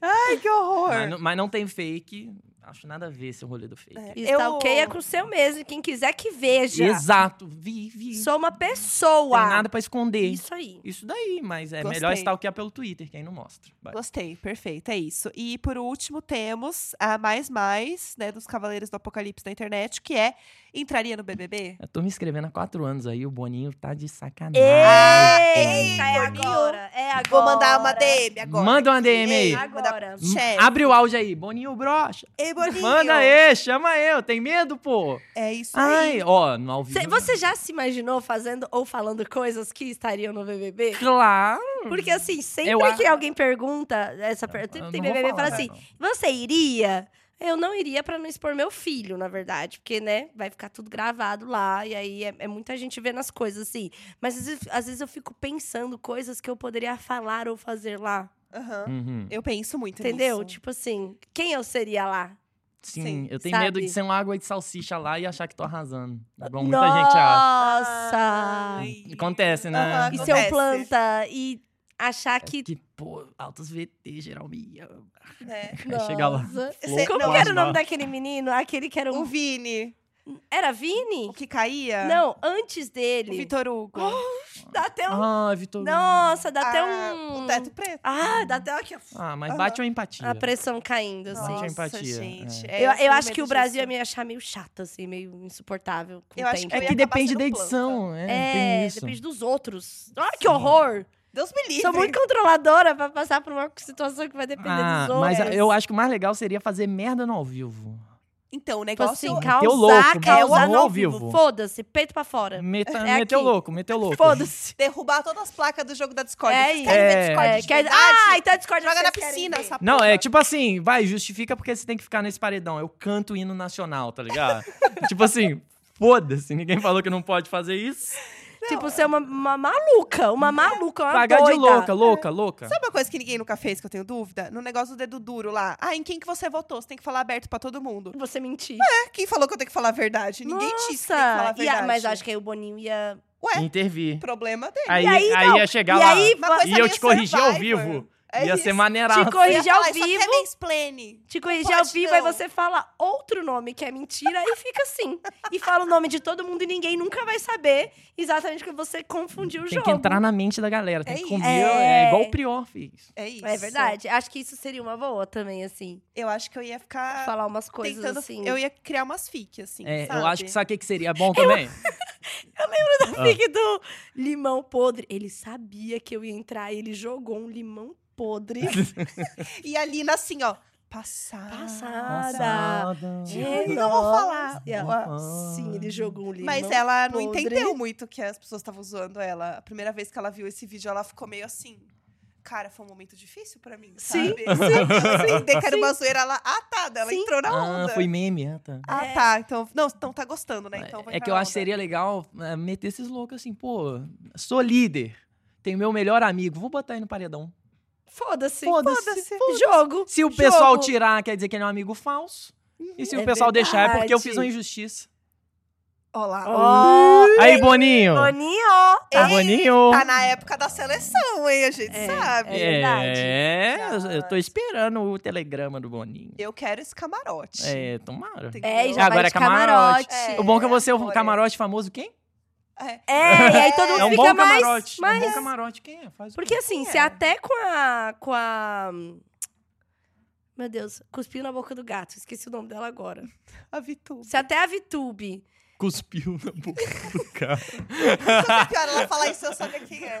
Speaker 2: Ai, que horror.
Speaker 3: Mas, não- mas não tem fake. Acho nada a ver esse rolê do fake.
Speaker 2: É. Eu-
Speaker 1: Stalkeia com o seu mesmo, quem quiser que veja.
Speaker 3: Exato, vi, vi.
Speaker 1: Sou uma
Speaker 3: Não
Speaker 1: pessoa.
Speaker 3: tem nada pra esconder. Isso,
Speaker 1: Isso aí.
Speaker 3: daí, mas é
Speaker 2: Gostei.
Speaker 3: melhor stalkear pelo Twitter, que aí não mostra. Vai.
Speaker 2: Gostei, perfeito, é isso. E por último, temos a mais mais, né, dos Cavaleiros do Apocalipse na internet, que é entraria no BBB?
Speaker 3: Eu tô me inscrevendo há quatro anos aí, o Boninho tá de sacanagem.
Speaker 1: Eita, é
Speaker 2: Boninho.
Speaker 1: agora. É agora.
Speaker 2: Vou mandar uma DM agora.
Speaker 3: Manda uma DM aí.
Speaker 2: Ei,
Speaker 1: Agora.
Speaker 2: Manda... Chefe.
Speaker 3: Hum. Abre o áudio aí, Boninho brocha.
Speaker 2: Ei, Boninho.
Speaker 3: Manda aí, chama eu, tem medo, pô?
Speaker 2: É isso aí.
Speaker 3: Ai, ó, no ao vivo.
Speaker 1: Cê- Você já se imaginou fazendo ou falando coisas que estariam no BBB?
Speaker 3: Claro.
Speaker 1: Porque assim, sempre
Speaker 3: Uhum. Eu a-
Speaker 1: que alguém pergunta, essa per-
Speaker 3: Eu
Speaker 1: sempre
Speaker 3: não
Speaker 1: tem
Speaker 3: vou
Speaker 1: BBB e fala
Speaker 3: falar,
Speaker 1: assim:
Speaker 3: não.
Speaker 1: você iria? Eu não iria pra não expor meu filho, na verdade. Porque, né, vai ficar tudo gravado lá. E aí é, é muita gente vendo as coisas, assim. Mas às vezes, às vezes eu fico pensando coisas que eu poderia falar ou fazer lá.
Speaker 2: Aham.
Speaker 3: Uhum.
Speaker 2: Eu penso muito
Speaker 1: Entendeu?
Speaker 2: nisso.
Speaker 1: Tipo assim, quem eu seria lá?
Speaker 3: Sim,
Speaker 2: Sim,
Speaker 3: eu tenho
Speaker 1: sabe?
Speaker 3: medo de ser uma água de salsicha lá e achar que tô arrasando. Igual muita gente acha. Ah,
Speaker 1: Nossa!
Speaker 2: Ai.
Speaker 3: Acontece, É né?
Speaker 2: Aham,
Speaker 1: E
Speaker 2: acontece.
Speaker 1: ser um planta e achar que.
Speaker 3: Que, pô, altos VT geral me ama.
Speaker 2: Né?
Speaker 3: Aí chega
Speaker 1: É,
Speaker 3: lá. um
Speaker 1: Nossa.
Speaker 3: Flor,
Speaker 1: Como
Speaker 3: flor,
Speaker 1: que era o
Speaker 3: flor.
Speaker 1: nome daquele menino? Aquele que era
Speaker 2: O
Speaker 1: um.
Speaker 2: Vini,
Speaker 1: Era
Speaker 2: o
Speaker 1: Vini?
Speaker 2: que caía?
Speaker 1: Não, antes
Speaker 2: É. O
Speaker 1: dele.
Speaker 2: Vitor Hugo.
Speaker 1: Dá até um.
Speaker 3: Ah, Vitor.
Speaker 1: Nossa, dá até
Speaker 2: Ah, Hum.
Speaker 1: um.
Speaker 2: O teto preto.
Speaker 1: Ah, dá até aqui, ó,
Speaker 3: Ah, mas
Speaker 2: Aham.
Speaker 3: bate uma empatia.
Speaker 1: a pressão caindo, assim.
Speaker 3: Nossa,
Speaker 2: Nossa,
Speaker 3: empatia,
Speaker 2: gente. é,
Speaker 1: Eu, eu
Speaker 2: tenho
Speaker 1: acho que
Speaker 2: medo
Speaker 1: o Brasil
Speaker 2: disso.
Speaker 1: ia me achar meio chato, assim, meio insuportável. Com
Speaker 2: Eu
Speaker 1: o
Speaker 2: acho
Speaker 1: tempo.
Speaker 3: É
Speaker 2: Eu ia
Speaker 3: que
Speaker 2: acabar
Speaker 3: depende
Speaker 2: sendo
Speaker 3: da edição, é, tem
Speaker 1: É,
Speaker 3: isso.
Speaker 1: depende dos outros. Olha que horror!
Speaker 2: Deus me livre.
Speaker 1: Sou muito controladora pra passar por uma situação que vai depender
Speaker 3: Ah,
Speaker 1: dos outros.
Speaker 3: mas a- eu acho que o mais legal seria fazer merda no ao vivo.
Speaker 2: Então, o
Speaker 1: Tipo
Speaker 2: negócio
Speaker 1: assim,
Speaker 3: Meteu
Speaker 1: causar,
Speaker 3: louco,
Speaker 1: causar
Speaker 3: meteu
Speaker 1: no
Speaker 3: ao
Speaker 1: ao
Speaker 3: vivo.
Speaker 1: vivo. Foda-se, peito pra fora.
Speaker 3: Meta,
Speaker 1: É
Speaker 3: meteu
Speaker 1: aqui.
Speaker 3: louco, meteu louco.
Speaker 1: Foda-se.
Speaker 2: é derrubar todas as placas do jogo da Discord.
Speaker 1: É
Speaker 2: Vocês
Speaker 1: isso.
Speaker 2: querem ver
Speaker 3: É.
Speaker 2: Discord
Speaker 1: É,
Speaker 2: de
Speaker 1: quer-
Speaker 2: verdade?
Speaker 1: Ah, então a Discord
Speaker 2: Joga
Speaker 1: vocês
Speaker 2: na
Speaker 1: querem
Speaker 2: piscina
Speaker 1: ver.
Speaker 2: essa
Speaker 3: Não,
Speaker 2: porra.
Speaker 3: é tipo assim, vai, justifica porque você tem que ficar nesse paredão. Eu canto o hino nacional, tá ligado? tipo assim, foda-se, ninguém falou que não pode fazer isso.
Speaker 1: Tipo, você é uma, uma maluca, uma maluca, uma
Speaker 3: Pagar
Speaker 1: Tá doida.
Speaker 3: de louca, louca, louca.
Speaker 2: Sabe uma coisa que ninguém nunca fez, que eu tenho dúvida? No negócio do dedo duro lá. Ah, em quem que você votou? Você tem que falar aberto pra todo mundo.
Speaker 1: Você mentir.
Speaker 2: É, quem falou que eu tenho que falar a verdade? Ninguém
Speaker 1: Nossa,
Speaker 2: disse que tem que falar a
Speaker 1: e a-
Speaker 2: verdade.
Speaker 1: mas acho que aí o Boninho ia...
Speaker 2: Ué,
Speaker 3: Intervir.
Speaker 2: problema dele.
Speaker 3: Aí,
Speaker 1: aí,
Speaker 3: aí,
Speaker 1: não,
Speaker 3: ia chegar
Speaker 1: e
Speaker 3: lá
Speaker 1: aí,
Speaker 2: Uma coisa
Speaker 3: e eu
Speaker 2: meio
Speaker 3: te corrigir ao
Speaker 2: Survivor.
Speaker 3: vivo.
Speaker 2: É
Speaker 3: ia
Speaker 2: isso.
Speaker 3: ser maneiraço.
Speaker 1: Te corrigir
Speaker 2: Ia
Speaker 1: ao
Speaker 2: falar, "Isso aqui é
Speaker 1: vivo."
Speaker 2: mansplaining."
Speaker 1: Te corrigir
Speaker 2: pode,
Speaker 1: ao vivo,
Speaker 2: não.
Speaker 1: aí você fala outro nome que é mentira e fica assim. E fala o nome de todo mundo e ninguém nunca vai saber exatamente que você confundiu o
Speaker 3: Tem
Speaker 1: jogo.
Speaker 3: que entrar na mente da galera, tem
Speaker 2: É
Speaker 3: que
Speaker 2: isso.
Speaker 3: comer,
Speaker 1: É.
Speaker 3: é igual o Prior fez.
Speaker 2: É isso.
Speaker 1: É verdade. Acho que isso seria uma boa também, assim.
Speaker 2: Eu acho que eu ia ficar
Speaker 1: falar umas coisas
Speaker 2: tentando...
Speaker 1: assim.
Speaker 2: Eu ia criar umas fic, assim,
Speaker 3: É,
Speaker 2: sabe?
Speaker 3: eu acho que sabe o que que seria bom também?
Speaker 1: fanfic do limão podre. Ele sabia que eu ia entrar e ele jogou um limão podre.
Speaker 2: E a Lina assim, ó. Passada.
Speaker 1: Passada.
Speaker 2: Ai, não vou falar.
Speaker 1: E ela, sim, ele jogou um limão
Speaker 2: Mas ela não
Speaker 1: podre.
Speaker 2: entendeu muito que as pessoas estavam zoando ela. A primeira vez que ela viu esse vídeo, ela ficou meio assim. Cara, foi um momento difícil pra mim.
Speaker 1: Sim,
Speaker 2: sabe? sim. sim. Era uma zoeira lá. Ah, tá. Ela
Speaker 1: Sim.
Speaker 2: entrou na onda.
Speaker 3: Ah, foi meme, ah, tá.
Speaker 2: Ah,
Speaker 1: É.
Speaker 2: tá. Então, não, então tá gostando, né? Então vai
Speaker 3: é
Speaker 2: pra
Speaker 3: que eu acho que
Speaker 2: onda.
Speaker 3: seria legal é, meter esses loucos assim, pô, sou líder, tenho meu melhor amigo, vou botar ele no paredão.
Speaker 1: Foda-se.
Speaker 3: Foda-se.
Speaker 1: Jogo.
Speaker 3: Se o pessoal
Speaker 1: Jogo.
Speaker 3: tirar, quer dizer que ele é um amigo falso. E se
Speaker 1: É
Speaker 3: o pessoal deixar, é porque eu
Speaker 1: verdade.
Speaker 3: fiz uma injustiça.
Speaker 2: Ó lá.
Speaker 1: Ó,
Speaker 3: Aí, Boninho!
Speaker 1: Boninho.
Speaker 2: Ei,
Speaker 3: Tá, Boninho!
Speaker 2: Tá na época da seleção, hein? A gente
Speaker 1: É,
Speaker 2: sabe.
Speaker 1: é. verdade.
Speaker 3: É, eu- eu tô esperando o telegrama do Boninho.
Speaker 2: Eu quero esse camarote.
Speaker 3: É, tomara.
Speaker 2: Tem
Speaker 1: É,
Speaker 2: que-
Speaker 1: e já
Speaker 3: Agora
Speaker 1: vai
Speaker 3: é
Speaker 1: de camarote.
Speaker 2: É.
Speaker 3: O bom é que eu vou ser o
Speaker 2: agora é.
Speaker 3: camarote famoso, quem?
Speaker 2: É.
Speaker 1: É, e aí todo mundo
Speaker 3: É um
Speaker 1: fica
Speaker 3: bom
Speaker 1: mais...
Speaker 3: camarote.
Speaker 1: mais-
Speaker 3: É um bom camarote, quem é? Faz o
Speaker 1: Porque assim,
Speaker 2: Quem
Speaker 1: se
Speaker 2: é?
Speaker 1: até com a. com a. Meu Deus, cuspiu na boca do gato, esqueci o nome dela agora.
Speaker 2: A Vitu.
Speaker 1: Se até a Vitube.
Speaker 3: Cuspiu na boca do cara.
Speaker 2: Sabe que hora ela falar isso, eu sabia quem é.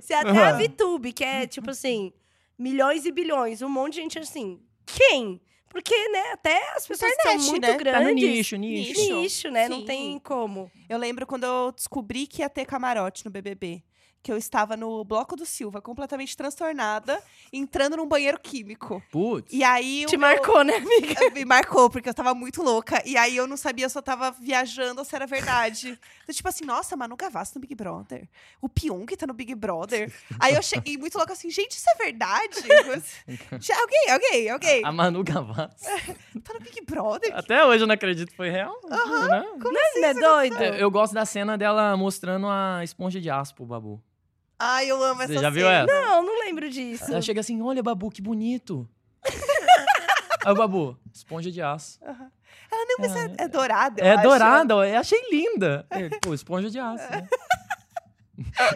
Speaker 1: Se até a Vitube, que é tipo assim, milhões e bilhões, um monte de gente assim. Quem? Porque, né, até as pessoas que
Speaker 2: Internet,
Speaker 1: são muito
Speaker 2: né? Tá
Speaker 1: grandes.
Speaker 3: Tá no nicho, nicho.
Speaker 1: Nicho, né? Não
Speaker 2: Sim.
Speaker 1: tem como.
Speaker 2: Eu lembro quando eu descobri que ia ter camarote no BBB. Que eu estava no Bloco do Silva, completamente transtornada, entrando num banheiro químico.
Speaker 3: Putz.
Speaker 2: E aí... o
Speaker 1: Te
Speaker 2: meu-
Speaker 1: marcou, né, amiga?
Speaker 2: Me marcou, porque eu tava muito louca. E aí eu não sabia se eu tava viajando ou se era verdade. Então, tipo assim, nossa, Manu Gavassi no Big Brother. O Pyong tá no Big Brother. Aí eu cheguei muito louca assim, gente, isso é verdade? Já- alguém, alguém, alguém.
Speaker 3: A Manu Gavassi. ah.
Speaker 2: Tá no Big Brother?
Speaker 3: Até hoje eu não acredito, foi real. né?
Speaker 1: Não é, não é doido?
Speaker 3: É, Eu gosto da cena dela mostrando a esponja de aspo, Babu.
Speaker 2: Ai, eu amo
Speaker 3: Você
Speaker 2: essa
Speaker 3: já viu
Speaker 2: cena.
Speaker 3: essa?
Speaker 1: Não, assim? não lembro disso.
Speaker 3: Ela chega assim, olha, Babu, que bonito. Aí o Babu, esponja de aço.
Speaker 2: Ela não, mas
Speaker 3: É,
Speaker 2: é, é dourada. eu
Speaker 3: é
Speaker 2: acho.
Speaker 3: dourada, ó, eu achei linda. É, Pô, esponja de aço,
Speaker 1: É,
Speaker 3: né?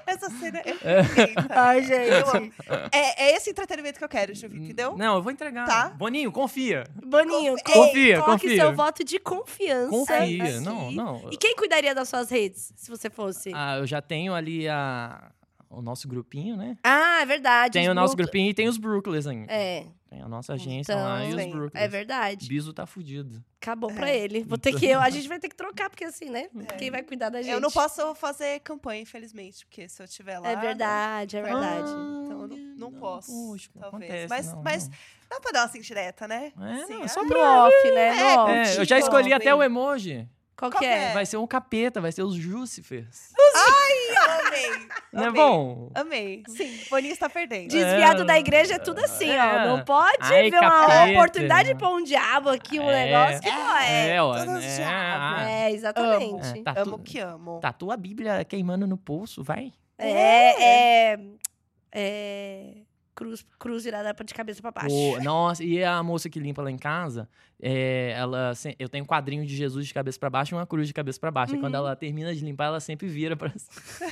Speaker 2: Essa cena é perfeita.
Speaker 1: Ai,
Speaker 2: Eu
Speaker 1: gente.
Speaker 2: amo. É, é esse entretenimento que eu quero, Juvi, entendeu?
Speaker 3: Hum, Não, eu vou entregar.
Speaker 2: Tá.
Speaker 3: Boninho, confia.
Speaker 1: Boninho,
Speaker 2: Confia,
Speaker 1: confia, coloque
Speaker 3: confia.
Speaker 1: seu voto de confiança.
Speaker 3: Confia.
Speaker 1: aqui.
Speaker 3: Não, não.
Speaker 1: E quem cuidaria das suas redes, se você fosse? Ah,
Speaker 3: Ah, eu já tenho ali a... o nosso grupinho, né?
Speaker 1: é verdade.
Speaker 3: Tem
Speaker 1: os
Speaker 3: o nosso
Speaker 1: Brook-
Speaker 3: grupinho e tem os Brooklyns ainda.
Speaker 1: É,
Speaker 3: Tem a nossa agência
Speaker 1: Então,
Speaker 3: lá e os
Speaker 2: tem.
Speaker 3: Brooklyns.
Speaker 1: é verdade.
Speaker 3: Biso tá fudido.
Speaker 1: Acabou pra
Speaker 2: É.
Speaker 1: ele. Vou ter que eu, a gente vai ter que trocar porque assim, né? Quem vai cuidar da gente?
Speaker 2: Eu não posso né? fazer campanha, infelizmente, porque se eu tiver lá.
Speaker 1: É verdade, é verdade.
Speaker 2: Então eu não, não posso.
Speaker 3: Puxa,
Speaker 2: talvez.
Speaker 3: acontece,
Speaker 2: mas
Speaker 3: não,
Speaker 2: mas
Speaker 3: não.
Speaker 2: dá pra dar uma assim direta, né?
Speaker 3: É,
Speaker 2: Assim,
Speaker 3: não,
Speaker 2: ah,
Speaker 3: só
Speaker 1: No off, né?
Speaker 2: É,
Speaker 1: No off.
Speaker 3: É, eu já
Speaker 2: Tipo,
Speaker 3: escolhi até
Speaker 2: bem-
Speaker 3: o emoji.
Speaker 1: Qual
Speaker 2: qual
Speaker 1: que é?
Speaker 2: É.
Speaker 3: Vai ser um capeta, vai ser os Jucifers.
Speaker 2: amei.
Speaker 3: Não é
Speaker 2: amei,
Speaker 3: bom?
Speaker 2: Amei. Sim, Boninho está perdendo.
Speaker 1: Desviado da igreja é tudo assim, ó.
Speaker 3: É.
Speaker 1: Não pode
Speaker 3: Ai,
Speaker 1: ver uma
Speaker 3: capeta.
Speaker 1: oportunidade pra um diabo aqui, um
Speaker 3: É.
Speaker 1: negócio que não
Speaker 2: Ah,
Speaker 1: é.
Speaker 3: ó.
Speaker 2: todos os
Speaker 3: né?
Speaker 2: diabos.
Speaker 3: Ah,
Speaker 1: É, exatamente.
Speaker 3: é, tatu-
Speaker 2: Amo que amo.
Speaker 3: Tatua a Bíblia queimando no pulso, vai.
Speaker 1: É, é. é, cruz, cruz virada pra- de cabeça pra baixo.
Speaker 3: Pô, nossa, e a moça que limpa lá em casa, é, ela, se- eu tenho um quadrinho de Jesus de cabeça pra baixo e uma cruz de cabeça pra baixo. E
Speaker 2: Uhum.
Speaker 3: quando ela termina de limpar, ela sempre vira pra cima.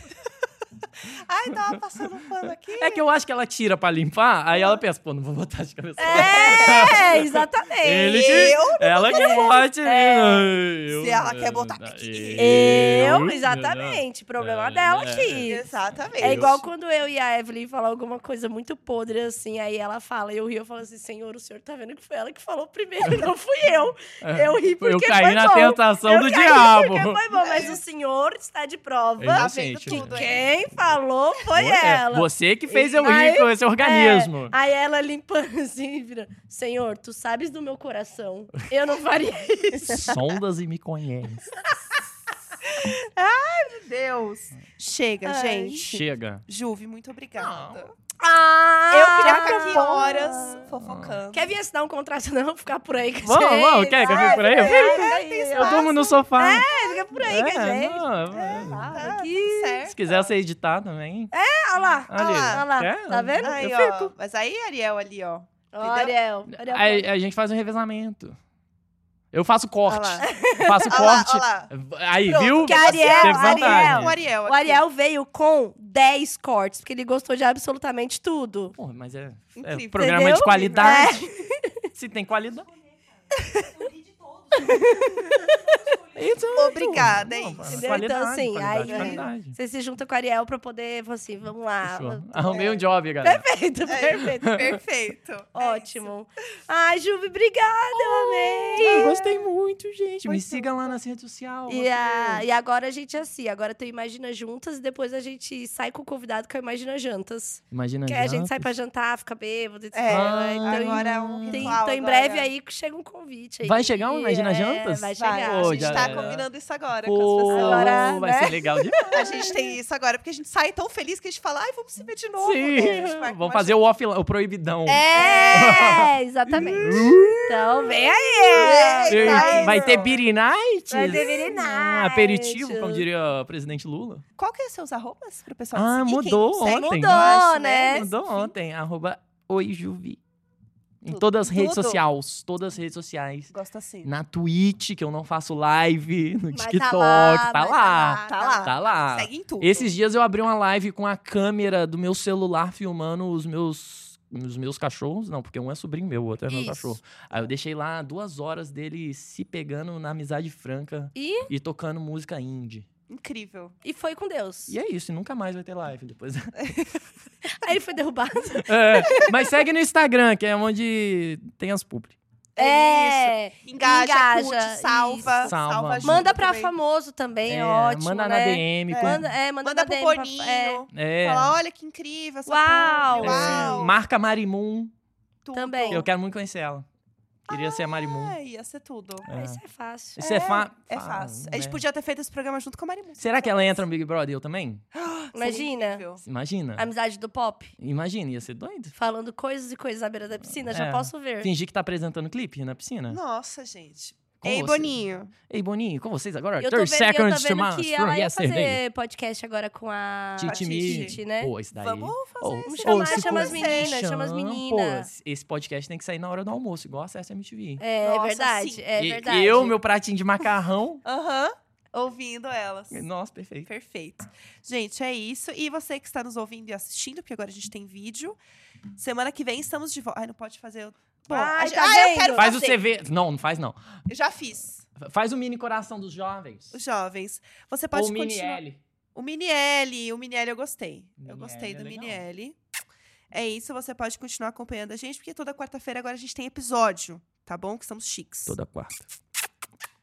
Speaker 2: Ai, tava passando pano aqui.
Speaker 3: É que eu acho que ela tira pra limpar, aí ela pensa, pô, não vou botar de cabeça pra baixo.
Speaker 1: É, exatamente.
Speaker 3: Ele que,
Speaker 2: eu
Speaker 3: ela que pode, né? Eu-
Speaker 2: Se ela quer botar-
Speaker 1: Eu, exatamente. Problema
Speaker 3: É,
Speaker 1: dela
Speaker 3: é,
Speaker 1: aqui.
Speaker 2: Exatamente.
Speaker 1: É igual quando eu e a Evelyn falar alguma coisa muito podre, assim, aí ela fala, e eu rio, eu falo assim, senhor, o senhor tá vendo que foi ela que falou primeiro, não fui eu. Eu ri porque
Speaker 3: É. Eu caí
Speaker 1: foi
Speaker 3: na
Speaker 1: bom.
Speaker 3: tentação
Speaker 1: Eu
Speaker 3: do
Speaker 1: caí
Speaker 3: diabo.
Speaker 1: Porque foi bom, mas o senhor está de prova
Speaker 3: Exato.
Speaker 2: Tá vendo
Speaker 3: Gente,
Speaker 2: tudo,
Speaker 3: né?
Speaker 2: hein?
Speaker 1: quem falou foi
Speaker 3: Vo- é,
Speaker 1: é ela.
Speaker 3: Você que fez eu
Speaker 1: Aí-
Speaker 3: rir com esse organismo.
Speaker 1: É, aí ela limpando assim, vira, senhor, tu sabes do meu coração, eu não faria isso.
Speaker 3: Sondas e me conhece.
Speaker 2: Meu Deus. Chega,
Speaker 1: Ai.
Speaker 2: gente.
Speaker 3: Chega.
Speaker 2: Juve, muito obrigada.
Speaker 1: Ah,
Speaker 2: Eu queria ficar aqui horas fofocando.
Speaker 1: Quer vir assinar um contrato não? Ficar por aí com a
Speaker 3: Vamos,
Speaker 1: gente?
Speaker 3: vamos, quer que eu fique por aí?
Speaker 1: É,
Speaker 3: Eu
Speaker 1: fica aí,
Speaker 3: Eu durmo no sofá.
Speaker 1: É, fica por aí com a
Speaker 3: É,
Speaker 1: gente.
Speaker 3: não, é.
Speaker 1: Ah,
Speaker 2: tá,
Speaker 1: que...
Speaker 2: tudo certo.
Speaker 3: Se quiser ser editar também.
Speaker 1: Olha lá,
Speaker 3: Olha
Speaker 1: olha lá,
Speaker 3: aí.
Speaker 1: olha lá.
Speaker 3: Quer?
Speaker 1: Tá vendo?
Speaker 2: Aí,
Speaker 3: Eu
Speaker 2: ó. Mas aí, Ariel, ali, ó.
Speaker 1: Ó, Ariel. Ariel
Speaker 3: Aí a gente faz um revezamento. Eu faço corte.
Speaker 2: Olha lá.
Speaker 3: Eu faço
Speaker 2: Olha lá,
Speaker 3: corte.
Speaker 2: olha
Speaker 3: Aí,
Speaker 2: Pronto,
Speaker 3: viu?
Speaker 1: que Ariel,
Speaker 3: Teve vantagem.
Speaker 1: Ariel.
Speaker 2: É, O Ariel.
Speaker 1: o
Speaker 2: aqui.
Speaker 1: Ariel veio com 10 cortes, porque ele gostou de absolutamente tudo.
Speaker 3: Pô, mas é, é
Speaker 2: Incrível. É.
Speaker 3: programa
Speaker 1: Entendeu?
Speaker 3: de qualidade. Se tem qualidade. Então,
Speaker 2: Obrigada, é
Speaker 3: não,
Speaker 2: isso.
Speaker 1: Entendeu?
Speaker 3: Qualidade,
Speaker 1: Então, assim,
Speaker 3: qualidade,
Speaker 1: aí-
Speaker 3: qualidade.
Speaker 1: Você se junta com a Ariel pra poder, falar assim, vamos lá.
Speaker 3: Fechou. Arrumei um
Speaker 1: é.
Speaker 3: job, galera.
Speaker 1: Perfeito, perfeito.
Speaker 2: é Perfeito. É
Speaker 1: Ótimo. Ai, Juve, obrigada,
Speaker 3: Oh,
Speaker 1: eu amei.
Speaker 3: Eu gostei muito, gente. Me
Speaker 2: Muito
Speaker 3: siga lá nas redes sociais.
Speaker 1: E, a- e agora a gente é assim, agora tem Imagina Juntas e depois a gente sai com o convidado com a Imagina Jantas.
Speaker 3: Imagina
Speaker 1: Que aí a gente sai
Speaker 3: jantas.
Speaker 1: pra jantar, fica bêbado, etc.
Speaker 2: É,
Speaker 3: Ah,
Speaker 1: então,
Speaker 2: isso. Agora é um
Speaker 1: tem-
Speaker 2: ritual.
Speaker 1: então em
Speaker 2: agora.
Speaker 1: breve aí que chega um convite. Aí
Speaker 3: Vai chegar um
Speaker 1: E,
Speaker 3: Imagina
Speaker 1: é,
Speaker 3: Jantas?
Speaker 1: Vai
Speaker 2: Vai,
Speaker 1: chegar.
Speaker 3: Pô,
Speaker 2: a gente
Speaker 3: já
Speaker 2: tá
Speaker 3: era.
Speaker 2: combinando isso agora com as
Speaker 3: Pô,
Speaker 2: pessoas.
Speaker 1: Agora,
Speaker 3: vai
Speaker 1: né?
Speaker 3: ser legal demais.
Speaker 2: A gente tem isso agora, porque a gente sai tão feliz que a gente fala, ai, vamos se ver de novo. né? A gente
Speaker 3: Sim,
Speaker 2: marca
Speaker 3: vamos
Speaker 2: uma
Speaker 3: fazer o offline, o proibidão.
Speaker 1: É, exatamente.
Speaker 3: Uh,
Speaker 1: então vem aí.
Speaker 3: Ei,
Speaker 2: vai,
Speaker 3: Vai ter
Speaker 2: não.
Speaker 3: beer night?
Speaker 1: Vai ter beer
Speaker 3: Ah,
Speaker 1: night.
Speaker 3: aperitivo, como diria o presidente Lula.
Speaker 2: Qual que é seus arrobas pro pessoal
Speaker 3: Ah,
Speaker 2: seguir?
Speaker 3: mudou
Speaker 2: Quem não segue,
Speaker 3: ontem.
Speaker 2: eu acho,
Speaker 1: Mudou, né? É,
Speaker 3: Mandou ontem, arroba oijuvi. Em todas as
Speaker 2: Tudo.
Speaker 3: redes sociais, todas as redes sociais.
Speaker 2: Gosto assim.
Speaker 3: Na Twitch, que eu não faço live, no
Speaker 1: Mas
Speaker 3: TikTok,
Speaker 1: tá lá,
Speaker 3: tá
Speaker 1: mas
Speaker 3: lá.
Speaker 2: Tá lá.
Speaker 3: Tá lá.
Speaker 2: Segue em tudo.
Speaker 3: Esses dias eu abri uma live com a câmera do meu celular filmando os meus os meus cachorros, não, porque um é sobrinho meu, o outro é meu
Speaker 1: Isso.
Speaker 3: cachorro. Aí eu deixei lá duas horas dele se pegando na amizade franca
Speaker 1: E?
Speaker 3: tocando música indie.
Speaker 2: Incrível.
Speaker 1: E foi com Deus.
Speaker 3: E é isso, e nunca mais vai ter live depois.
Speaker 1: Aí ele foi derrubado.
Speaker 3: É, mas segue no Instagram, que é onde tem as publi.
Speaker 2: É
Speaker 1: É
Speaker 2: isso. Engaja,
Speaker 1: Engaja,
Speaker 2: curte, salva.
Speaker 1: isso.
Speaker 3: Salva.
Speaker 2: Salva. ajuda
Speaker 1: Manda pra
Speaker 2: também.
Speaker 1: famoso também,
Speaker 3: É,
Speaker 1: é ótimo.
Speaker 3: manda na
Speaker 1: né?
Speaker 3: DM. com-
Speaker 1: Manda, é, manda,
Speaker 2: Manda
Speaker 1: na
Speaker 2: pro
Speaker 1: DM pra-
Speaker 2: Boninho.
Speaker 1: é.
Speaker 3: É,
Speaker 2: Fala, olha que incrível essa
Speaker 1: Uau.
Speaker 2: publi,
Speaker 3: é,
Speaker 2: Uau.
Speaker 3: marca Marimun.
Speaker 2: tudo.
Speaker 1: também.
Speaker 3: Eu quero muito conhecer ela. Queria ser a
Speaker 1: é.
Speaker 3: Marimun.
Speaker 2: Ai, ia ser tudo.
Speaker 1: Ah, Isso é fácil.
Speaker 3: Isso é, fa-
Speaker 2: É
Speaker 3: fa-
Speaker 2: fácil. A gente
Speaker 3: né?
Speaker 2: podia ter feito esse programa junto com a Marimun.
Speaker 3: Será que ela entra no Big Brother? Eu também?
Speaker 1: Imagina.
Speaker 2: Incrível.
Speaker 3: Imagina.
Speaker 1: Amizade do pop.
Speaker 3: Imagina, ia ser doido.
Speaker 1: Falando coisas e coisas à beira da piscina,
Speaker 3: É.
Speaker 1: já posso ver.
Speaker 3: Fingir que tá apresentando clipe na piscina.
Speaker 2: Nossa, gente.
Speaker 3: Com
Speaker 2: Ei,
Speaker 3: vocês.
Speaker 2: Boninho.
Speaker 3: Ei, Boninho, com vocês agora.
Speaker 1: Eu tô
Speaker 3: 30
Speaker 1: vendo, eu tô
Speaker 3: Seconds to
Speaker 1: vendo
Speaker 3: Mars
Speaker 1: que
Speaker 3: from
Speaker 1: ela ia
Speaker 3: Yesterday.
Speaker 1: fazer podcast agora com a
Speaker 3: Titi
Speaker 2: Mi.
Speaker 1: Titi, né?
Speaker 3: Pô, esse daí.
Speaker 2: Vamos fazer
Speaker 3: Ô,
Speaker 2: esse
Speaker 1: Vamos
Speaker 3: ô,
Speaker 1: chamar,
Speaker 3: se
Speaker 1: chama as
Speaker 3: for-
Speaker 1: meninas, chama as
Speaker 3: Chama,
Speaker 1: meninas.
Speaker 3: Pô, esse podcast tem que sair na hora do almoço, igual acesso MTV.
Speaker 1: É
Speaker 2: Nossa,
Speaker 1: verdade,
Speaker 2: sim.
Speaker 1: é
Speaker 3: E-
Speaker 1: verdade.
Speaker 3: e eu, meu pratinho de macarrão.
Speaker 2: Aham. Ouvindo elas.
Speaker 3: Nossa, perfeito.
Speaker 2: Perfeito. Gente, é isso. E você que está nos ouvindo e assistindo, porque agora a gente tem vídeo. Semana que vem estamos de volta. Ai, não pode fazer. o- Bom,
Speaker 1: Ai,
Speaker 2: a gente-
Speaker 1: tá
Speaker 2: ah, eu
Speaker 1: vendo?
Speaker 2: quero
Speaker 3: Faz o
Speaker 2: fazer.
Speaker 3: CV. Não, não faz não.
Speaker 2: Eu já fiz.
Speaker 3: Faz o mini coração dos jovens.
Speaker 2: Os jovens. Você pode
Speaker 3: Ou o mini
Speaker 2: continuar.
Speaker 3: L.
Speaker 2: O Mini L, o Mini L eu gostei. eu
Speaker 3: Mini
Speaker 2: gostei
Speaker 3: L é
Speaker 2: do Mini
Speaker 3: legal.
Speaker 2: L. É isso, você pode continuar acompanhando a gente, porque toda quarta-feira agora a gente tem episódio, tá bom? Que somos chiques.
Speaker 3: Toda quarta.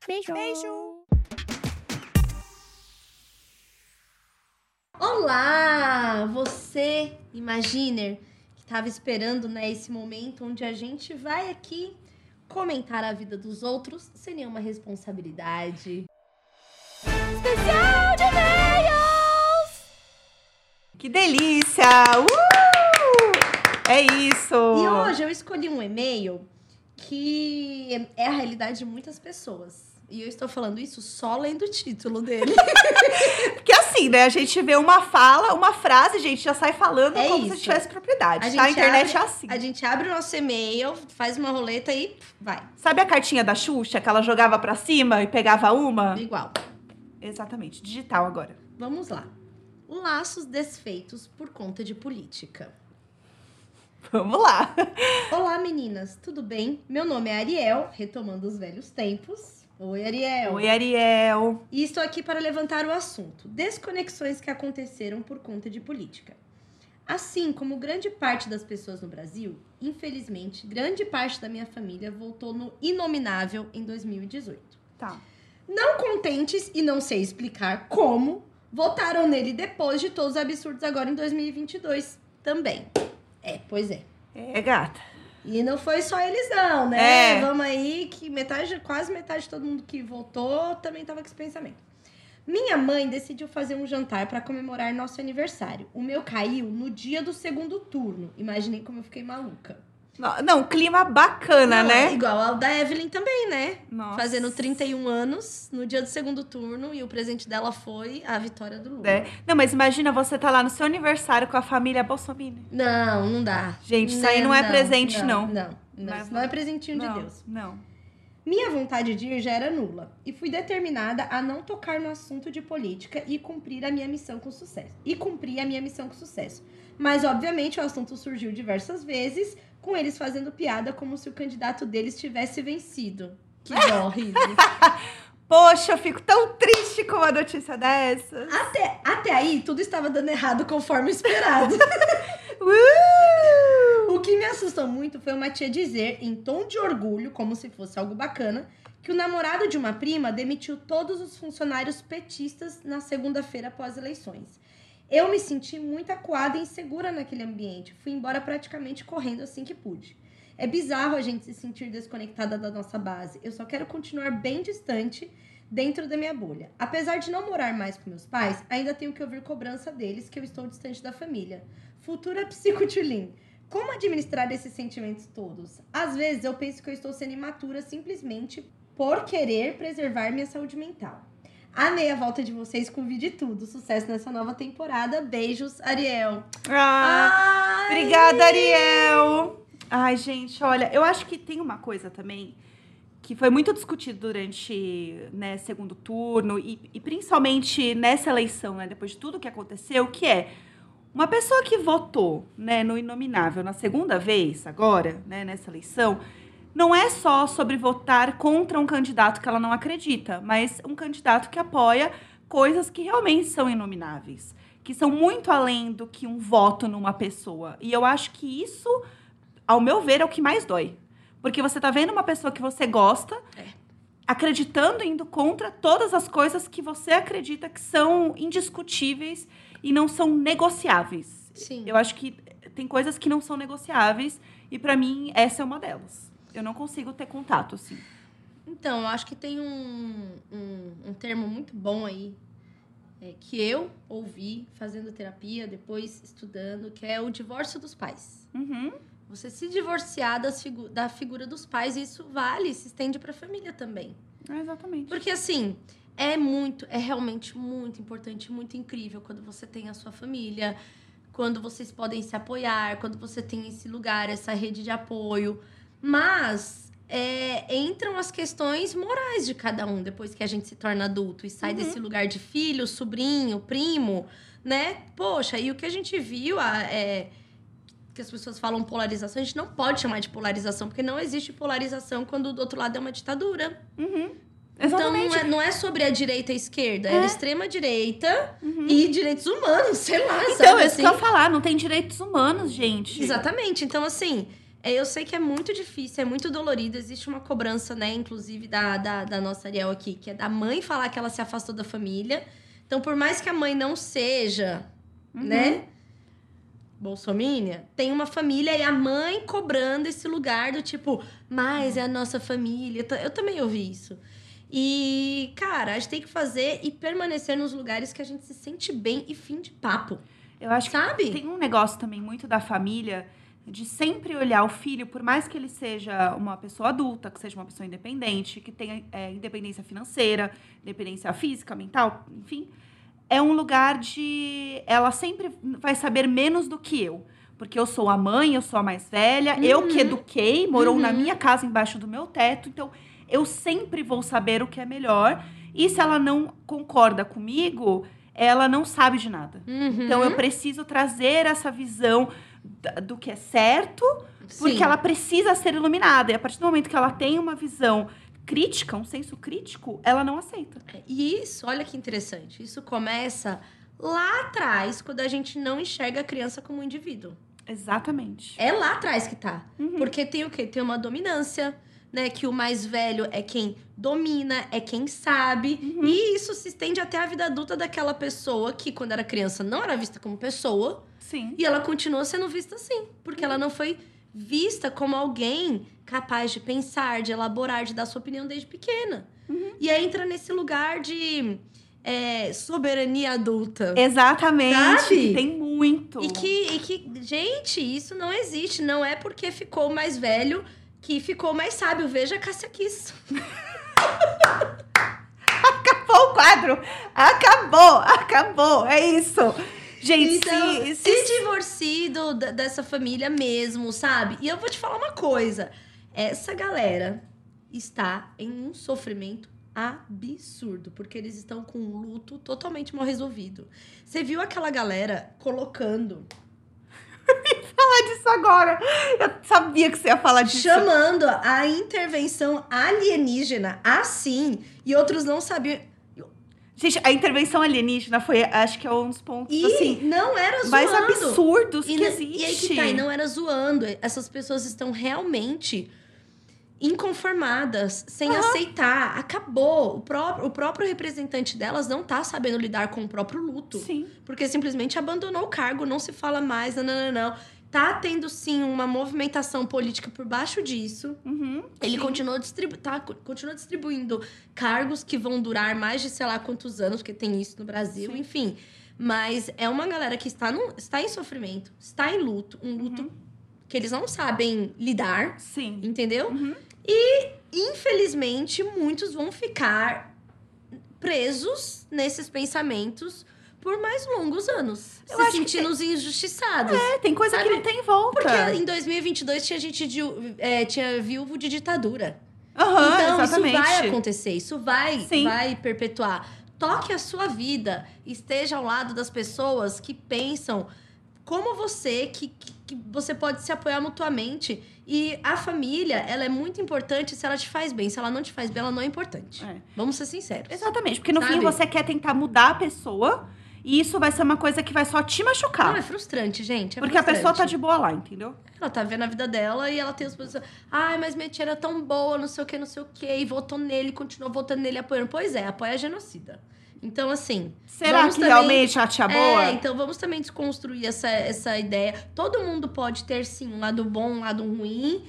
Speaker 1: Beijo.
Speaker 2: Beijo!
Speaker 1: Olá, você, Imaginer, que estava esperando né, esse momento onde a gente vai aqui comentar a vida dos outros sem nenhuma responsabilidade. Especial de e-mails!
Speaker 2: Que delícia! Uh! É isso!
Speaker 1: E hoje eu escolhi um e-mail que é a realidade de muitas pessoas. E eu estou falando isso só lendo o título dele.
Speaker 4: Porque assim, né? A gente vê uma fala, uma frase, a gente já sai falando
Speaker 1: É
Speaker 4: como
Speaker 1: isso.
Speaker 4: se tivesse propriedade.
Speaker 1: A
Speaker 4: A,
Speaker 1: gente
Speaker 4: tá? a internet
Speaker 1: abre-
Speaker 4: é assim.
Speaker 1: A gente abre o nosso e-mail, faz uma roleta e pff, vai.
Speaker 4: Sabe a cartinha da Xuxa que ela jogava pra cima e pegava
Speaker 2: Tá.
Speaker 4: uma?
Speaker 1: Igual.
Speaker 4: Exatamente, digital agora.
Speaker 1: Vamos lá. Laços desfeitos por conta de política.
Speaker 4: Vamos lá.
Speaker 1: Olá, meninas, tudo bem? Meu nome é Ariel, retomando os velhos tempos. Oi, Ariel.
Speaker 4: Oi, Ariel.
Speaker 1: E estou aqui para levantar o assunto: desconexões que aconteceram por conta de política. Assim como grande parte das pessoas no Brasil, infelizmente, grande parte da minha família voltou no inominável em 2018.
Speaker 4: Tá.
Speaker 1: Não contentes e não sei explicar como, votaram nele depois de todos os absurdos agora em 2022 também. É, pois é.
Speaker 4: É, gata.
Speaker 1: E não foi só eles não, né?
Speaker 4: É.
Speaker 1: Vamos aí que metade, quase metade de todo mundo que votou também tava com esse pensamento. Minha mãe decidiu fazer um jantar para comemorar nosso aniversário. O meu caiu no dia do segundo turno. Imaginem como eu fiquei maluca.
Speaker 4: No- Não, clima bacana,
Speaker 1: Não,
Speaker 4: né?
Speaker 1: Igual ao da Evelyn também, né?
Speaker 4: Nossa.
Speaker 1: Fazendo 31 anos no dia do segundo turno e o presente dela foi a vitória do Lula.
Speaker 4: É. Não, mas imagina você tá lá no seu aniversário com a família Bolsonaro.
Speaker 1: Não, não dá.
Speaker 4: Gente, isso aí não é presente, não.
Speaker 1: Não, não, não,
Speaker 4: Mas
Speaker 1: isso não é presentinho
Speaker 4: não,
Speaker 1: de Deus.
Speaker 4: Não.
Speaker 1: Minha vontade de ir já era nula e fui determinada a não tocar no assunto de política e cumprir a minha missão com sucesso. E cumprir a minha missão com sucesso. Mas obviamente o assunto surgiu diversas vezes, com eles fazendo piada como se o candidato deles tivesse vencido. Que dó, riso.
Speaker 2: Poxa, eu fico tão triste com uma notícia dessa.
Speaker 1: Até, É, até aí, tudo estava dando errado conforme esperado.
Speaker 2: Uh!
Speaker 1: O que me assustou muito foi uma tia dizer, em tom de orgulho, como se fosse algo bacana, que o namorado de uma prima demitiu todos os funcionários petistas na segunda-feira após eleições. Eu me senti muito acuada e insegura naquele ambiente. Fui embora praticamente correndo assim que pude. É bizarro a gente se sentir desconectada da nossa base. Eu só quero continuar bem distante dentro da minha bolha. Apesar de não morar mais com meus pais, ainda tenho que ouvir cobrança deles que eu estou distante da família. Futura psicotulin. Como administrar esses sentimentos todos? Às vezes eu penso que eu estou sendo imatura simplesmente por querer preservar minha saúde mental. Amei a volta de vocês com vídeo e tudo. Sucesso nessa nova temporada. Beijos, Ariel.
Speaker 2: Ah,
Speaker 1: Ai!
Speaker 2: obrigada, Ariel. Ai, gente, olha, eu acho que tem uma coisa também que foi muito discutido durante né, segundo turno e, e principalmente nessa eleição, né, depois de tudo que aconteceu, que é uma pessoa que votou né, no inominável na segunda vez, agora, né, nessa eleição, não é só sobre votar contra um candidato que ela não acredita, mas um candidato que apoia coisas que realmente são inomináveis, que são muito além do que um voto numa pessoa. E eu acho que isso, ao meu ver, é o que mais dói. Porque você tá vendo uma pessoa que você gosta,
Speaker 1: É.
Speaker 2: acreditando e indo contra todas as coisas que você acredita que são indiscutíveis e não são negociáveis.
Speaker 1: Sim.
Speaker 2: Eu acho que tem coisas que não são negociáveis e pra mim essa é uma delas. Eu não consigo ter contato assim.
Speaker 1: Então, eu acho que tem um, um, um termo muito bom aí, é, que eu ouvi fazendo terapia, depois estudando, que é o divórcio dos pais.
Speaker 2: Uhum.
Speaker 1: Você se divorciar das figu- da figura dos pais, isso vale, se estende pra família também.
Speaker 2: É, exatamente.
Speaker 1: Porque assim, é muito, é realmente muito importante, muito incrível quando você tem a sua família, quando vocês podem se apoiar, quando você tem esse lugar, essa rede de apoio. Mas é, entram as questões morais de cada um depois que a gente se torna adulto e sai desse lugar de filho, sobrinho, primo, né? Poxa, e o que a gente viu a- é, que as pessoas falam polarização, a gente não pode chamar de polarização, porque não existe polarização quando do outro lado é uma ditadura.
Speaker 2: Uhum.
Speaker 1: Então não
Speaker 2: Exatamente. É.
Speaker 1: é, não é sobre a direita e a esquerda, era extrema direita
Speaker 2: Uhum.
Speaker 1: e direitos humanos, sei lá,
Speaker 2: Então,
Speaker 1: sabe
Speaker 2: é isso
Speaker 1: assim?
Speaker 2: que eu ia falar, não tem direitos humanos, gente.
Speaker 1: Exatamente. Então, assim, é, eu sei que é muito difícil, é muito dolorido. Existe uma cobrança, né, inclusive, da, da, da nossa Ariel aqui, que é da mãe falar que ela se afastou da família. Então, por mais que a mãe não seja,
Speaker 2: Uhum.
Speaker 1: né? Bolsomínia, tem uma família e a mãe cobrando esse lugar do tipo, mas é a nossa família. Eu ta- Eu também ouvi isso. E, cara, a gente tem que fazer e permanecer nos lugares que a gente se sente bem e fim de papo.
Speaker 2: Eu acho que
Speaker 1: Sabe?
Speaker 2: Tem um negócio também muito da família de sempre olhar o filho, por mais que ele seja uma pessoa adulta, que seja uma pessoa independente, que tenha é, independência financeira, independência física, mental, enfim, é um lugar de ela sempre vai saber menos do que eu. Porque eu sou a mãe, eu sou a mais velha, eu que eduquei, morou na minha casa embaixo do meu teto, então eu sempre vou saber o que é melhor. E se ela não concorda comigo, ela não sabe de nada.
Speaker 1: Uhum.
Speaker 2: Então eu preciso trazer essa visão da- do que é certo, porque
Speaker 1: Sim.
Speaker 2: ela precisa ser iluminada. E a partir do momento que ela tem uma visão crítica, um senso crítico, ela não aceita.
Speaker 1: E isso, olha que interessante, isso começa lá atrás, quando a gente não enxerga a criança como um indivíduo.
Speaker 2: Exatamente.
Speaker 1: É lá atrás que tá.
Speaker 2: Uhum.
Speaker 1: Porque tem o quê? Tem uma dominância, né? Que o mais velho é quem domina, é quem sabe. E isso se estende até a vida adulta daquela pessoa que, quando era criança, não era vista como pessoa.
Speaker 2: Sim.
Speaker 1: E ela continua sendo vista assim. Porque ela não foi vista como alguém capaz de pensar, de elaborar, de dar sua opinião desde pequena. E aí entra nesse lugar de é, soberania adulta.
Speaker 2: Exatamente.
Speaker 1: Sabe?
Speaker 2: Tem muito.
Speaker 1: E que, e que, gente, isso não existe. Não é porque ficou mais velho que ficou mais sábio. Veja Cássia Kiss.
Speaker 2: Acabou o quadro! Acabou! Acabou! É isso! Gente,
Speaker 1: Então,
Speaker 2: se,
Speaker 1: se,
Speaker 2: se-
Speaker 1: divorcie do- da- dessa família mesmo, sabe? E eu vou te falar uma coisa. Essa galera está em um sofrimento absurdo, porque eles estão com um luto totalmente mal resolvido. Você viu aquela galera colocando
Speaker 2: falar disso agora. Eu sabia que você ia falar disso.
Speaker 1: Chamando a intervenção alienígena assim, e outros não sabiam.
Speaker 2: Gente, a intervenção alienígena foi, acho que é um dos pontos,
Speaker 1: E
Speaker 2: assim,
Speaker 1: não era tá zoando.
Speaker 2: mais absurdos
Speaker 1: e,
Speaker 2: que
Speaker 1: ne-
Speaker 2: existe.
Speaker 1: e aí que tá, e não era zoando. Essas pessoas estão realmente inconformadas, sem aceitar. Acabou. O, pró o próprio representante delas não tá sabendo lidar com o próprio luto.
Speaker 2: Sim.
Speaker 1: Porque simplesmente abandonou o cargo, não se fala mais, não, não, não, não. Tá tendo, sim, uma movimentação política por baixo disso.
Speaker 2: Uhum.
Speaker 1: Ele continua, distribu tá, co- continua distribuindo cargos que vão durar mais de sei lá quantos anos, porque tem isso no Brasil,
Speaker 2: Sim.
Speaker 1: enfim. Mas é uma galera que está, num, está em sofrimento, está em luto, um luto
Speaker 2: Uhum.
Speaker 1: que eles não sabem lidar,
Speaker 2: Sim.
Speaker 1: entendeu?
Speaker 2: Uhum.
Speaker 1: E, infelizmente, muitos vão ficar presos nesses pensamentos por mais longos anos,
Speaker 2: Eu
Speaker 1: se
Speaker 2: acho que
Speaker 1: sentindo injustiçados.
Speaker 2: É, tem coisa
Speaker 1: Sabe?
Speaker 2: que não tem volta.
Speaker 1: Porque em 2022 tinha gente de, é, tinha viúvo de ditadura.
Speaker 2: Aham,
Speaker 1: Então,
Speaker 2: exatamente.
Speaker 1: isso vai acontecer, isso vai,
Speaker 2: Sim.
Speaker 1: vai perpetuar. Toque a sua vida, esteja ao lado das pessoas que pensam como você, que, que que você pode se apoiar mutuamente. E a família, ela é muito importante se ela te faz bem. Se ela não te faz bem, ela não é importante.
Speaker 2: É.
Speaker 1: Vamos ser sinceros.
Speaker 2: Exatamente, porque no
Speaker 1: Sabe?
Speaker 2: fim você quer tentar mudar a pessoa e isso vai ser uma coisa que vai só te machucar.
Speaker 1: Não, é frustrante, gente. é
Speaker 2: porque a pessoa tá
Speaker 1: frustrante.
Speaker 2: de boa lá, entendeu?
Speaker 1: Ela tá vendo a vida dela e ela tem as pessoas. Ai, mas minha tia era tão boa, não sei o que, não sei o que. E votou nele, continuou votando nele, apoiando. Pois é, apoia a genocida. Então, assim.
Speaker 2: Será
Speaker 1: vamos
Speaker 2: que
Speaker 1: também-
Speaker 2: realmente a tia boa?
Speaker 1: É, então vamos também desconstruir essa, essa ideia. Todo mundo pode ter, sim, um lado bom, um lado ruim.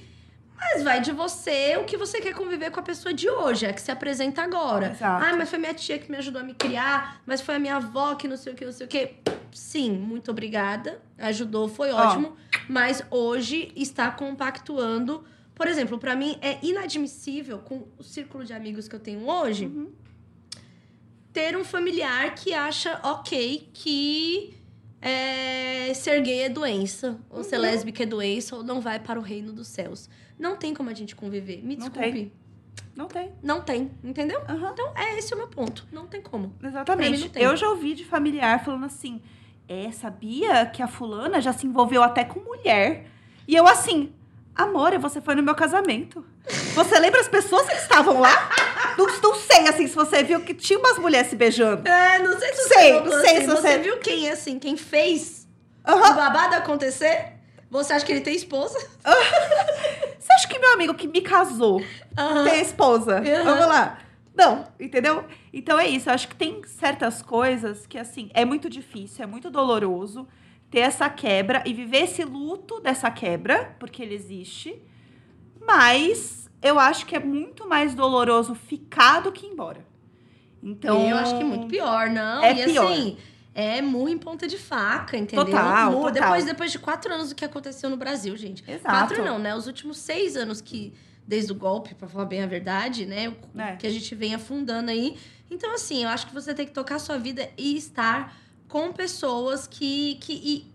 Speaker 1: Mas vai de você o que você quer conviver com a pessoa de hoje, a que se apresenta agora.
Speaker 2: Exato.
Speaker 1: Ai, mas foi minha tia que me ajudou a me criar, mas foi a minha avó que não sei o que, não sei o que. Sim, muito obrigada. Ajudou, foi
Speaker 2: Ó.
Speaker 1: ótimo. Mas hoje está compactuando. Por exemplo, pra mim é inadmissível com o círculo de amigos que eu tenho hoje
Speaker 2: Uhum.
Speaker 1: ter um familiar que acha ok que é, ser gay é doença, ou ser lésbica é doença, ou não vai para o reino dos céus. Não tem como a gente conviver. Me
Speaker 2: Não
Speaker 1: desculpe.
Speaker 2: Não tem.
Speaker 1: Não tem, entendeu?
Speaker 2: Aham.
Speaker 1: Então, é esse é o meu ponto. Não tem como. Pra mim não
Speaker 2: Exatamente.
Speaker 1: tem.
Speaker 2: Eu já ouvi de familiar falando assim: é, sabia que a fulana já se envolveu até com mulher. E eu assim, amor, você foi no meu casamento. Você lembra as pessoas que estavam lá? Não, não sei, assim, se você viu que tinha umas mulheres se beijando.
Speaker 1: É, não sei se você
Speaker 2: Sei,
Speaker 1: falou
Speaker 2: sei
Speaker 1: assim,
Speaker 2: se
Speaker 1: Você
Speaker 2: você-
Speaker 1: viu quem, assim, quem fez
Speaker 2: Aham.
Speaker 1: o babado acontecer? Você acha que ele tem esposa?
Speaker 2: Você acha que meu amigo que me casou
Speaker 1: Aham.
Speaker 2: tem esposa?
Speaker 1: Aham.
Speaker 2: Vamos lá. Não, entendeu? Então é isso. Eu acho que tem certas coisas que, assim, é muito difícil, é muito doloroso ter essa quebra e viver esse luto dessa quebra, porque ele existe. Mas eu acho que é muito mais doloroso ficar do que ir embora. Então.
Speaker 1: Eu acho que é muito pior, não.
Speaker 2: É
Speaker 1: e
Speaker 2: pior.
Speaker 1: assim, é murro em ponta de faca, entendeu?
Speaker 2: Total,
Speaker 1: Murro.
Speaker 2: total.
Speaker 1: Depois, depois de quatro anos do que aconteceu no Brasil, gente.
Speaker 2: Exato.
Speaker 1: Quatro não, né? Os últimos seis anos que, desde o golpe, pra falar bem a verdade, né? O-
Speaker 2: É.
Speaker 1: Que a gente vem afundando aí. Então, assim, eu acho que você tem que tocar a sua vida e estar com pessoas que, que, e-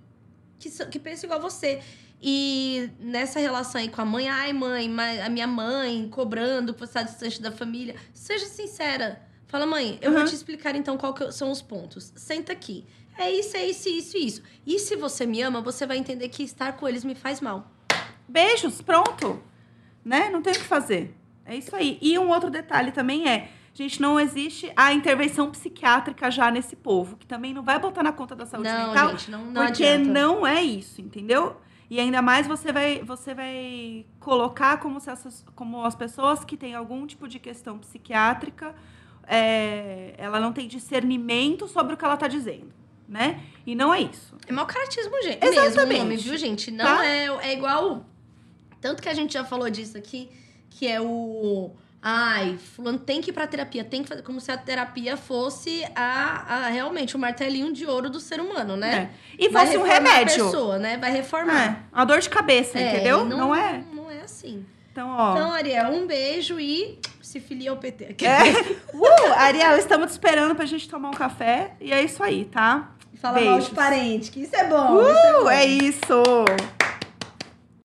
Speaker 1: que, são- que pensam igual você. E nessa relação aí com a mãe, ai mãe, mas a minha mãe cobrando que você está distante da família, seja sincera. Fala, mãe, eu vou
Speaker 2: Uhum.
Speaker 1: te explicar então qual que são os pontos. Senta aqui. É isso, é isso, isso e isso. E se você me ama, você vai entender que estar com eles me faz mal.
Speaker 2: Beijos, pronto. Né? Não tem o que fazer. É isso aí. E um outro detalhe também é, gente, não existe a intervenção psiquiátrica já nesse povo, que também não vai botar na conta da saúde
Speaker 1: não,
Speaker 2: mental,
Speaker 1: gente, não, não
Speaker 2: porque
Speaker 1: adianta.
Speaker 2: não é isso, entendeu? E ainda mais você vai, você vai colocar como, se essas, como as pessoas que têm algum tipo de questão psiquiátrica, é, ela não tem discernimento sobre o que ela está dizendo, né? E não é isso.
Speaker 1: É mau caratismo, gente. Mesmo
Speaker 2: Exatamente.
Speaker 1: o nome, viu, gente? Não
Speaker 2: Tá?
Speaker 1: é, é igual. Tanto que a gente já falou disso aqui, que é o. Ai, fulano tem que ir pra terapia, tem que fazer. Como se a terapia fosse a, a- realmente o martelinho de ouro do ser humano, né?
Speaker 2: E
Speaker 1: Vai
Speaker 2: fosse um
Speaker 1: reformar a
Speaker 2: remédio.
Speaker 1: pessoa, né? Vai reformar.
Speaker 2: É, uma dor de cabeça,
Speaker 1: É,
Speaker 2: entendeu?
Speaker 1: e
Speaker 2: Não, é.
Speaker 1: Não é assim.
Speaker 2: Então, ó.
Speaker 1: Então, Ariel, um beijo e se filia ao PT.
Speaker 2: É. Uh, Ariel, estamos te esperando pra gente tomar um café. E é isso aí, tá?
Speaker 1: Fala mal de
Speaker 2: beijos.
Speaker 1: parente, que isso é bom. isso é bom.
Speaker 2: Uh, é isso.